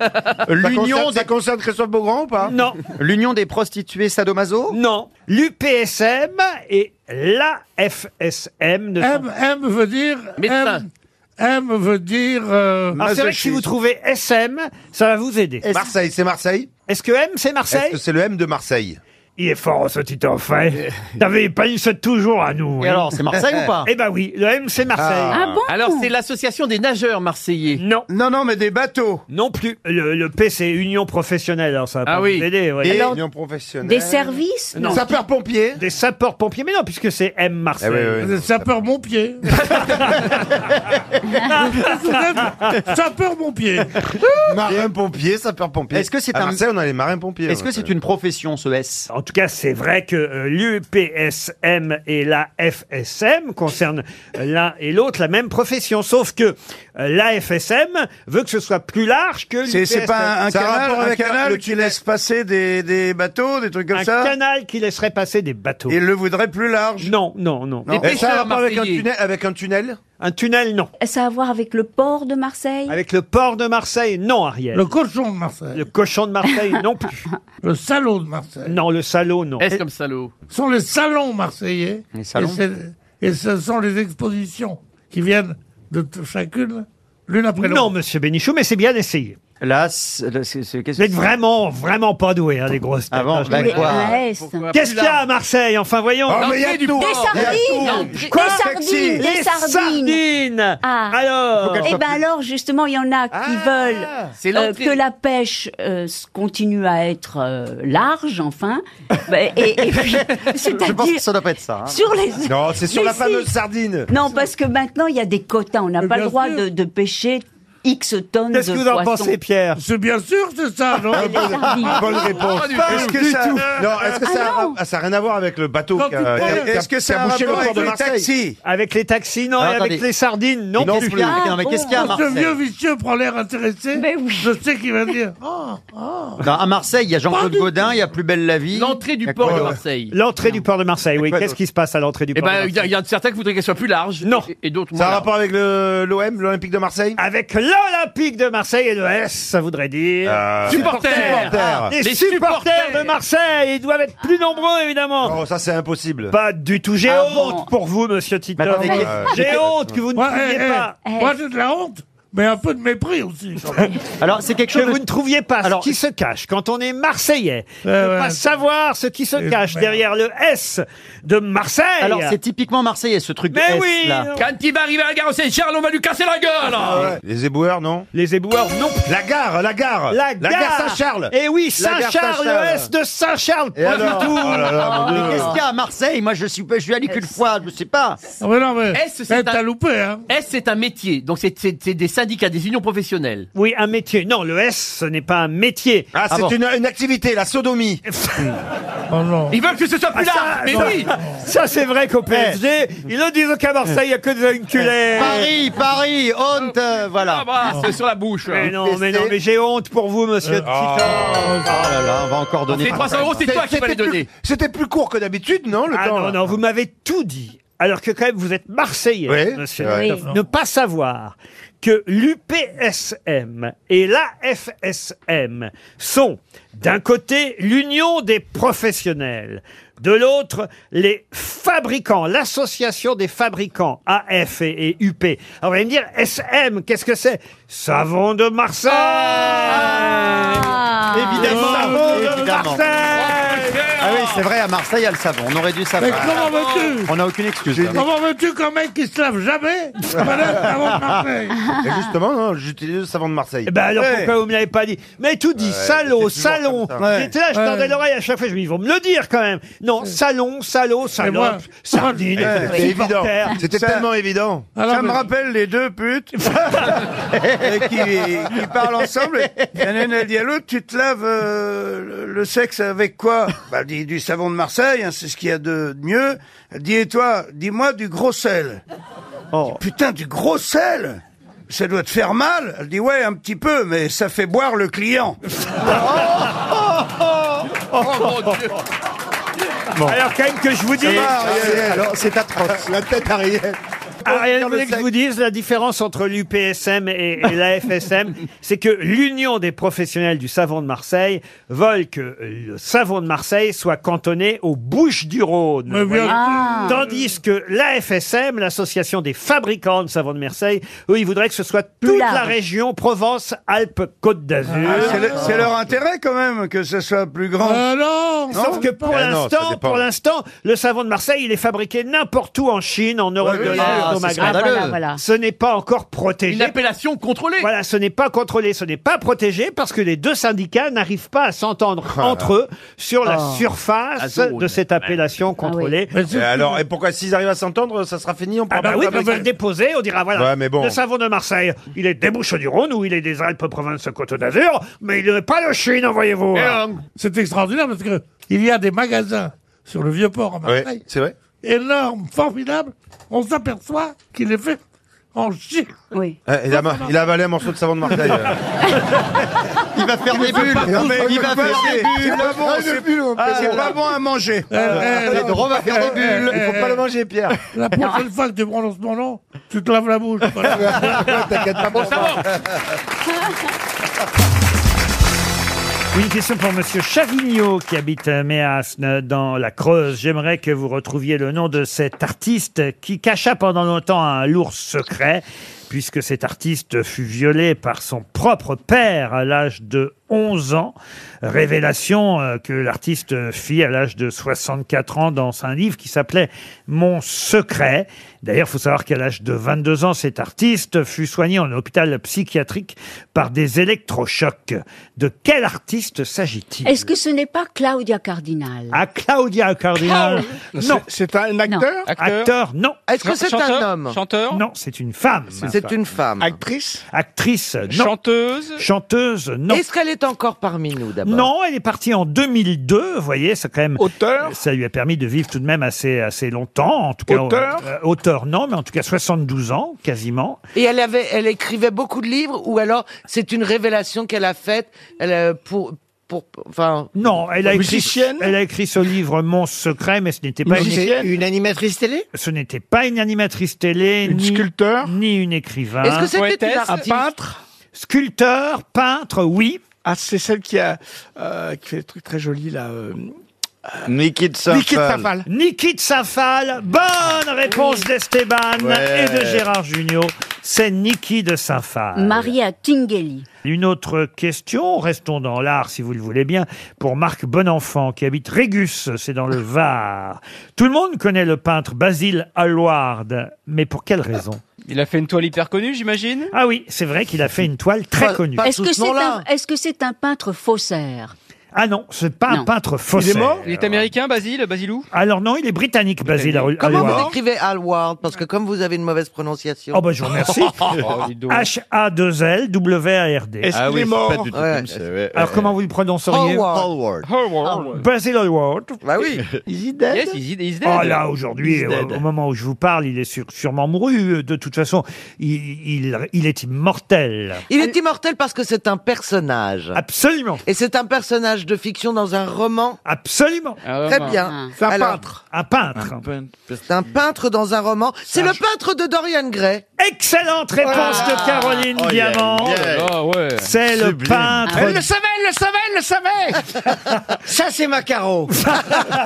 L'union des... concerne Christophe Beaugrand ou pas Non. L'union des prostituées sadomaso Non. L'UPSM et l'AFSM ne sont M, M veut dire. Médecin. M, M veut dire. euh, Ah, c'est vrai que si vous trouvez SM, ça va vous aider. Marseille, c'est Marseille Est-ce que M, c'est Marseille Est-ce que c'est le M de Marseille Il est fort, ce petit enfant. T'avais pas eu ça toujours à nous. Et alors, c'est Marseille ou pas Eh ben oui, le M, c'est Marseille. Ah. Alors, c'est l'association des nageurs marseillais. Ah Non. Ah. Non, non, mais des bateaux. Non plus. Le, le P, c'est Union Professionnelle. Alors, ça va pas Ah oui. vous aider. ouais. Et union professionnelle. services Non. Sapeurs-pompiers. Des sapeurs-pompiers. Mais non, puisque c'est M, Marseille. Eh oui, oui, oui, non, Sapeur mon pied. Sapeur mon pied. Marin-pompier, sapeur-pompier. Est-ce que c'est À un- Marseille, on a les marins-pompiers. Est-ce que c'est une profession, ce S En tout cas, c'est vrai que euh, l'UPSM et la FSM concernent euh, l'un et l'autre la même profession, sauf que euh, la FSM veut que ce soit plus large que l'UPSM. C'est c'est pas un, un canal, un canal le- qui laisse passer des, des bateaux, des trucs comme un ça canal qui laisserait passer des bateaux. Il le voudrait plus large Non, non, Non. non. Des Et ça a pêcheurs un rapport avec un marseillais. tunnel, avec un tunnel Un tunnel, non. Ça a à voir avec le port de Marseille Avec le port de Marseille, non, Ariel. Le Le, cochon de Marseille. cochon de Marseille, non plus. Le salon de Marseille. Non, le salaud, non. S comme salaud. Ce sont les salons marseillais. Les salons. Et, c'est- et ce sont les expositions qui viennent de t- chacune, l'une après l'autre. Non, monsieur Bénichou, mais c'est bien essayé. Là, c'est Ah ben qu'est-ce que Vous êtes vraiment, vraiment pas doué, hein, les grosses têtes. hein, je vous le dis. Ah, Qu'est-ce qu'il y a à Marseille Enfin, voyons. Oh, mais il y a tout Des sardines Quoi Des sardines Des sardines Sardines Ah. Alors Eh ben alors, justement, il y en a qui c'est veulent euh, l'entrée. que la pêche euh, s- continue à être euh, large, enfin. Bah, et, et puis, Je pense c'est-à-dire que ça doit pas être ça. hein. sur les... Non, c'est sur Mais la si. fameuse sardine. Non, parce que maintenant, il y a des quotas. On n'a Mais pas bien le droit sûr. de, de pêcher X tonnes de Qu'est-ce poissons. que vous en pensez, Pierre C'est bien sûr, c'est ça, non Les sardines. Bonne Ah, réponse. Est-ce que ça, non, est-ce que ça, a, ra- ça a rien à voir avec le bateau Quand qui tu a, qui a- parles- Est-ce qui que a ça a un bouché le rapport port avec de les Marseille taxis Avec les taxis, non, Alors, et avec attendez. les sardines, non, Non plus. plus. Ah, Non, mais qu'est-ce qu'il y a à bon. oh. Ce vieux Marseille vicieux prend l'air intéressé. Mais oui. Je sais qu'il va dire. Oh, Non, à Marseille, il y a Jean-Claude Gaudin, il y a Plus belle la vie. L'entrée du Il y a port quoi, de euh, Marseille. L'entrée du port de Marseille, oui. quoi Qu'est-ce d'autre qui se passe à l'entrée du Eh port de ben, il y, Marseille a- il y en a certains qui voudraient qu'elle soit plus large. Non. Et, et d'autres Ça a un moins. rapport avec le- l'OM, l'Olympique de Marseille Avec l'Olympique de Marseille et le S, ça voudrait dire... Ah. Euh, Supporters. supporters. Ah, Les, Les supporters, supporters. de Marseille, ils doivent être plus nombreux, évidemment. Oh, ça c'est impossible. Pas du tout. J'ai Ah honte bon pour vous, monsieur Tito. Mais attendez, J'ai honte que vous ne Moi, eh, trouviez eh, pas. moi, j'ai de la honte, mais un peu de mépris aussi. quand même. Alors, c'est quelque Que chose. vous ne trouviez pas Alors- ce qui se cache quand on est Marseillais. Eh ne ouais. pas savoir ce qui se Eh cache merde. derrière le S de Marseille. Alors, c'est typiquement marseillais, ce truc de Mais S, oui là. Quand il va arriver à la gare Saint-Charles, on va lui casser la gueule Ah Les éboueurs, non Les éboueurs, non. La gare, la gare La La gare. gare Saint-Charles Et oui, La gare Saint-Charles, le Saint-Charles. Euh, S de Saint-Charles. Et point alors tout. Oh là là, mon Mais Dieu. qu'est-ce qu'il y a à Marseille Moi, je suis, je suis allé qu'une fois, je sais pas. Ah, mais non, mais. Eh, ce- c'est eh, t'as un- loupé, hein. S, c'est un métier. Donc, c'est- c'est c'est des syndicats, des unions professionnelles. Oui, un métier. Non, le S, ce n'est pas un métier. Ah, c'est une- activité, la sodomie. oh non. Ils veulent que ce soit Ah, Ah, plus large, mais oui. Ça, c'est vrai qu'au PSG, ils le disent qu'à Marseille, il n'y a que des enculés. Paris, Paris, honte, euh, voilà. bah, Ah, c'est sur la bouche. Mais non, mais non, mais j'ai honte pour vous, Euh, monsieur Tito. Oh là là, on va encore donner. C'est 300 euros, c'est toi qui vas les donner. C'était plus court que d'habitude, non le Ah temps, non, là non, vous m'avez tout dit. Alors que quand même, vous êtes Marseillais, Oui, monsieur. c'est vrai. Oui. Ne pas savoir que l'UPSM et l'AFSM sont, d'un côté, l'union des professionnels, de l'autre, les fabricants, l'association des fabricants, AF et, et UP. Alors, vous allez me dire, SM, qu'est-ce que c'est Savon de Marseille Eh Évidemment, Les savons de évidemment. Marseille Ah oui, c'est vrai, à Marseille, il y a le savon. On aurait dû savoir. Mais comment veux-tu On n'a aucune excuse. là. Comment veux-tu qu'un mec qui se lave jamais connaisse avant de Marseille Et justement, non, j'utilise le savon de Marseille. Eh ben alors pourquoi vous me l'avez pas dit Mais tout dit, Ouais, salaud, c'est toujours salon. comme ça. J'étais là, je tendais Ouais. l'oreille à chaque fois, je me dis, ils vont me le dire quand même. Non, salon, salaud, moi- salope, sardine, Ouais, c'était évident. supporter. C'était Ça- tellement évident. ça me rappelle les deux putes Et qui, qui parlent ensemble. Et la nana dit à l'autre, tu te laves euh, le, le sexe avec quoi bah, elle dit du savon de Marseille, hein, c'est ce qu'il y a de, de mieux. Elle dit, et toi, dis-moi du gros sel. Oh. Elle dit, Putain, du gros sel ça doit te faire mal Elle dit, ouais, un petit peu, mais ça fait boire le client. Alors quand même que je vous dis... Alors, c'est atroce. La tête Ariel. Ariel, vous voulez que je vous dise la différence entre l'UPSM et, et l'AFSM C'est que l'Union des professionnels du savon de Marseille veulent que le savon de Marseille soit cantonné aux Bouches du Rhône. Mais bien Ah. sûr. Tandis que l'AFSM, l'association des fabricants de savon de Marseille, eux, ils voudraient que ce soit toute la large. région Provence-Alpes-Côte d'Azur. Ah, c'est le- c'est leur intérêt quand même que ce soit plus grand. Ah Sauf que pour Ah non, ça l'instant, dépend. pour l'instant, le savon de Marseille, il est fabriqué n'importe où en Chine, en Europe Ouais, de oui, l'Est, ah, au c'est Maghreb. scandaleux. Ah, voilà, voilà. Ce n'est pas encore protégé. Une appellation contrôlée. Voilà, ce n'est pas contrôlé, ce n'est pas protégé parce que les deux syndicats n'arrivent pas à s'entendre entre eux sur la Ah. surface La zone. Ah, de cette appellation contrôlée. Et alors, et pourquoi s'ils arrivent à s'entendre, ça sera fini, on Ah pourra bah pas oui, le on va le fabriquer. déposer, on dira voilà, Ouais, mais bon. le savon de Marseille, il est des Bouches-du-Rhône ou il est des Alpes-Provinces-Côte d'Azur, mais il n'est pas de Chine, hein. voyez-vous. Et, euh, C'est extraordinaire parce que il y a des magasins sur le vieux port à Marseille. Ouais, c'est vrai. Énormes, formidables. On s'aperçoit qu'il est fait en Chine. Oui. Eh, il, a, ma- il a avalé un morceau de savon de Marseille. euh. Il va faire des bulles. Il va faire des C'est bulles. pas bon, Ah, des c'est bulles, on peut c'est dire. pas bon à manger. Les drôles va faire des bulles. Il faut pas le manger, Pierre. La prochaine fois que tu prononces mon nom, tu te laves la bouche. T'inquiète pas pour ça. Une question pour Monsieur Chavignot qui habite à Méasne dans la Creuse. J'aimerais que vous retrouviez le nom de cet artiste qui cacha pendant longtemps un lourd secret, puisque cet artiste fut violé par son propre père à l'âge de 11 ans. Révélation euh, que l'artiste fit à l'âge de 64 ans dans un livre qui s'appelait Mon secret. D'ailleurs, il faut savoir qu'à l'âge de 22 ans, cet artiste fut soigné en hôpital psychiatrique par des électrochocs. De quel artiste s'agit-il Est-ce que ce n'est pas Claudia Cardinal À Claudia Cardinal Claude. Non. C'est- c'est un acteur Non. Acteur, non. Est-ce que Chan- c'est un chanteur homme Chanteur Non, c'est une femme. C'est une femme. Actrice Actrice, non. Chanteuse Chanteuse, non. Est-ce qu'elle est encore parmi nous d'abord Non, elle est partie en 2002, vous voyez, ça quand même. Auteur Ça lui a permis de vivre tout de même assez, assez longtemps, en tout cas. Auteur euh, Auteur, non, mais en tout cas 72 ans, quasiment. Et elle avait, elle écrivait beaucoup de livres ou alors c'est une révélation qu'elle a faite elle, euh, pour, pour, enfin. Non, elle a, écrit, elle a écrit ce livre Mon secret, mais ce n'était pas Musicienne une, animatrice télé. Ce n'était pas une animatrice télé, une ni sculpteur, ni une écrivain. Est-ce que c'était une Poétesse artiste Un peintre Sculpteur, peintre, oui. Ah, c'est celle qui a euh, qui fait des trucs très jolis là. euh, Nikit Nikit Safal. Nikit Safal. Bonne réponse d'Esteban Ouais. et de Gérard Junior. C'est Niki de Safal. Maria Tingeli. Une autre question, restons dans l'art si vous le voulez bien, pour Marc Bonenfant qui habite Régus, c'est dans le Var. Tout le monde connaît le peintre Basile Hallward, mais pour quelle raison Il a fait une toile hyper connue, j'imagine. Ah oui, c'est vrai qu'il a fait une toile très connue. Est-ce que c'est un, est -ce que c'est un peintre faussaire Ah non, c'est pas un peintre faussaire. Il est américain, Basile, Basilou Alors non, il est britannique, Basile Hall- Comment Hallward. vous écrivez Hallward Parce que comme vous avez une mauvaise prononciation. Oh ben je vous remercie. H-A-2-L-W-A-R-D. Oh, Est-ce Ah qu'il oui, est c'est mort pas du tout Ouais. comme ça, ouais, Alors ouais. comment vous le prononceriez Hallward. Basil Hallward. Bah oui. Is he dead Yes, is he, he's dead. Oh là, aujourd'hui, He's au, dead. au moment où je vous parle, il est sûr- sûrement mouru. euh, De toute façon, il, il- il est immortel. Il est immortel parce que c'est un personnage. Absolument. Et c'est un personnage de fiction dans un roman. Ah, Absolument. Très bien. Alors, ah, Un peintre. C'est un peintre dans un roman. C'est le peintre de Dorian Gray. Excellente réponse de Caroline Oh, yeah, Diamant. Ah, Ah, yeah. C'est le Sublime. Ah, peintre. Elle le savait, elle le savait, elle le savait Ça, c'est Macaro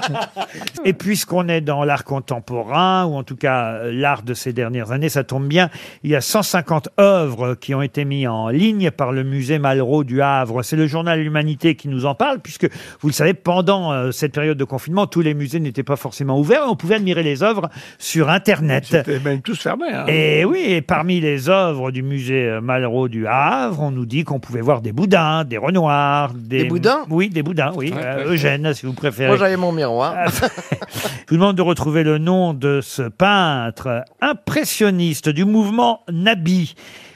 Et puisqu'on est dans l'art contemporain, ou en tout cas euh, l'art de ces dernières années, ça tombe bien, il y a 150 œuvres qui ont été mises en ligne par le musée Malraux du Havre. C'est le journal L'Humanité qui nous en parle, puisque, vous le savez, pendant euh, cette période de confinement, tous les musées n'étaient pas forcément ouverts, on pouvait admirer les œuvres sur Internet. C'était même tous fermés. hein. Et oui, et parmi les œuvres du musée euh, Malraux du Havre, on nous dit qu'on pouvait voir des boudins, des renoirs, des... Des boudins Oui, des boudins, oui. Ouais, euh, ouais. Eugène, si vous préférez. Moi, j'avais mon Ah, miroir. Je vous demande de retrouver le nom de ce peintre impressionniste du mouvement Nabi.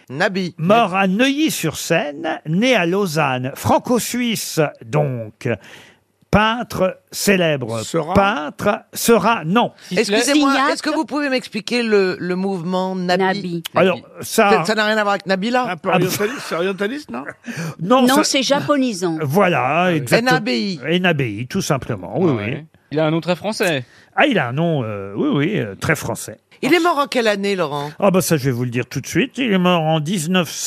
Nabi. Mort à Neuilly-sur-Seine, né à Lausanne, franco-suisse donc. Peintre célèbre. Sera Peintre sera, non. Excusez-moi, est-ce que vous pouvez m'expliquer le, le mouvement Nabi, Alors, ça- Ça- Ça n'a rien à voir avec Nabila peu orientaliste, C'est orientaliste, non Non, non, ça- c'est japonisant. Ah Voilà, exactement. NABI. NABI, tout simplement, oui, oui. Il a un nom très français. Ah, il a un nom, euh, oui, oui, euh, très français. Il est mort en quelle année, Laurent Ah bah ça, je vais vous le dire tout de suite. Il est mort en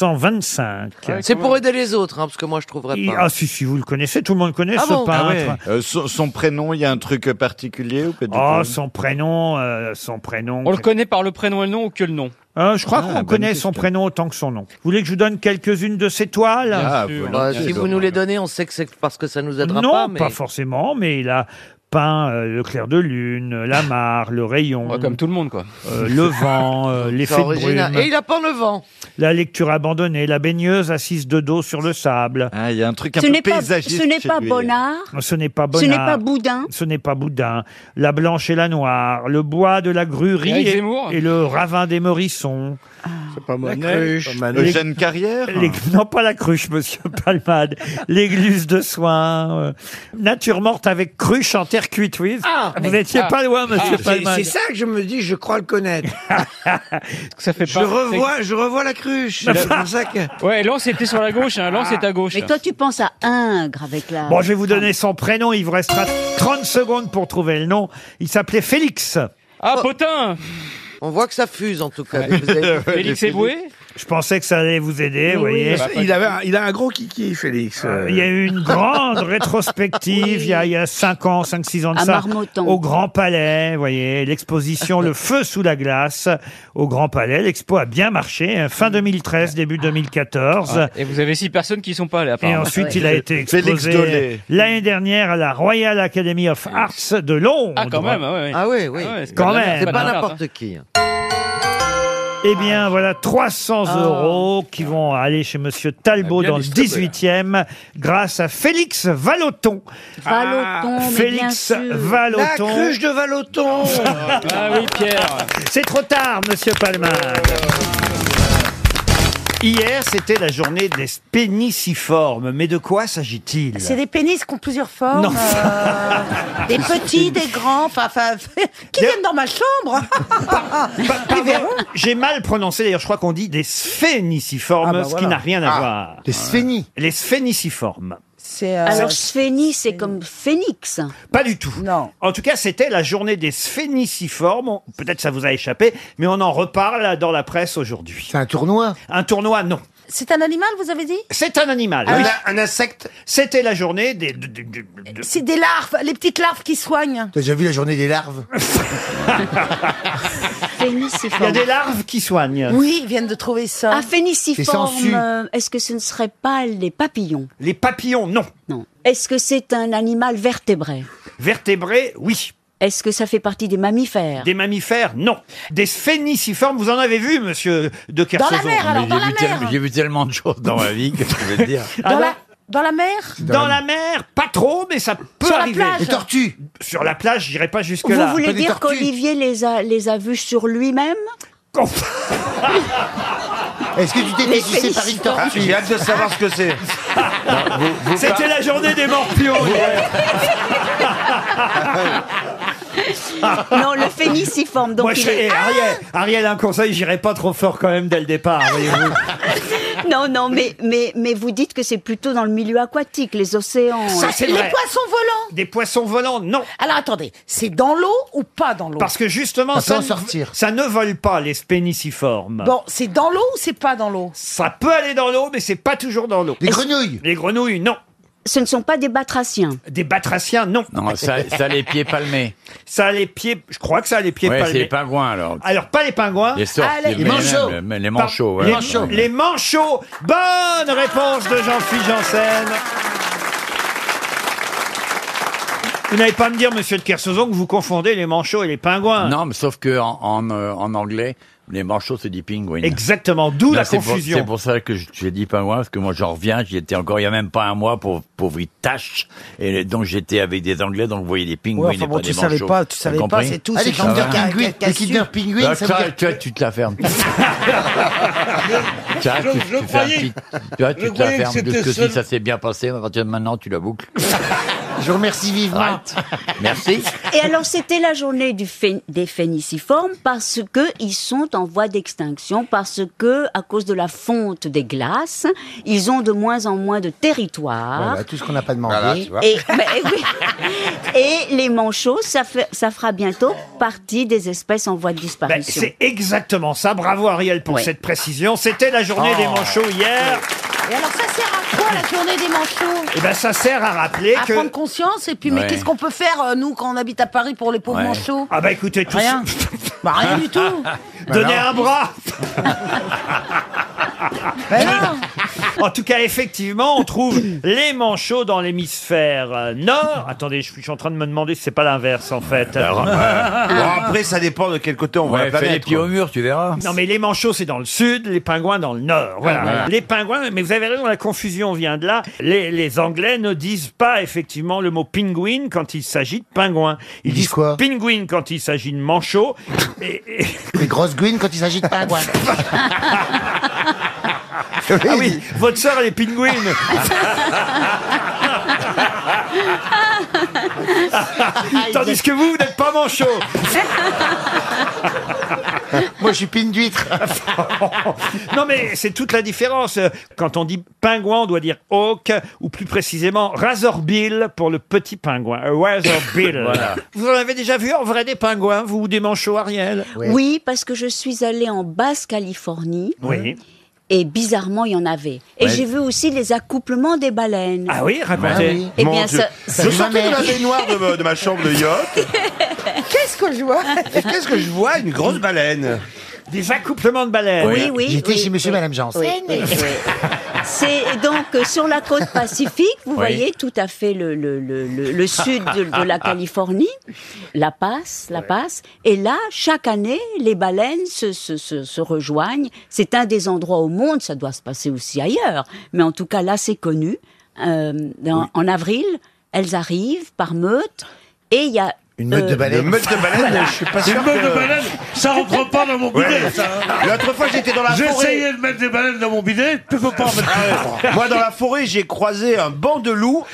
1925. C'est pour aider les autres, hein, parce que moi, je trouverais Il- pas. Ah si, si, vous le connaissez, tout le monde connaît Ah ce bon peintre. Euh, son, son prénom, il y a un truc particulier ou pas du Oh, tout son prénom, euh, son prénom. On le connaît par le prénom et le nom ou que le nom Euh, je crois Ah, qu'on bonne connaît question. son prénom autant que son nom. Vous voulez que je vous donne quelques-unes de ses toiles Ah, Bien sûr. Bah, si vous nous les donnez, on sait que c'est parce que ça nous aidera Non, pas. pas, mais- forcément, mais il a peint euh, le clair de lune, la mare, le rayon. comme tout le monde, quoi. le vent, euh, l'effet C'est de original. brume, Et il a pas le vent. la lecture abandonnée, la baigneuse assise de dos sur le sable. Ah, il y a un truc Ce n'est pas, ce n'est pas Bonnard. Ce n'est pas Ce Bonnard. n'est pas Boudin. Ce n'est pas Boudin. La blanche et la noire, le bois de la grurie Éric et, Zemmour et le ravin des morissons. Ah. C'est pas Monet, cruche. pas Manet. Eugène Carrière Non, pas la cruche, monsieur Palmade. L'église de soins. euh, nature morte avec cruche en terre cuite, oui. Ah, Vous n'étiez pas loin, monsieur C'est- Palmade. C'est ça que je me dis, je crois le connaître. Ça fait je, revois, je revois la cruche. C'est pour ça que- Ouais, Lens était sur la gauche, hein. Lens est à gauche. Mais toi, tu penses à Ingres avec la. Bon, je vais vous donner son prénom. Il vous restera 30 secondes pour trouver le nom. Il s'appelait Félix. Ah, Potin Oh. On voit que ça fuse, en tout cas. Ouais. Vous avez- Félix Eboué Je pensais que ça allait vous aider, vous voyez. Il, avait un, il a un gros kiki, Félix. Euh, Il y a eu une grande rétrospective il, y a, il y a 5 ans, 5-6 ans de À ça, Marmottan. au Grand Palais, vous voyez, l'exposition Le Feu sous la glace au Grand Palais. L'expo a bien marché, hein, fin 2013, début 2014. Ah, Et vous avez six personnes qui y sont pas allées, Et apparemment. ensuite, il a été exposé l'année dernière à la Royal Academy of Arts de Londres. Ah, quand même, ouais, ouais. Ah oui, oui. Ah ouais, c'est Quand pas de la même. merde, C'est pas de la merde, n'importe hein. qui. Eh bien, voilà 300 euros qui vont aller chez Monsieur Ah, Talbot Bien dans le distribué. 18e grâce à Félix Vallotton. Vallotton, Ah. mais Félix bien sûr. Vallotton. La cruche de Vallotton Ah oui, Pierre. C'est trop tard, Monsieur Palman. Hier, c'était la journée des spéniciformes. Mais de quoi s'agit-il C'est des pénis qui ont plusieurs formes. Non. euh, des petits, des grands, enfin, enfin, qui viennent dans ma chambre. Pardon, J'ai mal prononcé, d'ailleurs, je crois qu'on dit des sphéniciformes, Ah bah ce qui voilà. n'a rien à Ah, voir. Les sphénis. Les sphéniciformes. C'est, euh, Alors, Sphénix, c'est comme Phénix. Pas du tout. Non. En tout cas, c'était la journée des sphéniciformes. On- Peut-être ça vous a échappé, mais on en reparle dans la presse aujourd'hui. C'est un tournoi Un tournoi, non. c'est un animal, vous avez dit C'est un animal. Ah, insecte C'était la journée des... de- de- de- de- C'est des larves, les petites larves qui soignent. T'as déjà vu la journée des larves Il y a des larves qui soignent. Oui, ils viennent de trouver ça. Ah, C'est sensu. Phéniciforme, euh, est-ce que ce ne serait pas les papillons Les papillons, non. Non. Est-ce que c'est un animal vertébré Vertébrés, oui. Est-ce que ça fait partie des mammifères Des mammifères, non. Des sphéniciformes, vous en avez vu, monsieur de Kersauzon mer, alors, dans la mer. J'ai vu tellement de choses dans ma vie, que je veux dire. Dans la- Dans la mer Dans la mer, pas trop, mais ça peut Sur la arriver. plage Les tortues. Sur la plage, j'irai pas jusque Vous là. voulez dire qu'Olivier les a, les a vus sur lui-même Est-ce que tu t'es fait Les sucer par une tortue Ah, J'ai hâte de savoir ce que c'est. C'était la journée des morpions. hier. Non, le fémiciforme. Donc Moi, il je- est- Ah eh, Ariel, Ariel, un conseil, j'irai pas trop fort quand même dès le départ, voyez-vous. Non, non, mais, mais, mais vous dites que c'est plutôt dans le milieu aquatique, les océans. Ça, c'est Les vrai. poissons volants Des poissons volants, non. Alors attendez, c'est dans l'eau ou pas dans l'eau Parce Bah. que justement, ça, ne- ça ne vole pas les spéniciformes. Bon, c'est dans l'eau ou c'est pas dans l'eau Ça peut aller dans l'eau, mais c'est pas toujours dans l'eau. Les grenouilles Les grenouilles, non. Ce ne sont pas des batraciens. Des batraciens, non. Non, ça, ça a les pieds palmés. Ça a les pieds, je crois que ça a les pieds ouais, c'est palmés. les pingouins alors. Alors, pas les pingouins. Les sortes, Ah, les- les- les manchots. les- les- les manchots, Par- ouais. les, Manchots. les manchots. Bonne réponse de Jean-Philippe Janssen. Vous n'allez pas me dire, monsieur de Kersauzon, que vous confondez les manchots et les pingouins. Non, mais sauf que en, en, euh, en anglais, les manchots se dit penguin. Exactement, d'où Là, la c'est pour- confusion. C'est pour ça que je- j'ai dit pingouin, parce que moi j'en reviens, j'y étais encore il y a même pas un mois pour pauvre tâche, et donc j'étais avec des Anglais, donc vous voyez des pingouins Ouais, enfin et bon, pas tu des savais manchots. pas, tu savais T'as pas, compris c'est tout, Ah, c'est les genre Kinder de caractère Pinguin, cassure. les Kinder Pinguin, Bah, ça ça, veut dire- Toi, tu te la fermes. Tiens, Je- tu, je tu fais un croyais- petit- tu vois, tu je te croyais la que fermes c'était jusque seul. si ça s'est bien passé. À partir de maintenant, tu la boucles. Je vous remercie vivement. Merci. Et alors, c'était la journée du phé- des phéniciformes parce que ils sont en voie d'extinction, parce que, à cause de la fonte des glaces, ils ont de moins en moins de territoire. Voilà, tout ce qu'on n'a pas demandé. Voilà, tu vois. Et, bah, eh oui. Et les manchots, ça, fait- ça fera bientôt partie des espèces en voie de Ben, disparition. c'est exactement ça. Bravo Ariel pour Ouais. cette précision. C'était la journée Oh. des manchots hier. Et alors ça sert à quoi la journée des manchots Et ben ça sert à rappeler À que. prendre conscience, et puis, Ouais. mais qu'est-ce qu'on peut faire, euh, nous, quand on habite à Paris pour les pauvres Ouais. manchots Ah bah écoutez, tout Rien. Bah, rien du tout. Bah Donnez non. un bras. En tout cas, effectivement, on trouve les manchots dans l'hémisphère euh, nord. Attendez, je suis je suis en train de me demander si c'est pas l'inverse en fait. Bon, après, ça dépend de quel côté on voit la Ouais, fais les planète. pieds quoi. au mur, tu verras. Non mais les manchots c'est dans le sud, les pingouins dans le nord. Voilà. Ah, voilà. Les pingouins, mais vous avez raison, la confusion vient de là. Les, les Anglais ne disent pas effectivement le mot pingouin quand il s'agit de pingouin. Ils, disent quoi Pingouin quand il s'agit de manchot. Et, Les grosses gouines quand il s'agit de pingouin. ah oui, votre sœur elle est pingouine. Tandis que vous, vous n'êtes pas manchot. Moi, je suis pine d'huître. non, mais c'est toute la différence. Quand on dit pingouin, on doit dire hawk, ou plus précisément razorbill pour le petit pingouin. A Razorbill. Voilà. Vous en avez déjà vu en vrai des pingouins, vous, ou des manchots, Ariel Oui, parce que je suis allée en Basse-Californie. Oui. Et bizarrement, il y en avait. Et Ouais. j'ai vu aussi les accouplements des baleines. Ah oui, racontez. Eh Mon bien, Dieu. ça- ça- je ma sortais de mère. la baignoire de, ma- de ma chambre de yacht. Qu'est-ce que je vois Et qu'est-ce que je vois Une grosse baleine. Des accouplements de baleines. Oui, oui. J'étais oui, Euh, chez monsieur et oui. madame Janssen. Oui, oui, oui. C'est donc euh, sur la côte pacifique, vous Oui. voyez tout à fait le, le, le, le- le sud de, de la Californie, La Passe, La Passe. Et là, chaque année, les baleines se, se, se, se rejoignent. C'est un des endroits au monde, ça doit se passer aussi ailleurs, mais en tout cas là, c'est connu. Euh, dans- En avril, elles arrivent par meute et il y a... Une Euh, meute de baleines. Une meute de baleines, je suis pas Une sûr meute que- de baleines, ça rentre pas dans mon bidet, ça, hein. L'autre fois, j'étais dans la J'ai forêt. essayé de mettre des baleines dans mon bidet, tu peux pas en mettre Ah ouais. Moi, dans la forêt, j'ai croisé un banc de loups.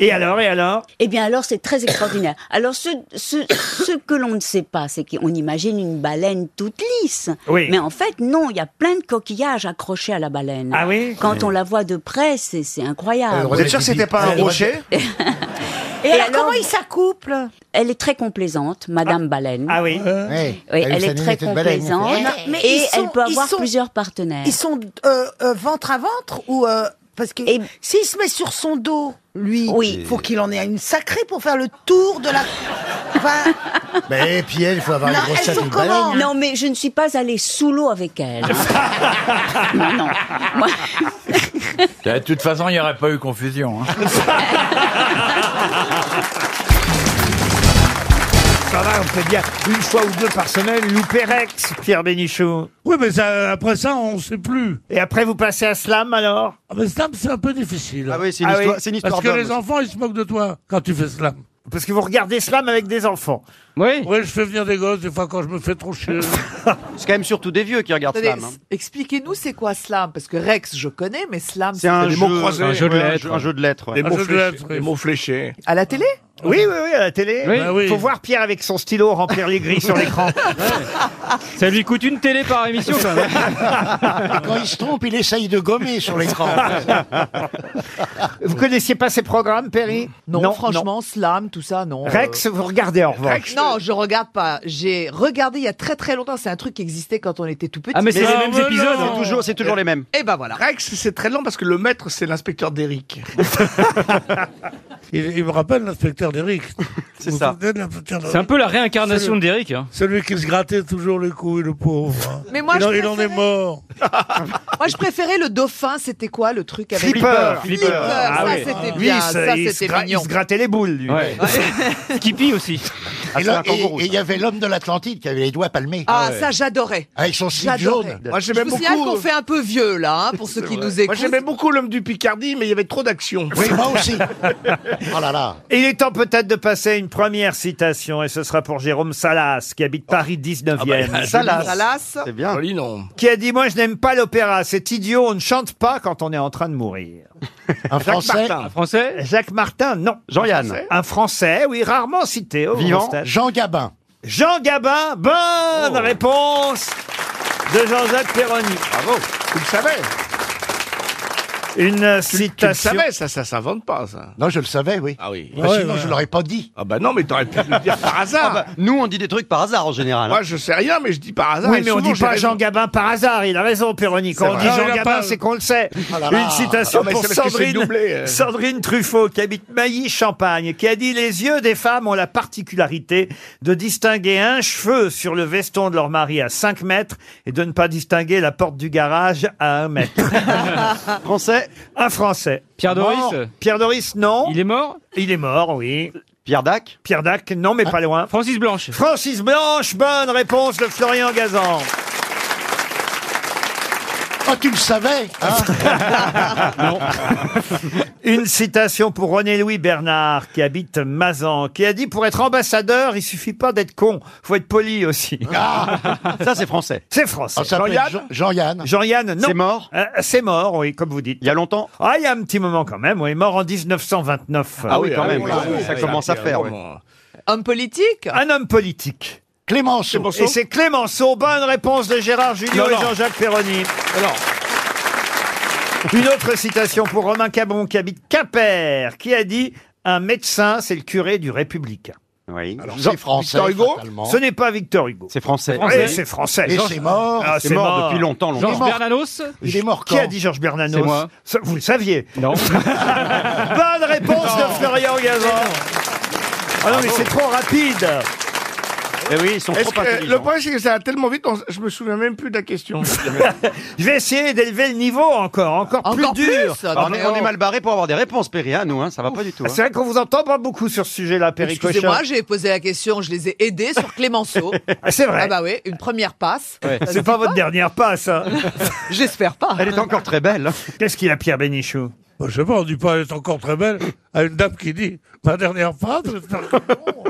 Et alors, et alors Eh bien, alors, c'est très extraordinaire. Alors, ce, ce, ce que l'on ne sait pas, c'est qu'on imagine une baleine toute lisse. Oui. Mais en fait, non, il y a plein de coquillages accrochés à la baleine. Ah oui Quand Oui. on la voit de près, c'est c'est incroyable. Euh, Vous êtes sûr que c'était pas un rocher Et, alors, comment ils s'accouplent Elle est très complaisante, Madame Baleine. Ah oui Oui, Elle elle s'est est très alimentée de baleines. complaisante. Ouais. Mais Et ils elle sont- peut ils avoir sont- plusieurs partenaires. Ils sont euh, euh, ventre à ventre ou euh, parce que s'il se met sur son dos, lui, Oui. faut qu'il en ait une sacrée pour faire le tour de la. Enfin, Mais puis elle, il faut avoir les grosses chats d'une baleine. Non, mais je ne suis pas allée sous l'eau avec elle. De toute façon, il n'y aurait pas eu confusion. hein. pas mal, on fait bien une fois ou deux par semaine, louper Rex, Pierre Bénichou. Oui, mais ça, après ça, on ne sait plus. Et après, vous passez à Slam alors ah, Mais Slam, c'est un peu difficile. Ah oui, c'est une Ah oui. histoire- c'est une histoire Parce que d'homme les aussi. enfants, ils se moquent de toi quand tu fais Slam. Parce que vous regardez Slam avec des enfants. Oui. Oui, je fais venir des gosses des fois quand je me fais trop chier. C'est quand même surtout des vieux qui regardent Attendez, Slam. hein. s- Expliquez-nous c'est quoi slam parce que Rex je connais mais slam C'est un, des jeu- mots croisés. un jeu de Ouais, un lettres. jeu- un jeu de lettres, ouais. Des Un mots jeu de fléchés. lettres, Des oui. mots fléchés. à la télé Oui, oui, oui, à la télé. Oui. Bah oui. Faut voir Pierre avec son stylo remplir les grilles sur l'écran. Ça lui coûte une télé par émission, quand même. Et quand il se trompe, il essaye de gommer sur l'écran. Vous connaissiez pas ces programmes, Perry non, franchement slam tout ça non. Rex, Euh, vous regardez en revanche. non, je regarde pas. J'ai regardé il y a très très longtemps. C'est un truc qui existait quand on était tout petit. Ah, Ah, C'est Oh toujours, c'est toujours les mêmes. Eh Et ben voilà. Rex, c'est très lent parce que le maître, c'est l'inspecteur d'Eric. Il, il me rappelle l'inspecteur d'Eric. C'est Vous ça. vous souvenez de l'inspecteur d'Eric C'est un peu la réincarnation Celui- d'Eric, hein. Celui qui se grattait toujours le cou, le pauvre. hein. Mais moi, il, en, je il en est préférais- mort. Moi, je préférais le dauphin. C'était quoi le truc avec Flipper, Flipper, ça c'était Lui, bien. il se- Ça il se c'était gra- mignon. Il se grattait les boules, lui. Skippy aussi. Et là- et- et il y avait l'homme de l'Atlantide qui avait les doigts palmés. Ah, ça j'adorais. Avec son slip J'adorais. jaune. je me signale euh, qu'on fait un peu vieux là, hein, pour ceux qui nous Moi, écoutent. j'aimais beaucoup l'homme du Picardie, mais il y avait trop d'action. Oui, moi aussi. Oh là là. Et Il est temps peut-être de passer à une première citation, et ce sera pour Jérôme Salas, qui habite Paris 19e. Ah bah, Ah bah, C'est bien. Joli Qui a dit Moi, je n'aime pas l'opéra, c'est idiot, on ne chante pas quand on est en train de mourir. Un Jacques Français Martin. Un Français Jacques Martin, non. Jean-Yann. Un Français. Un Français, oui, rarement cité. oh, Vivant. Rostat. Jean Gabin. Jean Gabin, bonne réponse de Jean-Jacques Perroni. Bravo, tu le savais. Une Tu le citation. savais, ça, ça s'invente pas, ça. Non, je le savais, oui. Ah oui. Bah, sinon, je l'aurais pas dit. Ah bah non, mais t'aurais pu le dire par hasard. Ah bah, nous, on dit des trucs par hasard en hein. général. Moi, je sais rien, mais je dis par hasard. Oui, et Ah mais on souvent, dit j'ai pas raison. Jean Gabin par hasard. Il a raison, Péroni. Quand C'est on vrai. dit Non, Jean il a Gabin, pas- c'est qu'on le sait. Oh là là. Une citation Non, mais pour c'est parce que c'est Sandrine, doublé, euh. Sandrine Truffaut, qui habite Mailly, Champagne, qui a dit Les yeux des femmes ont la particularité de distinguer un cheveu sur le veston de leur mari à 5 mètres et de ne pas distinguer la porte du garage à 1 mètre. français Un français. Pierre Doris Mort. Pierre Doris, non. Il est mort Il est mort, oui. Pierre Dac Ah. Pierre Dac, non, mais pas loin. Francis Blanche. Francis Blanche, bonne réponse de Florian Gazan. Oh, tu le savais hein Une citation pour René-Louis Bernard, qui habite Mazan, qui a dit Pour être ambassadeur, il suffit pas d'être con, faut être poli aussi. Ah. Ça, c'est français. C'est français. Oh, ça peut être Jean- Jean-Yann. Jean-Yann, non. C'est mort Euh, C'est mort, oui, comme vous dites. Il y a longtemps Ah, il y a un petit moment quand même, oui, mort en 1929. Ah oui, quand même, oui, oui, ça commence à faire, oui. oui. Homme politique Un homme politique. Clémenceau. Clémenceau. Et c'est Clémenceau. Bonne réponse de Gérard Junior Non, et non. Jean-Jacques Perroni. Une autre citation pour Romain Cabon qui habite Quimper, qui a dit Un médecin, c'est le curé du républicain. Oui. c'est français, Victor Hugo fatalement. Ce n'est pas Victor Hugo. C'est français. Eh, C'est français. Et Georges- c'est mort. Ah, C'est mort depuis longtemps, longtemps. Georges Bernanos. Il est mort quand Qui a dit Georges Bernanos C'est moi. Ça, Vous le saviez Non. Bonne réponse de Florian Gazan. Ah non, mais c'est trop rapide. Eh oui, ils sont Est-ce que- trop le intelligents. problème, c'est que ça va tellement vite, on- je me souviens même plus de la question. Je vais essayer d'élever le niveau encore, encore, Encore plus dur. plus, Ah, on, est, on oh. est mal barré pour avoir des réponses, Perry, hein, nous, hein, ça va pas du tout. Ah, C'est vrai qu'on vous entend pas beaucoup sur ce sujet-là, Perry Cochon. Excusez-moi, j'ai posé la question, je les ai aidés sur Clémenceau. Ah, c'est vrai. Ah bah oui, une première passe. Ouais. Ça se C'est dit pas votre dernière passe. hein. J'espère pas. Elle est encore très belle. hein. Qu'est-ce qu'il a, Pierre Bénichou Bah, je sais pas, on dit pas elle est encore très belle à une dame qui dit ma dernière phrase. j'espère que non.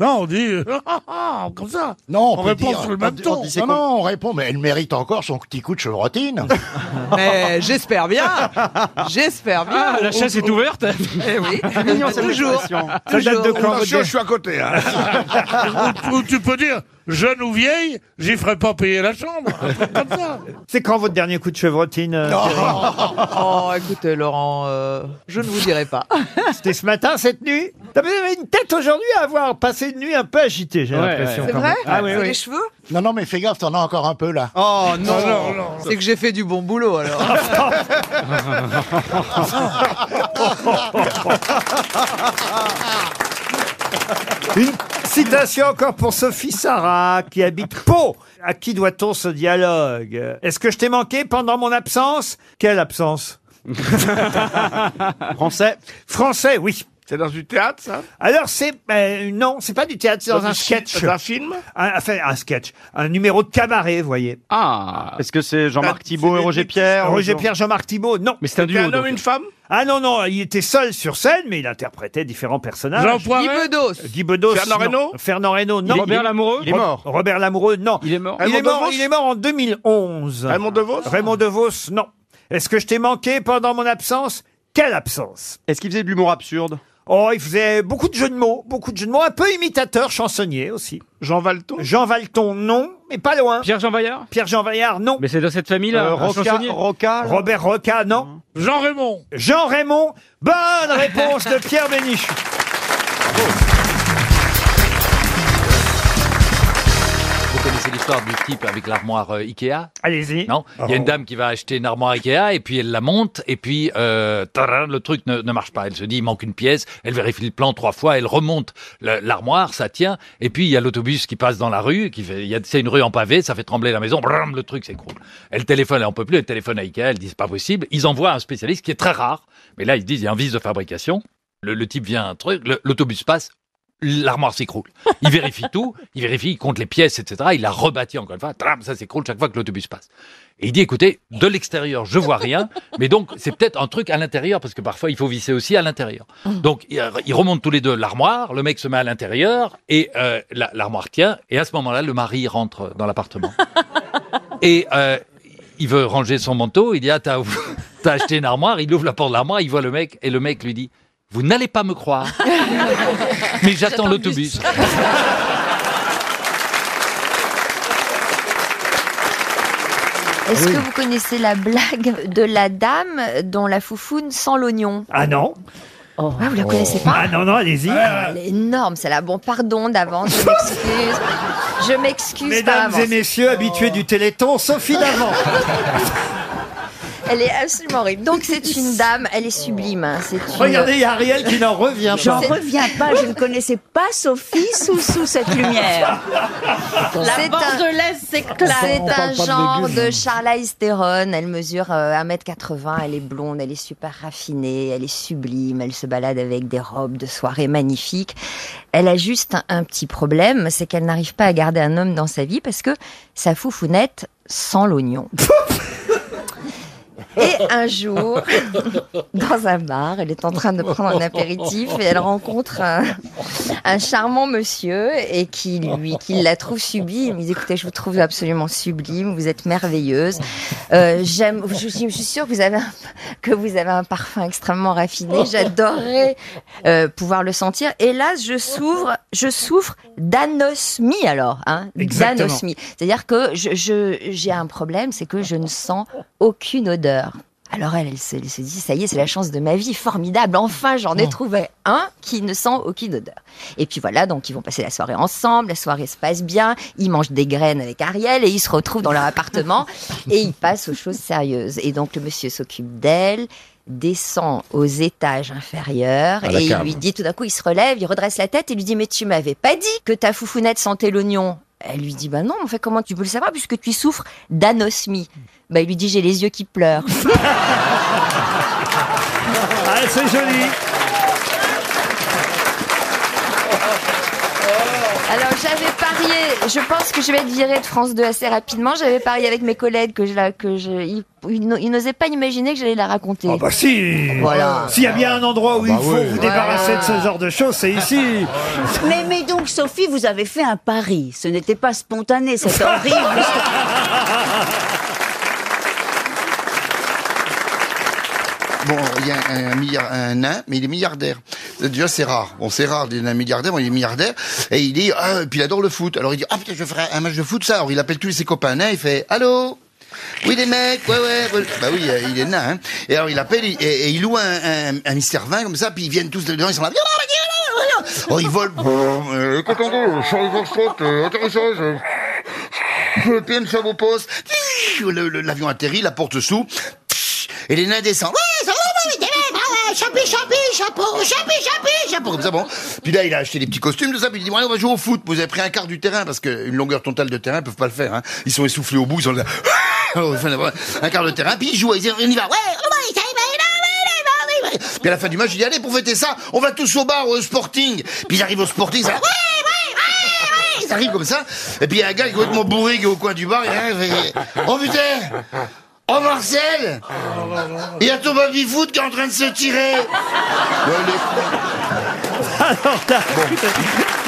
Non, on dit euh, ah, ah, comme ça. Non, on, on peut répond dire- sur le on même dit- on ton. dit c'est Non, non, on répond, mais elle mérite encore son petit coup de chevrotine. Mais j'espère bien. J'espère bien. Ah, la chasse est ouverte Eh oui. Mignon, cette Toujours. expression. Ça date de quand Attention, votre- je suis à côté. hein. Ou, ou tu peux dire jeune ou vieille, j'y ferai pas payer la chambre. un truc comme ça. C'est quand votre dernier coup de chevrotine euh, Thierry Oh, écoutez, Laurent, euh, je ne vous dirai pas. C'était ce matin, cette nuit Vous avez une tête aujourd'hui à avoir passé une nuit un peu agitée, j'ai Ouais, l'impression. C'est quand vrai même. Ah oui, C'est les oui. cheveux Non, non, mais fais gaffe, t'en as encore un peu là. Oh non, C'est que j'ai fait du bon boulot, alors. Une citation encore pour Sophie Sarah, qui habite Pau. À qui doit-on ce dialogue Est-ce que je t'ai manqué pendant mon absence Quelle absence Français Français, oui. C'est dans du théâtre, ça Alors, c'est. euh, non, c'est pas du théâtre, c'est dans, Dans un du film- sketch. dans un film un, Enfin, un sketch. Un numéro de cabaret, vous voyez. Ah Est-ce que c'est Jean-Marc Thibault et Roger Pierre Roger Pierre, Jean-Marc Thibault, non. Mais c'est un C'était duo, un homme, donc. une femme Ah non, non, il était seul sur scène, mais il interprétait différents personnages. Jean Poiret Guy Bedos. Guy Bedos. Fernand non. Reynaud Fernand Reynaud, non. Il est- Robert il est- Lamoureux il est Ro- mort. Robert Lamoureux, non. Il est mort. Il est Raymond mort, Devos en 2011. Raymond DeVos Ah. Raymond DeVos, non. Est-ce que je t'ai manqué pendant mon absence Quelle absence Est-ce qu'il faisait de l'humour absurde Oh, il faisait beaucoup de jeux de mots, beaucoup de jeux de mots, un peu imitateur, chansonnier aussi. Jean Valton Jean Valton, non, mais pas loin. Pierre-Jean Vaillard Pierre-Jean Vaillard, non. Mais c'est dans cette famille-là, Euh, un Roca- chansonnier Roca, là Robert Roca, non. Jean Raymond Jean Raymond, bonne réponse de Pierre Bénichou. Vous connaissez l'histoire du type avec l'armoire euh, Ikea Allez-y. Non Il y a une dame qui va acheter une armoire Ikea et puis elle la monte et puis euh, tadam, le truc ne, ne marche pas. Elle se dit il manque une pièce, elle vérifie le plan trois fois, elle remonte le- l'armoire, ça tient et puis il y a l'autobus qui passe dans la rue, qui fait, il y a- c'est une rue en pavé, ça fait trembler la maison, bram, le truc s'écroule. Elle téléphone, elle en peut plus, elle téléphone à Ikea, elle dit c'est pas possible. Ils envoient un spécialiste qui est très rare, mais là ils disent il y a un vice de fabrication. Le, le type vient un truc, le- l'autobus passe, l'armoire s'écroule. Il vérifie tout, il vérifie, il compte les pièces, etc. Il la rebâtit encore une fois, tram, ça s'écroule chaque fois que l'autobus passe. Et il dit, écoutez, de l'extérieur, je vois rien, mais donc c'est peut-être un truc à l'intérieur, parce que parfois il faut visser aussi à l'intérieur. Donc ils ils remontent tous les deux l'armoire, le mec se met à l'intérieur, et euh, la- l'armoire tient, et à ce moment-là, le mari rentre dans l'appartement. Et euh, il veut ranger son manteau, il dit, ah, t'as t'as acheté une armoire, il ouvre la porte de l'armoire, il voit le mec, et le mec lui dit, vous n'allez pas me croire, mais j'attends l'autobus. Est-ce que vous connaissez la blague de la dame dont la foufoune sent l'oignon Ah non Oh. Ah, vous la connaissez pas Ah non, non, allez-y. Ah, Elle est énorme, celle-là. Bon, pardon d'avance, je m'excuse. Je m'excuse par Mesdames avance. et messieurs, habitués du Téléthon, Sophie Davant. Elle est absolument horrible. Donc, c'est une dame, elle est sublime. hein. C'est une- Regardez, il y a Ariel qui n'en revient J'en pas. reviens Viens pas, je ne connaissais pas Sophie sous, sous cette lumière. C'est un- C'est un genre de Charlize Theron. Elle mesure euh, 1m80, elle est blonde, elle est super raffinée, elle est sublime, elle se balade avec des robes de soirée magnifiques. Elle a juste un, un petit problème, c'est qu'elle n'arrive pas à garder un homme dans sa vie parce que sa foufounette sent l'oignon. Et un jour, dans un bar, elle est en train de prendre un apéritif et elle rencontre un, un charmant monsieur et qui lui, qui la trouve sublime. Il dit écoutez, je vous trouve absolument sublime, vous êtes merveilleuse. Euh, J'aime, je, suis- je suis sûre que vous avez un, que vous avez un parfum extrêmement raffiné. J'adorerais euh, pouvoir le sentir. Hélas, je s'ouvre, je souffre d'anosmie alors, hein, Exactement. d'anosmie. C'est-à-dire que je- je- j'ai un problème, c'est que je ne sens aucune odeur. Alors elle, elle se, elle se dit, ça y est, c'est la chance de ma vie, formidable, enfin j'en ai trouvé un qui ne sent aucune odeur. Et puis voilà, donc ils vont passer la soirée ensemble, la soirée se passe bien, ils mangent des graines avec Ariel et ils se retrouvent dans leur appartement et ils passent aux choses sérieuses. Et donc le monsieur s'occupe d'elle, descend aux étages inférieurs À la et il cave. lui dit, tout d'un coup il se relève, il redresse la tête et lui dit, mais tu m'avais pas dit que ta foufounette sentait l'oignon. Elle lui dit, bah non, mais en fait, comment tu peux le savoir puisque tu souffres d'anosmie Bah il lui dit, j'ai les yeux qui pleurent. Ah, c'est joli. Alors j'avais parié, je pense que je vais être virée de France 2 assez rapidement. J'avais parié avec mes collègues que je la, que je, ils, ils n'o- ils n'osaient pas imaginer que j'allais la raconter. Ah bah si Voilà. S'il y a bien un endroit où Ah bah il faut oui. vous débarrasser de ce genre de choses, c'est ici. Mais, mais donc, Sophie, vous avez fait un pari. Ce n'était pas spontané, cette horrible. Bon, il y a un, un milliard, un nain, mais il est milliardaire. Déjà, c'est rare. Bon, c'est rare d'un milliardaire, bon, il est milliardaire. Et il dit, ah, et puis il adore le foot. Alors il dit, ah putain, je ferai un match de foot, ça. Alors il appelle tous ses copains nains, il fait, allô oui les mecs, ouais ouais, ouais. bah oui euh, il est nain. hein. Et alors il appelle il- et, et il loue un, un, un Mister 20 comme ça, puis ils viennent tous dedans, ils sont là. Oh ils volent. Le PM sur vos postes. Le- le- L'avion atterrit, la porte s'ouvre. Et les nains descendent. Ouais, ça va, ouais, ouais, ouais, ouais, chapeau, chapeau, chapeau, chapeau, chapeau, chapeau. Comme ça, bon. Puis là, il a acheté des petits costumes, tout ça. Puis il dit, ouais, on va jouer au foot. Vous avez pris un quart du terrain parce qu'une longueur totale de terrain, ils peuvent pas le faire. hein. Ils sont essoufflés au bout, ils sont là. Enfin, un quart de terrain. Puis ils jouent, ils disent, on y va. Ouais, ouais, ouais, ouais, ouais, ouais, ouais, ouais, ouais. Puis à la fin du match, je dis allez pour fêter ça, on va tous au bar au Sporting. Puis ils arrivent au Sporting, ça. Ouais, ouais, ouais, ouais. Ils arrivent comme ça. Et puis il y a un gars qui est complètement bourré qui est au coin du bar. Et, hein, fait, oh putain Oh Marcel Il y a Thomas Bifoot qui est en train de se tirer Ouais, les- Alors, t'as-